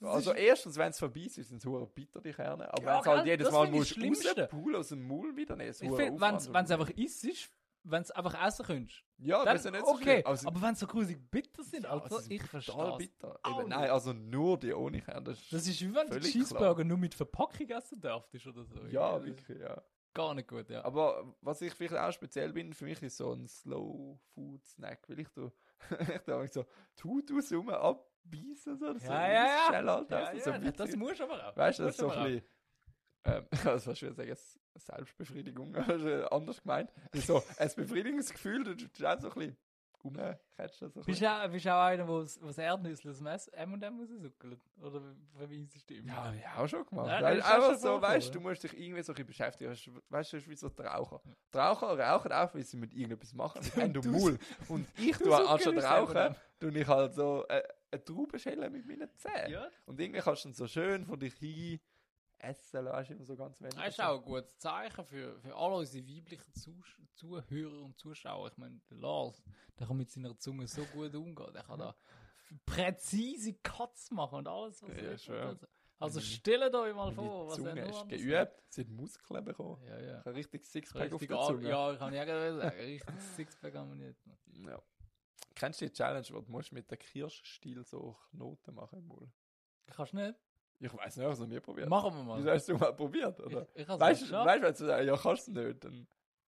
Speaker 2: Das
Speaker 3: also
Speaker 2: ist-
Speaker 3: erstens, wenn es vorbei ist, sind es hure bitter, die Kerne. Aber
Speaker 2: Ja,
Speaker 3: wenn es halt
Speaker 2: gell,
Speaker 3: jedes
Speaker 2: das
Speaker 3: Mal
Speaker 2: finde ich
Speaker 3: musst
Speaker 2: das Schlimmste.
Speaker 3: rauspulen aus dem Maul wieder nehmen, ist
Speaker 2: Ich
Speaker 3: hure
Speaker 2: finde, wenn es
Speaker 3: Aufwand.
Speaker 2: einfach ist, ist wenn es einfach essen könntest.
Speaker 3: Ja,
Speaker 2: Dann,
Speaker 3: das ist ja nicht so
Speaker 2: okay,
Speaker 3: schlimm. Aber, es-
Speaker 2: aber wenn es so grusig bitter sind,
Speaker 3: ja,
Speaker 2: Alter,
Speaker 3: also es ist
Speaker 2: ich
Speaker 3: total
Speaker 2: verstehe es.
Speaker 3: bitter.
Speaker 2: auch
Speaker 3: Eben, nein,
Speaker 2: nicht.
Speaker 3: also nur die ohne Kerne. Das ist,
Speaker 2: Das ist wie wenn du
Speaker 3: Völlig
Speaker 2: Cheeseburger
Speaker 3: klar.
Speaker 2: nur mit Verpackung essen darfst oder so.
Speaker 3: ja,
Speaker 2: Das ist
Speaker 3: wirklich, ja.
Speaker 2: Gar nicht gut, ja.
Speaker 3: Aber was ich vielleicht auch speziell bin, für mich ist so ein Slow Food Snack, weil ich da [laughs] ich da manchmal so die Haut rausrum abbeißen so, so
Speaker 2: Ja, ja, ja.
Speaker 3: ausschälen, Alter,
Speaker 2: ja,
Speaker 3: das ist
Speaker 2: ja,
Speaker 3: so
Speaker 2: das
Speaker 3: witzig.
Speaker 2: musst du aber auch.
Speaker 3: Weißt du, das
Speaker 2: Musst
Speaker 3: ist so
Speaker 2: aber
Speaker 3: ein
Speaker 2: auch.
Speaker 3: [laughs] bisschen, ähm, also was soll ich sagen, es Selbstbefriedigung, [laughs] das ist äh, anders gemeint. Das ist so ein befriedigendes Gefühl, du du auch so ein bisschen rumketschst. So ein
Speaker 2: Bist
Speaker 3: bisschen.
Speaker 2: du auch, bist du auch einer, der das das Erdnüssel aus dem Mess- M&M raussuckelt? Oder verweisest du immer? [laughs]
Speaker 3: Ja, habe ich auch schon gemacht.
Speaker 2: Nein,
Speaker 3: Weil
Speaker 2: das ist auch
Speaker 3: einfach
Speaker 2: schon
Speaker 3: so,
Speaker 2: vorgekommen.
Speaker 3: weißt du, du musst dich irgendwie so ein bisschen beschäftigen. Weißt du, weißt du, das ist wie so die Raucher. Die Raucher rauchen auch, weil sie mit irgendetwas
Speaker 2: [laughs]
Speaker 3: machen. Die haben
Speaker 2: du-
Speaker 3: du Maul. Und ich
Speaker 2: du
Speaker 3: tue anstatt
Speaker 2: suckelst
Speaker 3: rauchen,
Speaker 2: M&M.
Speaker 3: tue ich halt so äh, eine Traubenschelle mit meinen Zähnen.
Speaker 2: Ja.
Speaker 3: Und irgendwie kannst du dann so schön von dich hin essen lassen, immer so ganz wenig.
Speaker 2: Das ist auch ein gutes Zeichen für, für alle unsere weiblichen Zus Zuhörer und Zuschauer. Ich meine, der Lars, der kann mit seiner Zunge so gut umgehen. Der kann da f- präzise Cuts machen und alles, was
Speaker 3: Ja,
Speaker 2: will.
Speaker 3: schon.
Speaker 2: Also, also stellt euch mal vor,
Speaker 3: Die
Speaker 2: was er
Speaker 3: Zunge
Speaker 2: nur
Speaker 3: ist
Speaker 2: anders
Speaker 3: geübt, sie hat Muskeln bekommen.
Speaker 2: macht. Ja, ja.
Speaker 3: Ich habe richtig Sixpack auf
Speaker 2: Richtig
Speaker 3: der Zunge.
Speaker 2: Zunge. Ja, ich kann nicht sagen, richtig Sixpack haben wir nicht.
Speaker 3: Ja. Kennst du die Challenge, wo du musst mit der Kirschstiel so Noten machen im Mund?
Speaker 2: Kannst du nicht?
Speaker 3: Ich weiß nicht, ich habe es noch nie probiert.
Speaker 2: Machen wir
Speaker 3: Wieso
Speaker 2: mal.
Speaker 3: hast du mal probiert, oder?
Speaker 2: Ich, ich hab's
Speaker 3: weißt
Speaker 2: nicht
Speaker 3: du,
Speaker 2: geschafft.
Speaker 3: weißt du, wenn du sagst, ja, kannst du nicht, dann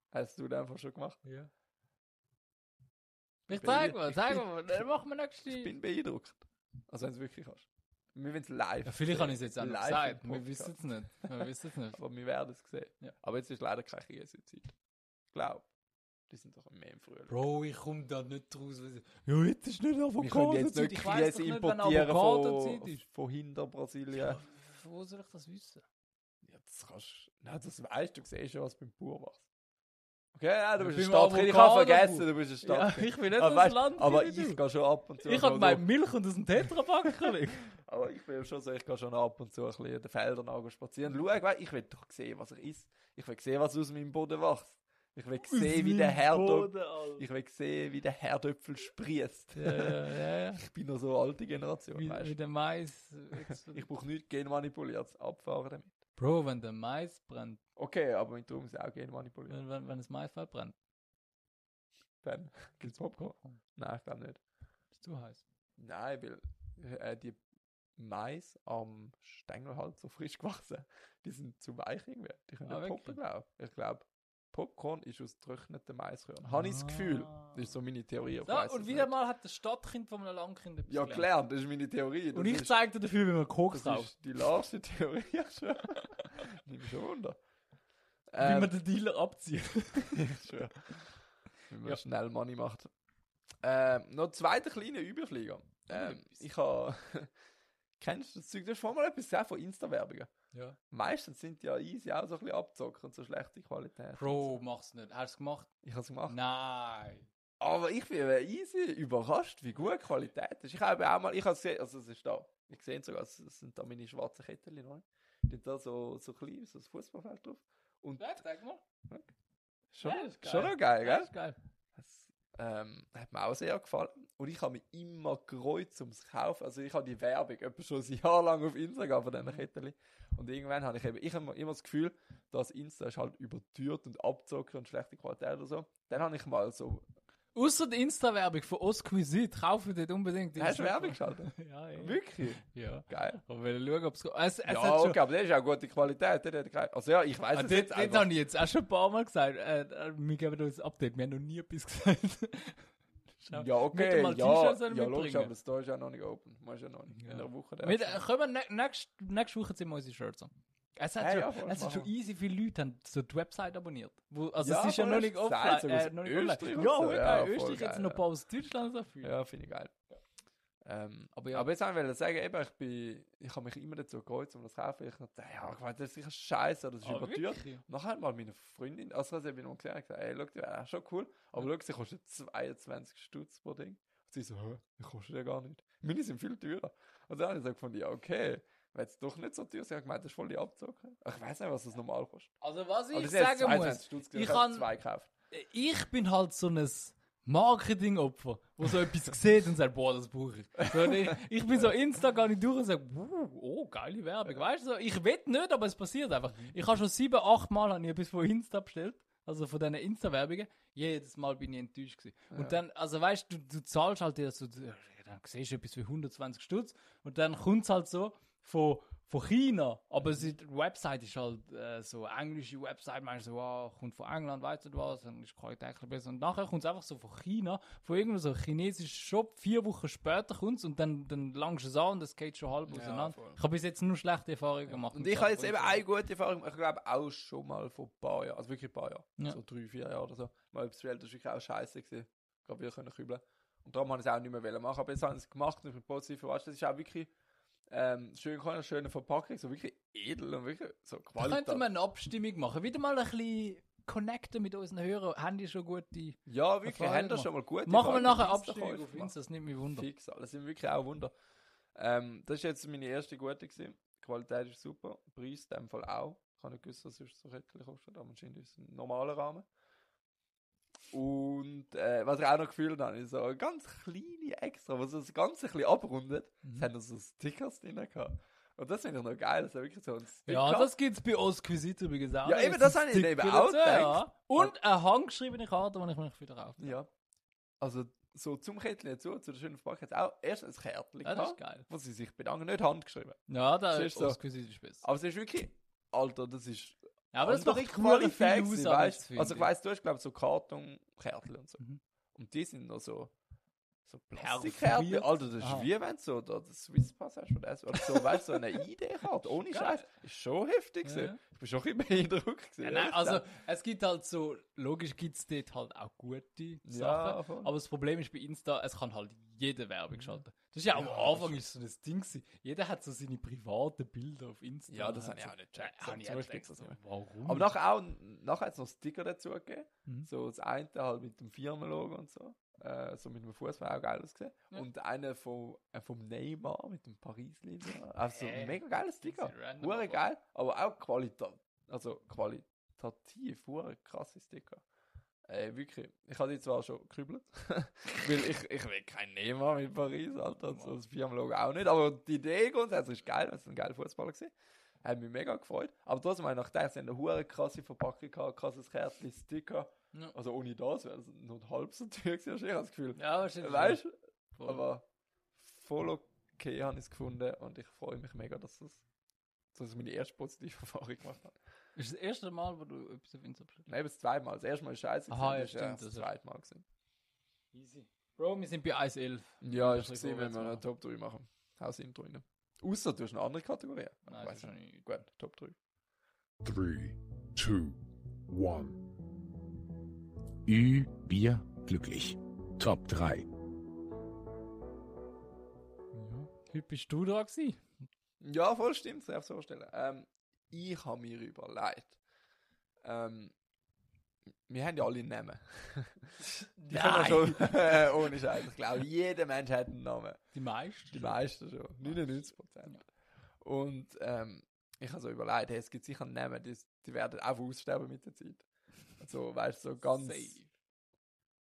Speaker 3: hast du das einfach schon gemacht.
Speaker 2: Ja. Ich
Speaker 3: bin-
Speaker 2: zeig mal,
Speaker 3: ich
Speaker 2: zeig
Speaker 3: bin-
Speaker 2: mal, dann machen wir nächste.
Speaker 3: Ich bin beeindruckt. Also, wenn du es wirklich kannst. Wir werden es live.
Speaker 2: Ja, vielleicht
Speaker 3: sehen.
Speaker 2: habe ich es jetzt auch noch
Speaker 3: Live
Speaker 2: gesagt.
Speaker 3: im
Speaker 2: Wir
Speaker 3: Podcast.
Speaker 2: wissen es nicht.
Speaker 3: [laughs]
Speaker 2: Wir wissen es nicht.
Speaker 3: Aber wir werden es sehen.
Speaker 2: Ja.
Speaker 3: Aber jetzt ist leider keine Krise-Zeit. Glaub. Die sind doch mehr im Frühling.
Speaker 2: Bro, ich komme da nicht raus. weil ich- Ja, jetzt ist nicht
Speaker 3: wir können
Speaker 2: Avocado.
Speaker 3: jetzt nicht Krise importieren von, von hinter Brasilien.
Speaker 2: Ja. Wo soll ich das wissen?
Speaker 3: Ja, das kannst Nein, das weißt du, du siehst ja, was beim Bauer machst. Okay, nein, du
Speaker 2: Ich
Speaker 3: bist ein
Speaker 2: bin mal
Speaker 3: Stadtkind. Ich habe
Speaker 2: Avocado-Bauer.
Speaker 3: vergessen, du bist ein
Speaker 2: Ja, [laughs]
Speaker 3: Stadtkind.
Speaker 2: ich bin nicht
Speaker 3: aber,
Speaker 2: aus dem
Speaker 3: weißt,
Speaker 2: Land.
Speaker 3: aber
Speaker 2: wie
Speaker 3: ich
Speaker 2: du.
Speaker 3: gehe schon ab und zu.
Speaker 2: ich
Speaker 3: schon
Speaker 2: habe
Speaker 3: so-
Speaker 2: meine Milch und aus dem Tetrapack gelegt.
Speaker 3: [laughs] aber ich bin schon so, ich gehe schon ab und zu ein bisschen in den Feldern an spazieren. Schau, weißt, ich will doch sehen, was er isst. Ich will sehen, was aus meinem Boden wächst. Ich will sehen, wie der Herdöpfel. Ich will sehen, wie der Herdöpfel sprießt.
Speaker 2: Ja, ja, ja. ja.
Speaker 3: [laughs] Ich bin noch so eine alte Generation,
Speaker 2: Wie,
Speaker 3: weißt
Speaker 2: wie
Speaker 3: du?
Speaker 2: der Mais.
Speaker 3: Ich brauche nichts genmanipuliert. Abfahren damit.
Speaker 2: Bro, wenn der Mais brennt,
Speaker 3: Okay, aber mein Traum ist auch genmanipuliert.
Speaker 2: wenn, wenn, wenn das Maisfeld brennt,
Speaker 3: [laughs] Dann gibt es Popcorn. Nein, ich glaube nicht.
Speaker 2: ist zu heiß.
Speaker 3: Nein, weil äh, die Mais am Stängel halt so frisch gewachsen. Die sind zu weich irgendwie. Die können
Speaker 2: Ah,
Speaker 3: nicht poppen,
Speaker 2: wirklich?
Speaker 3: glaube ich. Ich glaube, Popcorn ist aus getrockneten Maiskörnern. Habe ich das Gefühl.
Speaker 2: Ah.
Speaker 3: Das ist so meine Theorie. ich
Speaker 2: So,
Speaker 3: weiss
Speaker 2: und
Speaker 3: es
Speaker 2: wieder
Speaker 3: nicht.
Speaker 2: mal hat das Stadtkind von einem Landkind etwas
Speaker 3: Ja,
Speaker 2: gelernt.
Speaker 3: gelernt. Das ist meine Theorie.
Speaker 2: Und
Speaker 3: das
Speaker 2: ich
Speaker 3: ist,
Speaker 2: zeig dir dafür, wie man Koks
Speaker 3: das
Speaker 2: kauft.
Speaker 3: ist die larste [laughs] Theorie. ja, schon. Nimm schon Wunder.
Speaker 2: Wie
Speaker 3: Ähm,
Speaker 2: man den Dealer
Speaker 3: [laughs]
Speaker 2: abzieht.
Speaker 3: Schön. Wenn man
Speaker 2: Ja.
Speaker 3: schnell Money macht. Ähm, noch ein zweiter kleiner Überflieger. Ähm,
Speaker 2: Oh, etwas.
Speaker 3: ich habe. [laughs] Kennst du das Zeug? Du hast vorhin mal etwas gesehen von Insta-Werbungen.
Speaker 2: Ja.
Speaker 3: Meistens sind die ja easy auch so ein bisschen abzocken und so schlechte Qualität.
Speaker 2: Bro, mach's nicht. Hast du's gemacht?
Speaker 3: Ich habe es gemacht.
Speaker 2: Nein.
Speaker 3: Aber ich bin easy überrascht, wie gut die Qualität ist. Ich habe auch mal, ich habe gesehen, also es ist da. Ich sehe es sogar, es sind da meine schwarzen Ketten noch. Die sind da so, so klein, so ein Fußballfeld drauf. Und
Speaker 2: Ja, sag mal.
Speaker 3: schon,
Speaker 2: Ja, das ist
Speaker 3: schon
Speaker 2: geil.
Speaker 3: noch geil,
Speaker 2: Ja,
Speaker 3: gell?
Speaker 2: ist geil.
Speaker 3: Das ähm, hat mir auch sehr gefallen. Und ich habe mich immer gekreuzt ums Kaufen. Also ich habe die Werbung etwa schon ein Jahr lang auf Instagram von
Speaker 2: Mhm.
Speaker 3: diesen Ketten. Und irgendwann habe ich eben, ich habe immer das Gefühl, dass Insta ist halt überteuert und abzocken und schlechte Qualität oder so. Dann habe ich mal so,
Speaker 2: Außer die Insta-Werbung von Osquisit, kaufen dort unbedingt. Die
Speaker 3: hast
Speaker 2: ist
Speaker 3: du
Speaker 2: super.
Speaker 3: Werbung geschaltet?
Speaker 2: Ja, ja.
Speaker 3: Wirklich?
Speaker 2: ja.
Speaker 3: Geil.
Speaker 2: Aber wir schauen, ob es gut es, es hat
Speaker 3: Ja,
Speaker 2: schon-
Speaker 3: okay, aber das ist auch gute Qualität. das hat geil- Also ja, ich weiß
Speaker 2: Ah,
Speaker 3: es
Speaker 2: dort,
Speaker 3: jetzt
Speaker 2: dort
Speaker 3: einfach.
Speaker 2: habe ich jetzt auch schon ein paar Mal gesagt. Äh, äh, wir geben uns ein Update. Wir haben noch nie etwas [laughs] gesagt. Schau.
Speaker 3: Ja, okay,
Speaker 2: Nicht
Speaker 3: ja,
Speaker 2: einmal
Speaker 3: ja,
Speaker 2: T-Shirts sollen wir
Speaker 3: logisch,
Speaker 2: mitbringen.
Speaker 3: aber das Store ist ja noch nicht open. Muss ja noch nicht.
Speaker 2: Ja.
Speaker 3: In einer Woche.
Speaker 2: Wir, äh, können wir ne, nächst, nächste Woche ziehen wir unsere Shirts an. Es hat,
Speaker 3: Hey, ja,
Speaker 2: schon, es
Speaker 3: voll,
Speaker 2: hat
Speaker 3: machen
Speaker 2: schon
Speaker 3: wir.
Speaker 2: easy viele Leute haben so die Website abonniert. Wo, also
Speaker 3: Ja,
Speaker 2: es ist ja
Speaker 3: voll,
Speaker 2: noch
Speaker 3: hast
Speaker 2: nicht
Speaker 3: du gesagt,
Speaker 2: offline.
Speaker 3: sogar
Speaker 2: Äh,
Speaker 3: aus
Speaker 2: noch nicht online.
Speaker 3: Österreich und
Speaker 2: Ja,
Speaker 3: so.
Speaker 2: wirklich,
Speaker 3: Ja,
Speaker 2: ja,
Speaker 3: voll
Speaker 2: Österreich hat
Speaker 3: geil,
Speaker 2: noch ein
Speaker 3: ja.
Speaker 2: paar aus Deutschland Ah, dafür.
Speaker 3: Ja, finde ich geil. Ähm, aber,
Speaker 2: ja.
Speaker 3: aber jetzt wollte ich sagen, eben, ich, bin, ich habe mich immer dazu gekreuzt, um das zu kaufen. Ich dachte, ja, ich meine, das ist sicher scheiße, das ist
Speaker 2: Ah,
Speaker 3: überteuert.
Speaker 2: wirklich?
Speaker 3: Nachher hat mal meine Freundin, also sie hat mir mal gesehen, hat gesagt, ey, schau, die wäre schon cool, aber schau, sie kostet 22 Stutz pro Ding. Und sie so, hä, die kostet ja gar nicht. Meine sind viel teurer. Und dann habe ich so gefunden, ja, okay, wenn es doch nicht so teuer ist, ich habe gemeint, das ist voll die Abzocke. Ich weiß nicht, was das normal kostet.
Speaker 2: Also was
Speaker 3: Aber
Speaker 2: ich
Speaker 3: das sind jetzt
Speaker 2: sagen muss,
Speaker 3: 22 Stutz,
Speaker 2: ich
Speaker 3: ich habe
Speaker 2: kann-
Speaker 3: zwei gekauft.
Speaker 2: ich bin halt so ein Marketingopfer, wo so etwas sieht und sagt, boah, das brauche ich. So, und ich. Ich bin so Insta, gehe ich durch und sage, wow, oh, geile Werbung. Weißt du, so, ich will nicht, aber es passiert einfach. Ich habe schon sieben, acht Mal habe ich etwas von Insta bestellt, also von diesen Insta-Werbungen. Jedes Mal bin ich enttäuscht gewesen. Und dann, also weißt du, du zahlst halt dir so, dann siehst du etwas für 120 Stutz und dann kommt es halt so von, von China, aber sie, die Website ist halt äh, so englische Website, meinst du, so, ah, kommt von England, weißt du was, dann ist die Qualität ein bisschen besser. Und nachher kommt es einfach so von China, von irgendeinem so chinesischen Shop, vier Wochen später kommt es und dann, dann langst du es an und es geht schon halb
Speaker 4: Ja,
Speaker 2: auseinander.
Speaker 4: voll.
Speaker 2: Ich habe bis jetzt nur schlechte Erfahrungen gemacht.
Speaker 3: Und
Speaker 2: mit
Speaker 3: ich habe jetzt
Speaker 2: Subway.
Speaker 3: eben eine gute Erfahrung, gemacht. ich glaube auch schon mal vor ein paar Jahren, also wirklich ein paar Jahren,
Speaker 2: Ja.
Speaker 3: so drei, vier Jahre oder so, mal etwas wählen, das war wirklich auch scheiße gewesen. Ich glaube, wir können kübeln. Und darum habe ich es auch nicht mehr wollen machen, aber jetzt haben sie es gemacht und ich bin positiv überrascht. Das ist auch wirklich ähm, schön gekommen, eine schöne Verpackung, so wirklich edel und wirklich so
Speaker 2: Da könnten wir
Speaker 3: Qualität.
Speaker 2: eine Abstimmung machen, wieder mal ein bisschen connecten mit unseren Hörern, haben die schon gute...
Speaker 3: Ja, wirklich,
Speaker 2: Erfahrung
Speaker 3: haben das schon mal gut.
Speaker 2: Machen wir nachher eine
Speaker 3: Abstimmung
Speaker 2: Abstimmung auf Insta, das nimmt mich wunder.
Speaker 3: Wunder. Fix, alles sind wirklich auch Wunder. Ähm, das ist jetzt meine erste gute gewesen. Qualität ist super, Preis in dem Fall auch. Ich habe nicht gewusst, dass es so rettlich kostet, aber anscheinend ist es ein normaler Rahmen. Und äh, was ich auch noch gefühlt habe, ist so eine ganz kleine Extra, was das Ganze ein bisschen abrundet.
Speaker 2: Mhm.
Speaker 3: Es haben noch so Stickers drin gehabt. Und das finde ich noch geil, dass er wirklich so ein Sticker...
Speaker 2: Ja, das gibt's bei Osquisit übrigens auch.
Speaker 3: Ja,
Speaker 2: Da
Speaker 3: eben,
Speaker 2: gibt's
Speaker 3: das
Speaker 2: einen
Speaker 3: habe ich eben
Speaker 2: Sticker
Speaker 3: auch
Speaker 2: dazu,
Speaker 3: gedacht.
Speaker 2: Und eine handgeschriebene Karte, die ich mich wieder auf.
Speaker 3: Ja. Also so zum Kettchen zu, zu der schönen Verpackung, hat es auch erst ein Kärtchen
Speaker 2: Ja, das ist
Speaker 3: gehabt,
Speaker 2: geil.
Speaker 3: wo sie sich bedanken, nicht handgeschrieben.
Speaker 2: Ja, da
Speaker 3: Siehst
Speaker 2: ist
Speaker 3: du.
Speaker 2: Osquisit ist besser.
Speaker 3: Aber es ist wirklich... Alter, das ist...
Speaker 2: Ja, aber das
Speaker 3: andere
Speaker 2: macht coole
Speaker 3: Qualität
Speaker 2: viel aus,
Speaker 3: gewesen,
Speaker 2: aber
Speaker 3: weißt?
Speaker 2: jetzt finde
Speaker 3: Also ich weiss, du hast glaube so Kartonkärtel und so.
Speaker 2: Mhm.
Speaker 3: Und die sind noch so so Plastikkärtel.
Speaker 2: Perforiert.
Speaker 3: Alter, das ist
Speaker 2: Aha.
Speaker 3: wie wenn du so da den Swiss Pass hast oder so. Oder so, weißt
Speaker 2: [laughs]
Speaker 3: du, so eine ID-Karte, ohne
Speaker 2: Geil.
Speaker 3: Scheiß. Ist schon heftig
Speaker 2: Ja.
Speaker 3: gewesen. Ich bin schon ein bisschen beeindruckt gewesen.
Speaker 2: Ja,
Speaker 3: ehrlich
Speaker 2: nein, also
Speaker 3: gesagt.
Speaker 2: es gibt halt so, logisch gibt es dort halt auch gute
Speaker 3: Ja,
Speaker 2: Sachen,
Speaker 3: voll. Mhm.
Speaker 2: aber das Problem ist bei Insta, es kann halt jede Werbung schalten. Das ist ja, am Anfang ist so ein Ding gewesen. Jeder hat so seine privaten Bilder auf Insta.
Speaker 3: Ja, das
Speaker 2: Hat
Speaker 3: habe ich
Speaker 2: so-
Speaker 3: auch nicht gecheckt.
Speaker 2: Ja,
Speaker 3: So
Speaker 2: habe ich
Speaker 3: zum
Speaker 2: auch
Speaker 3: Beispiel
Speaker 2: gecheckt.
Speaker 3: das
Speaker 2: So,
Speaker 3: nicht.
Speaker 2: Warum?
Speaker 3: Aber nachher auch, nachher hat es noch Sticker dazu gegeben.
Speaker 2: Mhm.
Speaker 3: So das eine halt mit dem Firmenlogo und so. Äh, so mit dem Fußball auch geil ausgesehen.
Speaker 2: Ja.
Speaker 3: Und einer vom, äh, vom Neymar mit dem Paris-Linie. Also
Speaker 2: Hä?
Speaker 3: mega geiles Sticker.
Speaker 2: sind random,
Speaker 3: Hure
Speaker 2: aber-
Speaker 3: geil, aber auch qualitativ. Also qualitativ, hure krasse Sticker. Äh, wirklich. Ich hatte die zwar schon gekübelt, [laughs] weil ich, ich will kein Neymar mit Paris, Alter, und so das Firmenlogo auch nicht, aber die Idee grundsätzlich ist geil, weil es ein geiler Fußballer war. Hat mich mega gefreut. Aber trotzdem habe ich gedacht, sie haben eine hure krasse Verpackung gehabt, krasses Kärtchen, Sticker.
Speaker 2: Ja.
Speaker 3: Also ohne das wäre es nur halb so teuer gewesen, hast du eh das Gefühl.
Speaker 2: ja, wahrscheinlich.
Speaker 3: Weißt du?
Speaker 2: Voll.
Speaker 3: Aber voll okay habe ich es gefunden und ich freue mich mega, dass das dass ich meine erste positive [laughs] Erfahrung gemacht habe.
Speaker 2: Ist das erste Mal, wo du etwas auf Insta bestellst?
Speaker 3: Nein, eben das zweite Mal. Das erste Mal war scheiße.
Speaker 2: Aha,
Speaker 3: gewesen,
Speaker 2: ja,
Speaker 3: das
Speaker 2: stimmt,
Speaker 3: ist erst
Speaker 2: das
Speaker 3: Das zweite Mal. Gewesen.
Speaker 2: Easy. Bro, wir sind bei 1.11.
Speaker 3: Ja,
Speaker 2: das
Speaker 3: ist gesehen, wenn wir
Speaker 2: vorwärts
Speaker 3: eine
Speaker 2: machen.
Speaker 3: Top 3 machen. Haus Intro rein. Außer du hast eine andere Kategorie.
Speaker 2: Nein, das ist noch nicht.
Speaker 3: Gut, Top 3.
Speaker 1: 3, 2, 1. Ü, Bier, glücklich. Top 3.
Speaker 2: Ja. Heute bist du da gewesen.
Speaker 3: Ja, voll stimmt, darf so stellen. Ähm, ich habe mir überlegt. Ähm, wir haben ja alle einen Namen. [laughs] Die können wir schon, [laughs] ohne Scheiß. Ich glaube, jeder Mensch hat einen Namen.
Speaker 2: Die meisten.
Speaker 3: Die meisten schon. 99 Prozent. Und ähm, ich habe so überlegt, hey, es gibt sicher einen Namen, die, die werden auch aussterben mit der Zeit. Also, weißt du, so ganz
Speaker 2: Safe.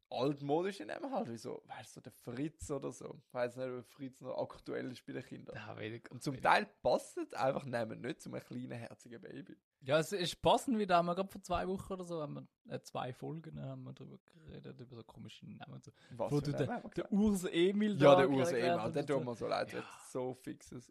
Speaker 3: altmodische Namen halt, wie so, weißt du, so der Fritz oder so. Ich weiß nicht, ob Fritz noch aktuell ist bei den Kindern.
Speaker 2: Da wenig.
Speaker 3: Und zum Teil passt es einfach Namen nicht zu einem kleinen, herzigen Baby.
Speaker 2: Ja, es ist passend wieder. Haben wir gerade vor zwei Wochen oder so, haben wir äh, zwei Folgen äh, haben wir darüber geredet, über so komische Namen. Und so.
Speaker 3: Was
Speaker 2: Wo
Speaker 3: für
Speaker 2: du
Speaker 3: Namen
Speaker 2: den-
Speaker 3: haben wir
Speaker 2: Der
Speaker 3: gesagt?
Speaker 2: Urs Emil
Speaker 3: Ja,
Speaker 2: da
Speaker 3: der Urs
Speaker 2: erklärt
Speaker 3: Ehemann,
Speaker 2: und
Speaker 3: der tut
Speaker 2: so.
Speaker 3: mir so leid, der
Speaker 2: Ja.
Speaker 3: hat so fixes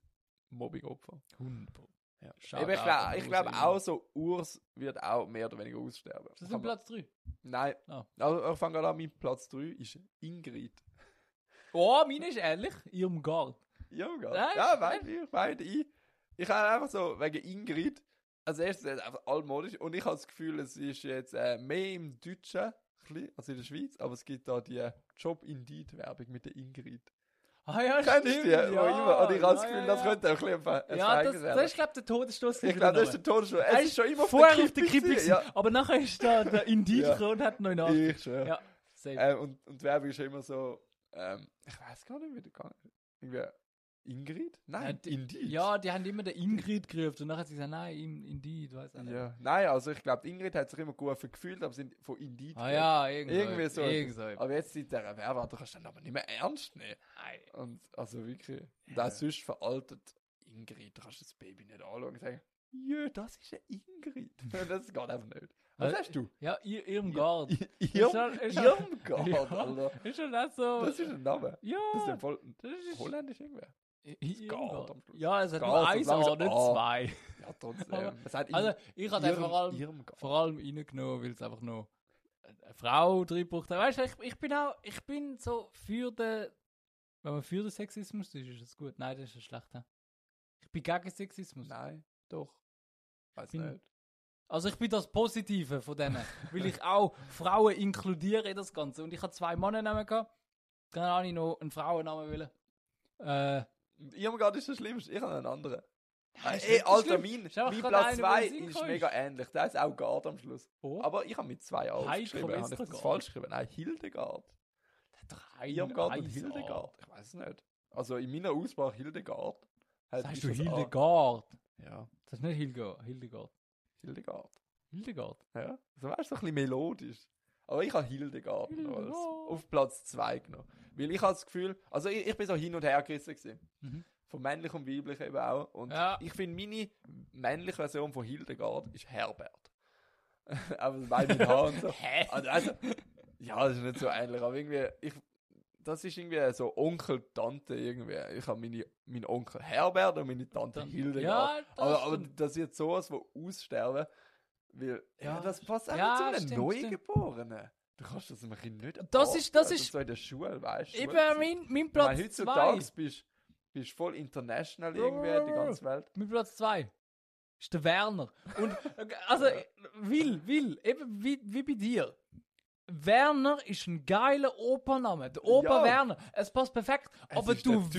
Speaker 3: Mobbing-Opfer.
Speaker 2: Hund, Bro.
Speaker 3: Ja.
Speaker 2: Shoutout
Speaker 3: Eben, ich
Speaker 2: an
Speaker 3: glaube ich
Speaker 2: Urs
Speaker 3: glaub
Speaker 2: Emil.
Speaker 3: auch so, Urs wird auch mehr oder weniger aussterben.
Speaker 2: Das ist
Speaker 3: Kann
Speaker 2: auf
Speaker 3: man-
Speaker 2: Platz 3.
Speaker 3: Nein,
Speaker 2: Ah.
Speaker 3: also ich fange gerade an, mein Platz 3 ist Ingrid.
Speaker 2: Oh, meine ist ehrlich. Ihrem Gard.
Speaker 3: Ja, Gott.
Speaker 2: Nein,
Speaker 3: ja
Speaker 2: ist-
Speaker 3: beide, ich beide ich. Ich habe einfach so, wegen Ingrid, als erstes ist es einfach altmodisch und ich habe das Gefühl, es ist jetzt äh, mehr im Deutschen, ein bisschen, also in der Schweiz, aber es gibt da die Job-Indeed-Werbung mit der Ingrid.
Speaker 2: Ah ja,
Speaker 3: Kennst du die?
Speaker 2: Ja,
Speaker 3: wo immer. Und ich habe das
Speaker 2: ja,
Speaker 3: Gefühl,
Speaker 2: ja,
Speaker 3: das
Speaker 2: ja.
Speaker 3: könnte auch ein bisschen ein
Speaker 2: Ja,
Speaker 3: Zeichen
Speaker 2: das,
Speaker 3: werden.
Speaker 2: das ist, glaube ich, der Todesstoß.
Speaker 3: ich glaube, das ist der Todesschutz.
Speaker 2: Er
Speaker 3: Es ist schon immer auf
Speaker 2: vorher
Speaker 3: der
Speaker 2: auf der Kippe
Speaker 3: gewesen,
Speaker 2: gewesen, aber nachher ist da der
Speaker 3: [laughs] Ja.
Speaker 2: Indiker und hat noch
Speaker 3: Ja,
Speaker 2: nach.
Speaker 3: ich schwöre.
Speaker 2: Ja, safe.
Speaker 3: Äh, und, und die Werbung ist immer so, ähm, ich weiß gar nicht, wie der gegangen ist. Irgendwie Ingrid? Nein,
Speaker 2: Nein, die-
Speaker 3: Indeed.
Speaker 2: Ja, die haben immer den Ingrid gerufen und nachher hat sie gesagt, nein, in, Indeed, weißt du.
Speaker 3: Ja. Nein, also ich glaube, Ingrid hat sich immer gut gefühlt, aber sind von Indeed.
Speaker 2: Ah
Speaker 3: geredet.
Speaker 2: ja, irgendwie,
Speaker 3: Irgendwie so.
Speaker 2: Irgendwie so.
Speaker 3: Aber jetzt seit dieser Werbung, du kannst dann aber nicht mehr ernst nehmen.
Speaker 2: Nein.
Speaker 3: Und also wirklich, das sonst veraltet Ingrid, du kannst das Baby nicht anschauen und sagen, jö, das ist eine
Speaker 2: [laughs]
Speaker 3: Ingrid. [laughs] das geht einfach nicht. Was
Speaker 2: Äh,
Speaker 3: hast du?
Speaker 2: Ja, Ir Irmgard. schon-
Speaker 3: Irm-
Speaker 2: [laughs] ist schon- [laughs]
Speaker 3: Irmgard,
Speaker 2: Ja.
Speaker 3: Alter.
Speaker 2: Ist schon das so?
Speaker 3: Das ist ein Name.
Speaker 2: [laughs] ja,
Speaker 3: Das ist ja voll
Speaker 2: das ist-
Speaker 3: holländisch irgendwer.
Speaker 2: Ingwer.
Speaker 3: am Schluss.
Speaker 2: Ja, es hat
Speaker 3: Geht,
Speaker 2: nur
Speaker 3: solange
Speaker 2: eins
Speaker 3: es
Speaker 2: A, nicht
Speaker 3: A.
Speaker 2: zwei.
Speaker 3: Ja, trotzdem.
Speaker 2: Aber-
Speaker 3: Es hat
Speaker 2: Also,
Speaker 3: in
Speaker 2: ich hatte
Speaker 3: ihrem-
Speaker 2: vor allem,
Speaker 3: ihrem Garten.
Speaker 2: vor allem reingenommen, weil es einfach noch eine Frau reingebracht hat. Weißt du, ich, ich bin auch, ich bin so für den, wenn man für den Sexismus ist, ist das gut. Nein, das ist ein schlechter. Ich bin gegen Sexismus.
Speaker 3: Nein, doch. Weiß
Speaker 2: bin-
Speaker 3: nicht.
Speaker 2: Also ich bin das Positive von
Speaker 3: [laughs]
Speaker 2: denen, weil ich auch Frauen inkludiere in das Ganze. Und ich habe zwei Männernamen gehabt, dann habe ich noch einen Frauennamen wollen. Äh,
Speaker 3: Irmgard ist das Schlimmste, ich habe einen anderen.
Speaker 2: ist
Speaker 3: Ey,
Speaker 2: nicht so
Speaker 3: Alter,
Speaker 2: schlimm.
Speaker 3: mein, mein
Speaker 2: Ist einfach gerade
Speaker 3: Platz
Speaker 2: einer,
Speaker 3: 2
Speaker 2: der in den
Speaker 3: ist
Speaker 2: Sinn
Speaker 3: mega
Speaker 2: kam.
Speaker 3: ähnlich. Der ist auch Gard am Schluss.
Speaker 2: oh,
Speaker 3: Aber ich habe mit zwei auch
Speaker 2: Heiko
Speaker 3: aufgeschrieben. Habe ich das
Speaker 2: Westergaard.
Speaker 3: falsch geschrieben? Nein, Hildegard.
Speaker 2: drei
Speaker 3: Irmgard und
Speaker 2: Eis-
Speaker 3: Hildegard. Ich weiß es nicht. Also in meiner Aussprache Hildegard.
Speaker 2: Oh.
Speaker 3: Halt
Speaker 2: Sagst
Speaker 3: ist
Speaker 2: du
Speaker 3: das A.
Speaker 2: Hildegard?
Speaker 3: Ja,
Speaker 2: Das ist nicht Hildegard. Hildegard.
Speaker 3: Hildegard.
Speaker 2: Hildegard.
Speaker 3: Ja, so weißt du, so ein bisschen melodisch. Aber ich habe Hildegard noch als
Speaker 2: Hildegard.
Speaker 3: auf Platz 2 genommen. Weil ich habe das Gefühl, also ich, ich bin so hin und her gerissen. Gewesen.
Speaker 2: Mhm.
Speaker 3: Von männlich und weiblich eben auch. Und
Speaker 2: Ja.
Speaker 3: ich finde, meine männliche Version von Hildegard ist Herbert. [laughs] aber weil mit Haar und
Speaker 2: [laughs]
Speaker 3: so.
Speaker 2: Hä?
Speaker 3: Also, also, ja, das ist nicht so ähnlich, aber irgendwie, ich, das ist irgendwie so Onkel, Tante irgendwie. Ich habe meine, meinen Onkel Herbert und meine Tante
Speaker 2: Dann-
Speaker 3: Hildegard.
Speaker 2: Ja, das
Speaker 3: aber, aber
Speaker 2: stimmt.
Speaker 3: das wird sowas, wo aussterben, weil ja,
Speaker 2: Ja,
Speaker 3: das passt
Speaker 2: ja,
Speaker 3: einfach zu einem
Speaker 2: stimmt, stimmt.
Speaker 3: Neugeborenen. Du kannst das dem Kind nicht
Speaker 2: Das ist- das
Speaker 3: abgeben,
Speaker 2: ist-
Speaker 3: so in der Schule, weißt du?
Speaker 2: Eben
Speaker 3: Schulzeit.
Speaker 2: mein, mein
Speaker 3: Ich meine,
Speaker 2: Platz 2.
Speaker 3: heutzutage bist du voll international irgendwie, die ganze Welt.
Speaker 2: Mein Platz 2 ist der Werner. Und
Speaker 3: [laughs]
Speaker 2: also,
Speaker 3: Ja.
Speaker 2: Will, Will, eben wie, wie bei dir. Werner ist ein geiler Opername. Der Opa
Speaker 3: Ja.
Speaker 2: Werner. Es passt perfekt. aber
Speaker 3: ist
Speaker 2: du
Speaker 3: der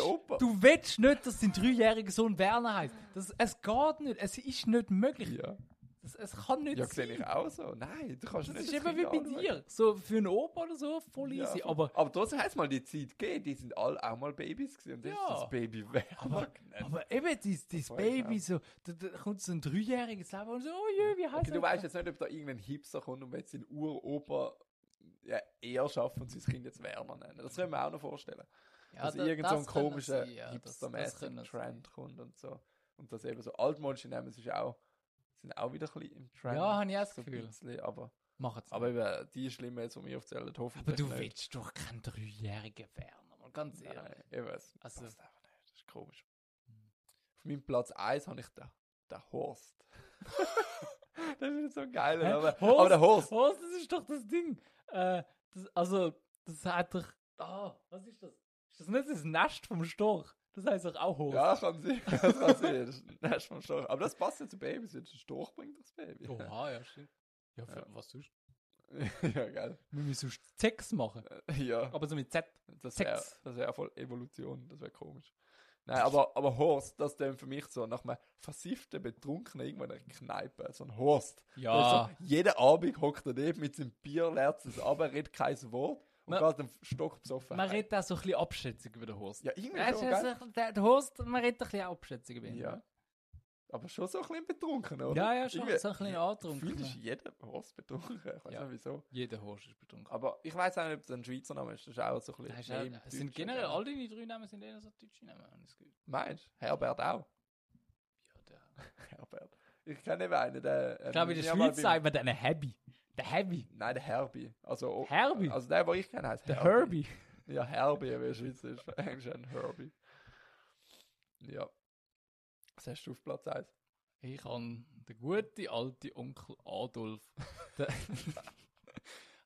Speaker 2: willst,
Speaker 3: Opa.
Speaker 2: du willst nicht, dass dein dreijähriger Sohn Werner heißt. Das, es geht nicht. Es ist nicht möglich.
Speaker 3: Ja,
Speaker 2: Das, es kann nicht
Speaker 3: ja
Speaker 2: sein.
Speaker 3: sehe ich auch so. Nein, du kannst
Speaker 2: Das
Speaker 3: nicht
Speaker 2: ist
Speaker 3: das
Speaker 2: eben
Speaker 3: Kind
Speaker 2: wie bei
Speaker 3: anschauen.
Speaker 2: dir. So für einen Opa oder so, voll
Speaker 3: Ja,
Speaker 2: easy.
Speaker 3: voll.
Speaker 2: aber
Speaker 3: aber trotzdem hat es mal die Zeit gegeben, die sind alle auch mal Babys gewesen und dann
Speaker 2: Ja.
Speaker 3: ist das Baby weg.
Speaker 2: [laughs] Aber, aber eben, dieses, dieses
Speaker 3: weiß ich
Speaker 2: Baby, so, da, da kommt so ein dreijähriges Leben und so, oh je, wie heißt
Speaker 3: okay, du
Speaker 2: das?
Speaker 3: weißt jetzt nicht, ob da irgendein Hipster kommt und jetzt seinen Uropa ja, eher schaffen und sein Kind jetzt Werner nennen. Das können wir auch noch vorstellen.
Speaker 2: Ja,
Speaker 3: dass
Speaker 2: da-
Speaker 3: irgend so
Speaker 2: das
Speaker 3: ein
Speaker 2: können
Speaker 3: komischer
Speaker 2: sie, ja, das- das können
Speaker 3: hipstermäßiger
Speaker 2: sie.
Speaker 3: Trend kommt und so. Und dass eben so Altmodische nehmen, es ist auch, sind auch wieder ein bisschen im Trend.
Speaker 2: Ja, habe ich auch das
Speaker 3: so ein
Speaker 2: Gefühl.
Speaker 3: bisschen, aber,
Speaker 2: Mach jetzt.
Speaker 3: aber eben, die schlimmen jetzt, die mir aufzählen, hoffentlich
Speaker 2: Aber du
Speaker 3: nicht.
Speaker 2: willst doch keinen dreijährigen Werner, mal ganz ehrlich.
Speaker 3: Nein, ich weiß.
Speaker 2: Also-
Speaker 3: Also, passt einfach nicht. Das ist komisch.
Speaker 2: Hm.
Speaker 3: Auf meinem Platz 1 habe ich den, den Horst.
Speaker 2: [laughs]
Speaker 3: das ist nicht so geil,
Speaker 2: Hä?
Speaker 3: aber,
Speaker 2: Horst?
Speaker 3: aber der Horst.
Speaker 2: Was, das ist doch das Ding. Äh, das, also, das hat doch. Ah, was ist das? Ist das nicht das Nest vom Storch? Das heißt doch auch Horst.
Speaker 3: Ja, kann sie. [laughs] Das kann sie. Das ist- Das ist vom Storch. Aber das passt ja zu Babys. Der Storch bringt das Baby.
Speaker 2: Oha, ja, stimmt. Ja, für,
Speaker 3: Ja.
Speaker 2: was sonst?
Speaker 3: [laughs] ja, geil.
Speaker 2: Wir müssen sonst Sex machen.
Speaker 3: Ja,
Speaker 2: Aber so mit Z.
Speaker 3: das wäre
Speaker 2: Oh, Sex.
Speaker 3: das wär voll Evolution. Das wäre komisch. Nein, aber, aber Horst, das klingt für mich so nach einem versifften, betrunkenen irgendwo in einer Kneipe. So ein Horst.
Speaker 2: Ja.
Speaker 3: Also, jeden Abend hockt er neben mit seinem Bier, lernt es ab, er redet kein Wort und
Speaker 2: Man-
Speaker 3: geht am Stock besoffen.
Speaker 2: Man
Speaker 3: heim.
Speaker 2: redet auch so ein bisschen Abschätzung über den Horst.
Speaker 3: Ja, irgendwie
Speaker 2: Weißt
Speaker 3: schon,
Speaker 2: du,
Speaker 3: gell?
Speaker 2: so, der, der Horst, man redet ein bisschen auch Abschätzung über ihn.
Speaker 3: Ja. Aber schon so ein bisschen betrunken, oder?
Speaker 2: Ja, ja, schon
Speaker 3: Irgendwie-
Speaker 2: so ein bisschen
Speaker 3: Gefühlt ist
Speaker 2: angetrunken.
Speaker 3: jeder Horst betrunken. Ich weiß
Speaker 2: Ja.
Speaker 3: nicht wieso.
Speaker 2: Jeder Horst ist betrunken.
Speaker 3: Aber ich weiß auch nicht, ob das ein Schweizer Name ist. Das ist auch so ein
Speaker 2: Da hast
Speaker 3: bisschen.
Speaker 2: du
Speaker 3: mehr im
Speaker 2: auch- Es sind
Speaker 3: Deutschen,
Speaker 2: generell
Speaker 3: gell?
Speaker 2: all deine drei Namen sind eher so deutsche Namen, habe ich das Gefühl.
Speaker 3: Meinst du? Herbert auch.
Speaker 2: Ja, der.
Speaker 3: [laughs] Herbert. Ich kenne eben einen, der. äh,
Speaker 2: Ich glaube, in der Schweiz sagt man dann Happy. Der Happy.
Speaker 3: Nein, der Herbie. Also, oh,
Speaker 2: Herbie?
Speaker 3: Also, der, den ich kenne, heißt
Speaker 2: Der Herbie.
Speaker 3: Ja, Herbie, wie er Schweizer ist. [laughs] Eigentlich ein Herbie. Ja. Was hast du auf Platz 1?
Speaker 2: Ich habe den guten alten Onkel
Speaker 3: [laughs]
Speaker 2: Adolf. Der- [laughs]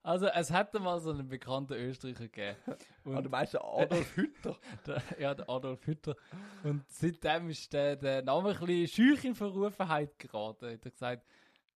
Speaker 2: also, es hätte mal so einen bekannten Österreicher gegeben.
Speaker 3: [laughs]
Speaker 2: Und
Speaker 3: Ah, du meinst den
Speaker 2: [laughs]
Speaker 3: Adolf Hütter?
Speaker 2: der, ja, der Adolf Hütter. Und seitdem ist der, der Name ein bisschen schüch in Verrufenheit geraten. Hat er gesagt,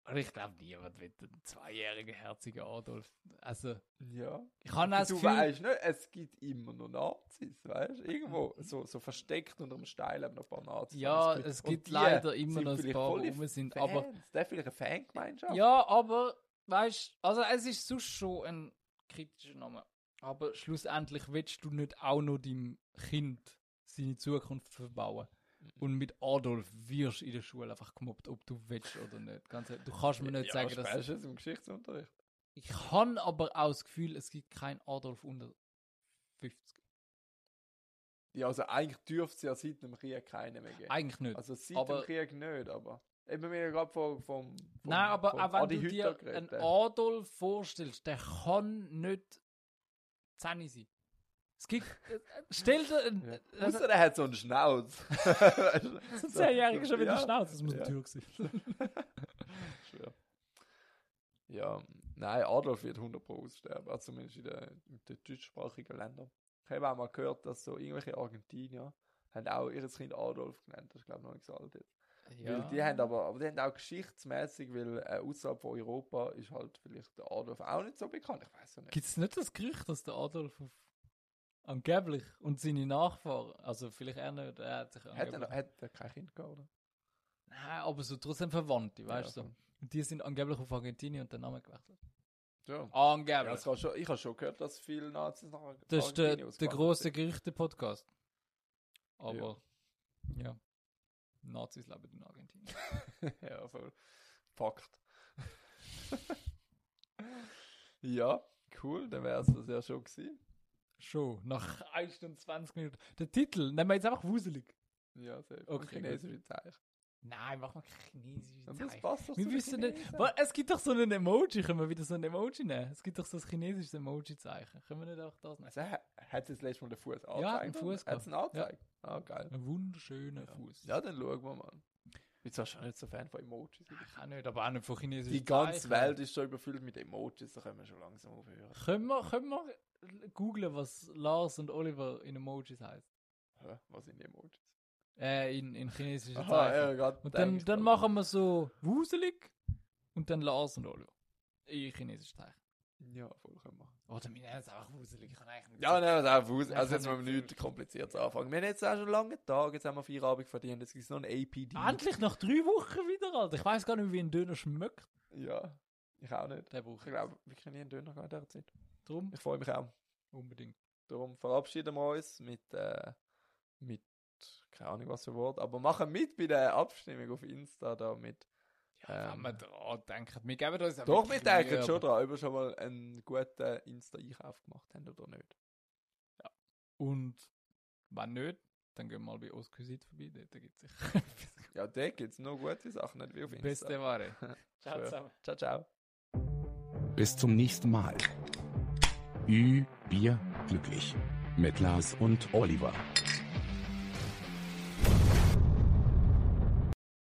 Speaker 2: aber ich glaube, niemand wird einen zweijährigen, herzigen Adolf. Also,
Speaker 3: Ja.
Speaker 2: ich habe auch das
Speaker 3: du
Speaker 2: Gefühl,
Speaker 3: weißt nicht, es gibt immer noch Nazis, weißt du? Irgendwo, so, so versteckt unter dem Stein haben noch ein paar Nazis.
Speaker 2: Mhm. ja,
Speaker 3: Und
Speaker 2: es
Speaker 3: die
Speaker 2: gibt leider
Speaker 3: sind
Speaker 2: immer noch ein
Speaker 3: vielleicht
Speaker 2: paar,
Speaker 3: volle
Speaker 2: die rum sind,
Speaker 3: Fans.
Speaker 2: aber
Speaker 3: Der vielleicht eine Fangemeinschaft?
Speaker 2: Ja, aber, weißt also es ist sonst schon ein kritischer Name. Aber schlussendlich willst du nicht auch noch deinem Kind seine Zukunft verbauen.
Speaker 3: Mhm.
Speaker 2: Und mit Adolf wirst du in der Schule einfach gemobbt, ob du willst oder nicht. Ganz ehrlich, du kannst mir nicht
Speaker 3: ja,
Speaker 2: sagen, dass.
Speaker 3: spätestens im Geschichtsunterricht.
Speaker 2: Ich habe aber auch das Gefühl, es gibt keinen Adolf unter 50.
Speaker 3: Ja, also eigentlich dürfte es ja seit dem Krieg keinen mehr geben.
Speaker 2: Eigentlich nicht.
Speaker 3: Also seit
Speaker 2: aber-
Speaker 3: dem Krieg nicht, aber... Eben, wir haben ja gerade vom, vom...
Speaker 2: Nein, aber
Speaker 3: vom
Speaker 2: auch wenn
Speaker 3: Adi
Speaker 2: du
Speaker 3: Hütter
Speaker 2: dir
Speaker 3: geredet,
Speaker 2: einen
Speaker 3: der-
Speaker 2: Adolf vorstellst, der kann nicht 10 sein. Es
Speaker 3: [laughs]
Speaker 2: gibt. äh, Stell dir. äh,
Speaker 3: Ja. [laughs] Außer er hat so einen Schnauz.
Speaker 2: [laughs] Ein Zehnjähriger schon wieder
Speaker 3: Ja.
Speaker 2: Schnauze, das muss
Speaker 3: Ja.
Speaker 2: eine Tür
Speaker 3: [laughs]
Speaker 2: sein.
Speaker 3: Schwör. Ja, nein, Adolf wird 100 Pro aussterben, also zumindest in den, in den deutschsprachigen Ländern. Ich habe auch mal gehört, dass so irgendwelche Argentinier haben auch ihr Kind Adolf genannt, das ist glaube ich noch nicht so alt jetzt. Weil die haben aber, aber die haben auch geschichtsmäßig, weil äh, außerhalb von Europa ist halt vielleicht der Adolf auch nicht so bekannt, ich weiß ja nicht.
Speaker 2: Gibt es nicht das Gerücht, dass der Adolf auf angeblich und seine Nachfahren, also vielleicht er nicht, er hat sich
Speaker 3: Hat er,
Speaker 2: angeblich,
Speaker 3: noch- hat er kein Kind gehabt, oder?
Speaker 2: nein, aber so trotzdem Verwandte, weißt du.
Speaker 3: Ja,
Speaker 2: So. Und die sind angeblich auf Argentinien und den Namen gewechselt.
Speaker 3: Ja. Ja,
Speaker 5: Angeblich.
Speaker 3: das kann schon, ich habe schon gehört, dass viele Nazis nach
Speaker 2: Das ist der,
Speaker 3: Argentinien
Speaker 2: der
Speaker 3: ausgewandert
Speaker 2: große
Speaker 3: sind.
Speaker 2: Gerüchte-Podcast. Aber
Speaker 3: Mhm.
Speaker 2: ja. Nazis leben in Argentinien.
Speaker 3: [laughs] ja, voll. Fakt. [laughs] ja, cool, dann wäre es das ja schon gewesen.
Speaker 2: Schon, nach 1 Stunde 20 Minuten. Der Titel, nehmen wir jetzt einfach wuselig.
Speaker 3: Ja, sehr
Speaker 2: Okay,
Speaker 3: okay, chinesische Zeichen.
Speaker 2: Nein, machen wir keine chinesische
Speaker 3: Und
Speaker 2: Zeichen.
Speaker 3: das passt doch
Speaker 2: Wir
Speaker 3: zu den
Speaker 2: wissen nicht.
Speaker 3: Chinesen.
Speaker 2: Wa- Es gibt doch so ein Emoji. Können wir wieder so ein Emoji nehmen? Es gibt doch so ein chinesisches Emoji-Zeichen. Können wir nicht auch das nehmen?
Speaker 3: Also, ha- hat sie das letzte Mal den Fuß angezeigt?
Speaker 2: Ja, hat einen Fuß
Speaker 3: Hat es einen
Speaker 2: gehabt. Ja.
Speaker 3: angezeigt? Ah, geil.
Speaker 2: Ein wunderschöner
Speaker 3: Ja.
Speaker 2: Fuß.
Speaker 3: Ja, dann schauen wir mal. Jetzt hast du nicht so Fan von Emojis.
Speaker 2: Ich auch nicht, aber auch nicht von chinesischen
Speaker 3: Die ganze
Speaker 2: Zeichen.
Speaker 3: Welt ist schon überfüllt mit Emojis, da können wir schon langsam aufhören.
Speaker 2: Können wir, können wir googlen, was Lars und Oliver in Emojis heißt?
Speaker 3: Hä? Was sind Emojis?
Speaker 2: Äh, in, in chinesischen
Speaker 3: Aha,
Speaker 2: Zeichen.
Speaker 3: ja, Gott,
Speaker 2: und dann,
Speaker 3: denkst
Speaker 2: dann
Speaker 3: du.
Speaker 2: machen wir so wuselig und dann Lars und Oliver. In chinesischen Zeichen.
Speaker 3: Ja, voll können wir.
Speaker 2: Oder wir nennen es einfach wuselig. Ich kann eigentlich nicht
Speaker 3: Ja, nein, das ist auch aus.
Speaker 2: Nein,
Speaker 3: Also
Speaker 2: kann
Speaker 3: jetzt müssen wir
Speaker 2: nicht.
Speaker 3: nichts kompliziert anfangen. Wir haben jetzt auch schon einen langen Tag, jetzt haben wir Feierabend verdient, jetzt gibt es noch ein APD.
Speaker 2: Endlich nach drei Wochen wieder, Alter. Ich weiß gar nicht, wie ein Döner schmeckt.
Speaker 3: Ja, ich auch nicht.
Speaker 2: Der
Speaker 3: Ich
Speaker 2: brauche ich.
Speaker 3: glaube, wir können nie einen Döner gehen in dieser Zeit.
Speaker 2: Drum
Speaker 3: Ich freue mich auch.
Speaker 2: unbedingt.
Speaker 3: Darum verabschieden wir uns mit, äh, mit, keine Ahnung was für Wort, aber machen mit bei der Abstimmung auf Insta da mit.
Speaker 5: Ja,
Speaker 3: Ähm,
Speaker 5: wenn wir dran denken. Wir geben uns ja
Speaker 3: Doch, wir
Speaker 5: wirklich
Speaker 3: denken
Speaker 5: Mühe,
Speaker 3: schon dran, ob wir schon mal einen guten Insta-Einkauf gemacht haben oder nicht.
Speaker 5: Und wenn nicht, dann gehen wir mal bei Osquisit vorbei. Dort gibt es sicher
Speaker 3: [laughs]
Speaker 5: etwas
Speaker 3: Ja, da gibt es nur gute Sachen, nicht wie auf Insta.
Speaker 5: Beste
Speaker 3: [laughs]
Speaker 5: Ware.
Speaker 3: Ciao zusammen. Ciao, ciao.
Speaker 1: Bis zum nächsten Mal. Ü, Bier, glücklich. Mit Lars und Oliver.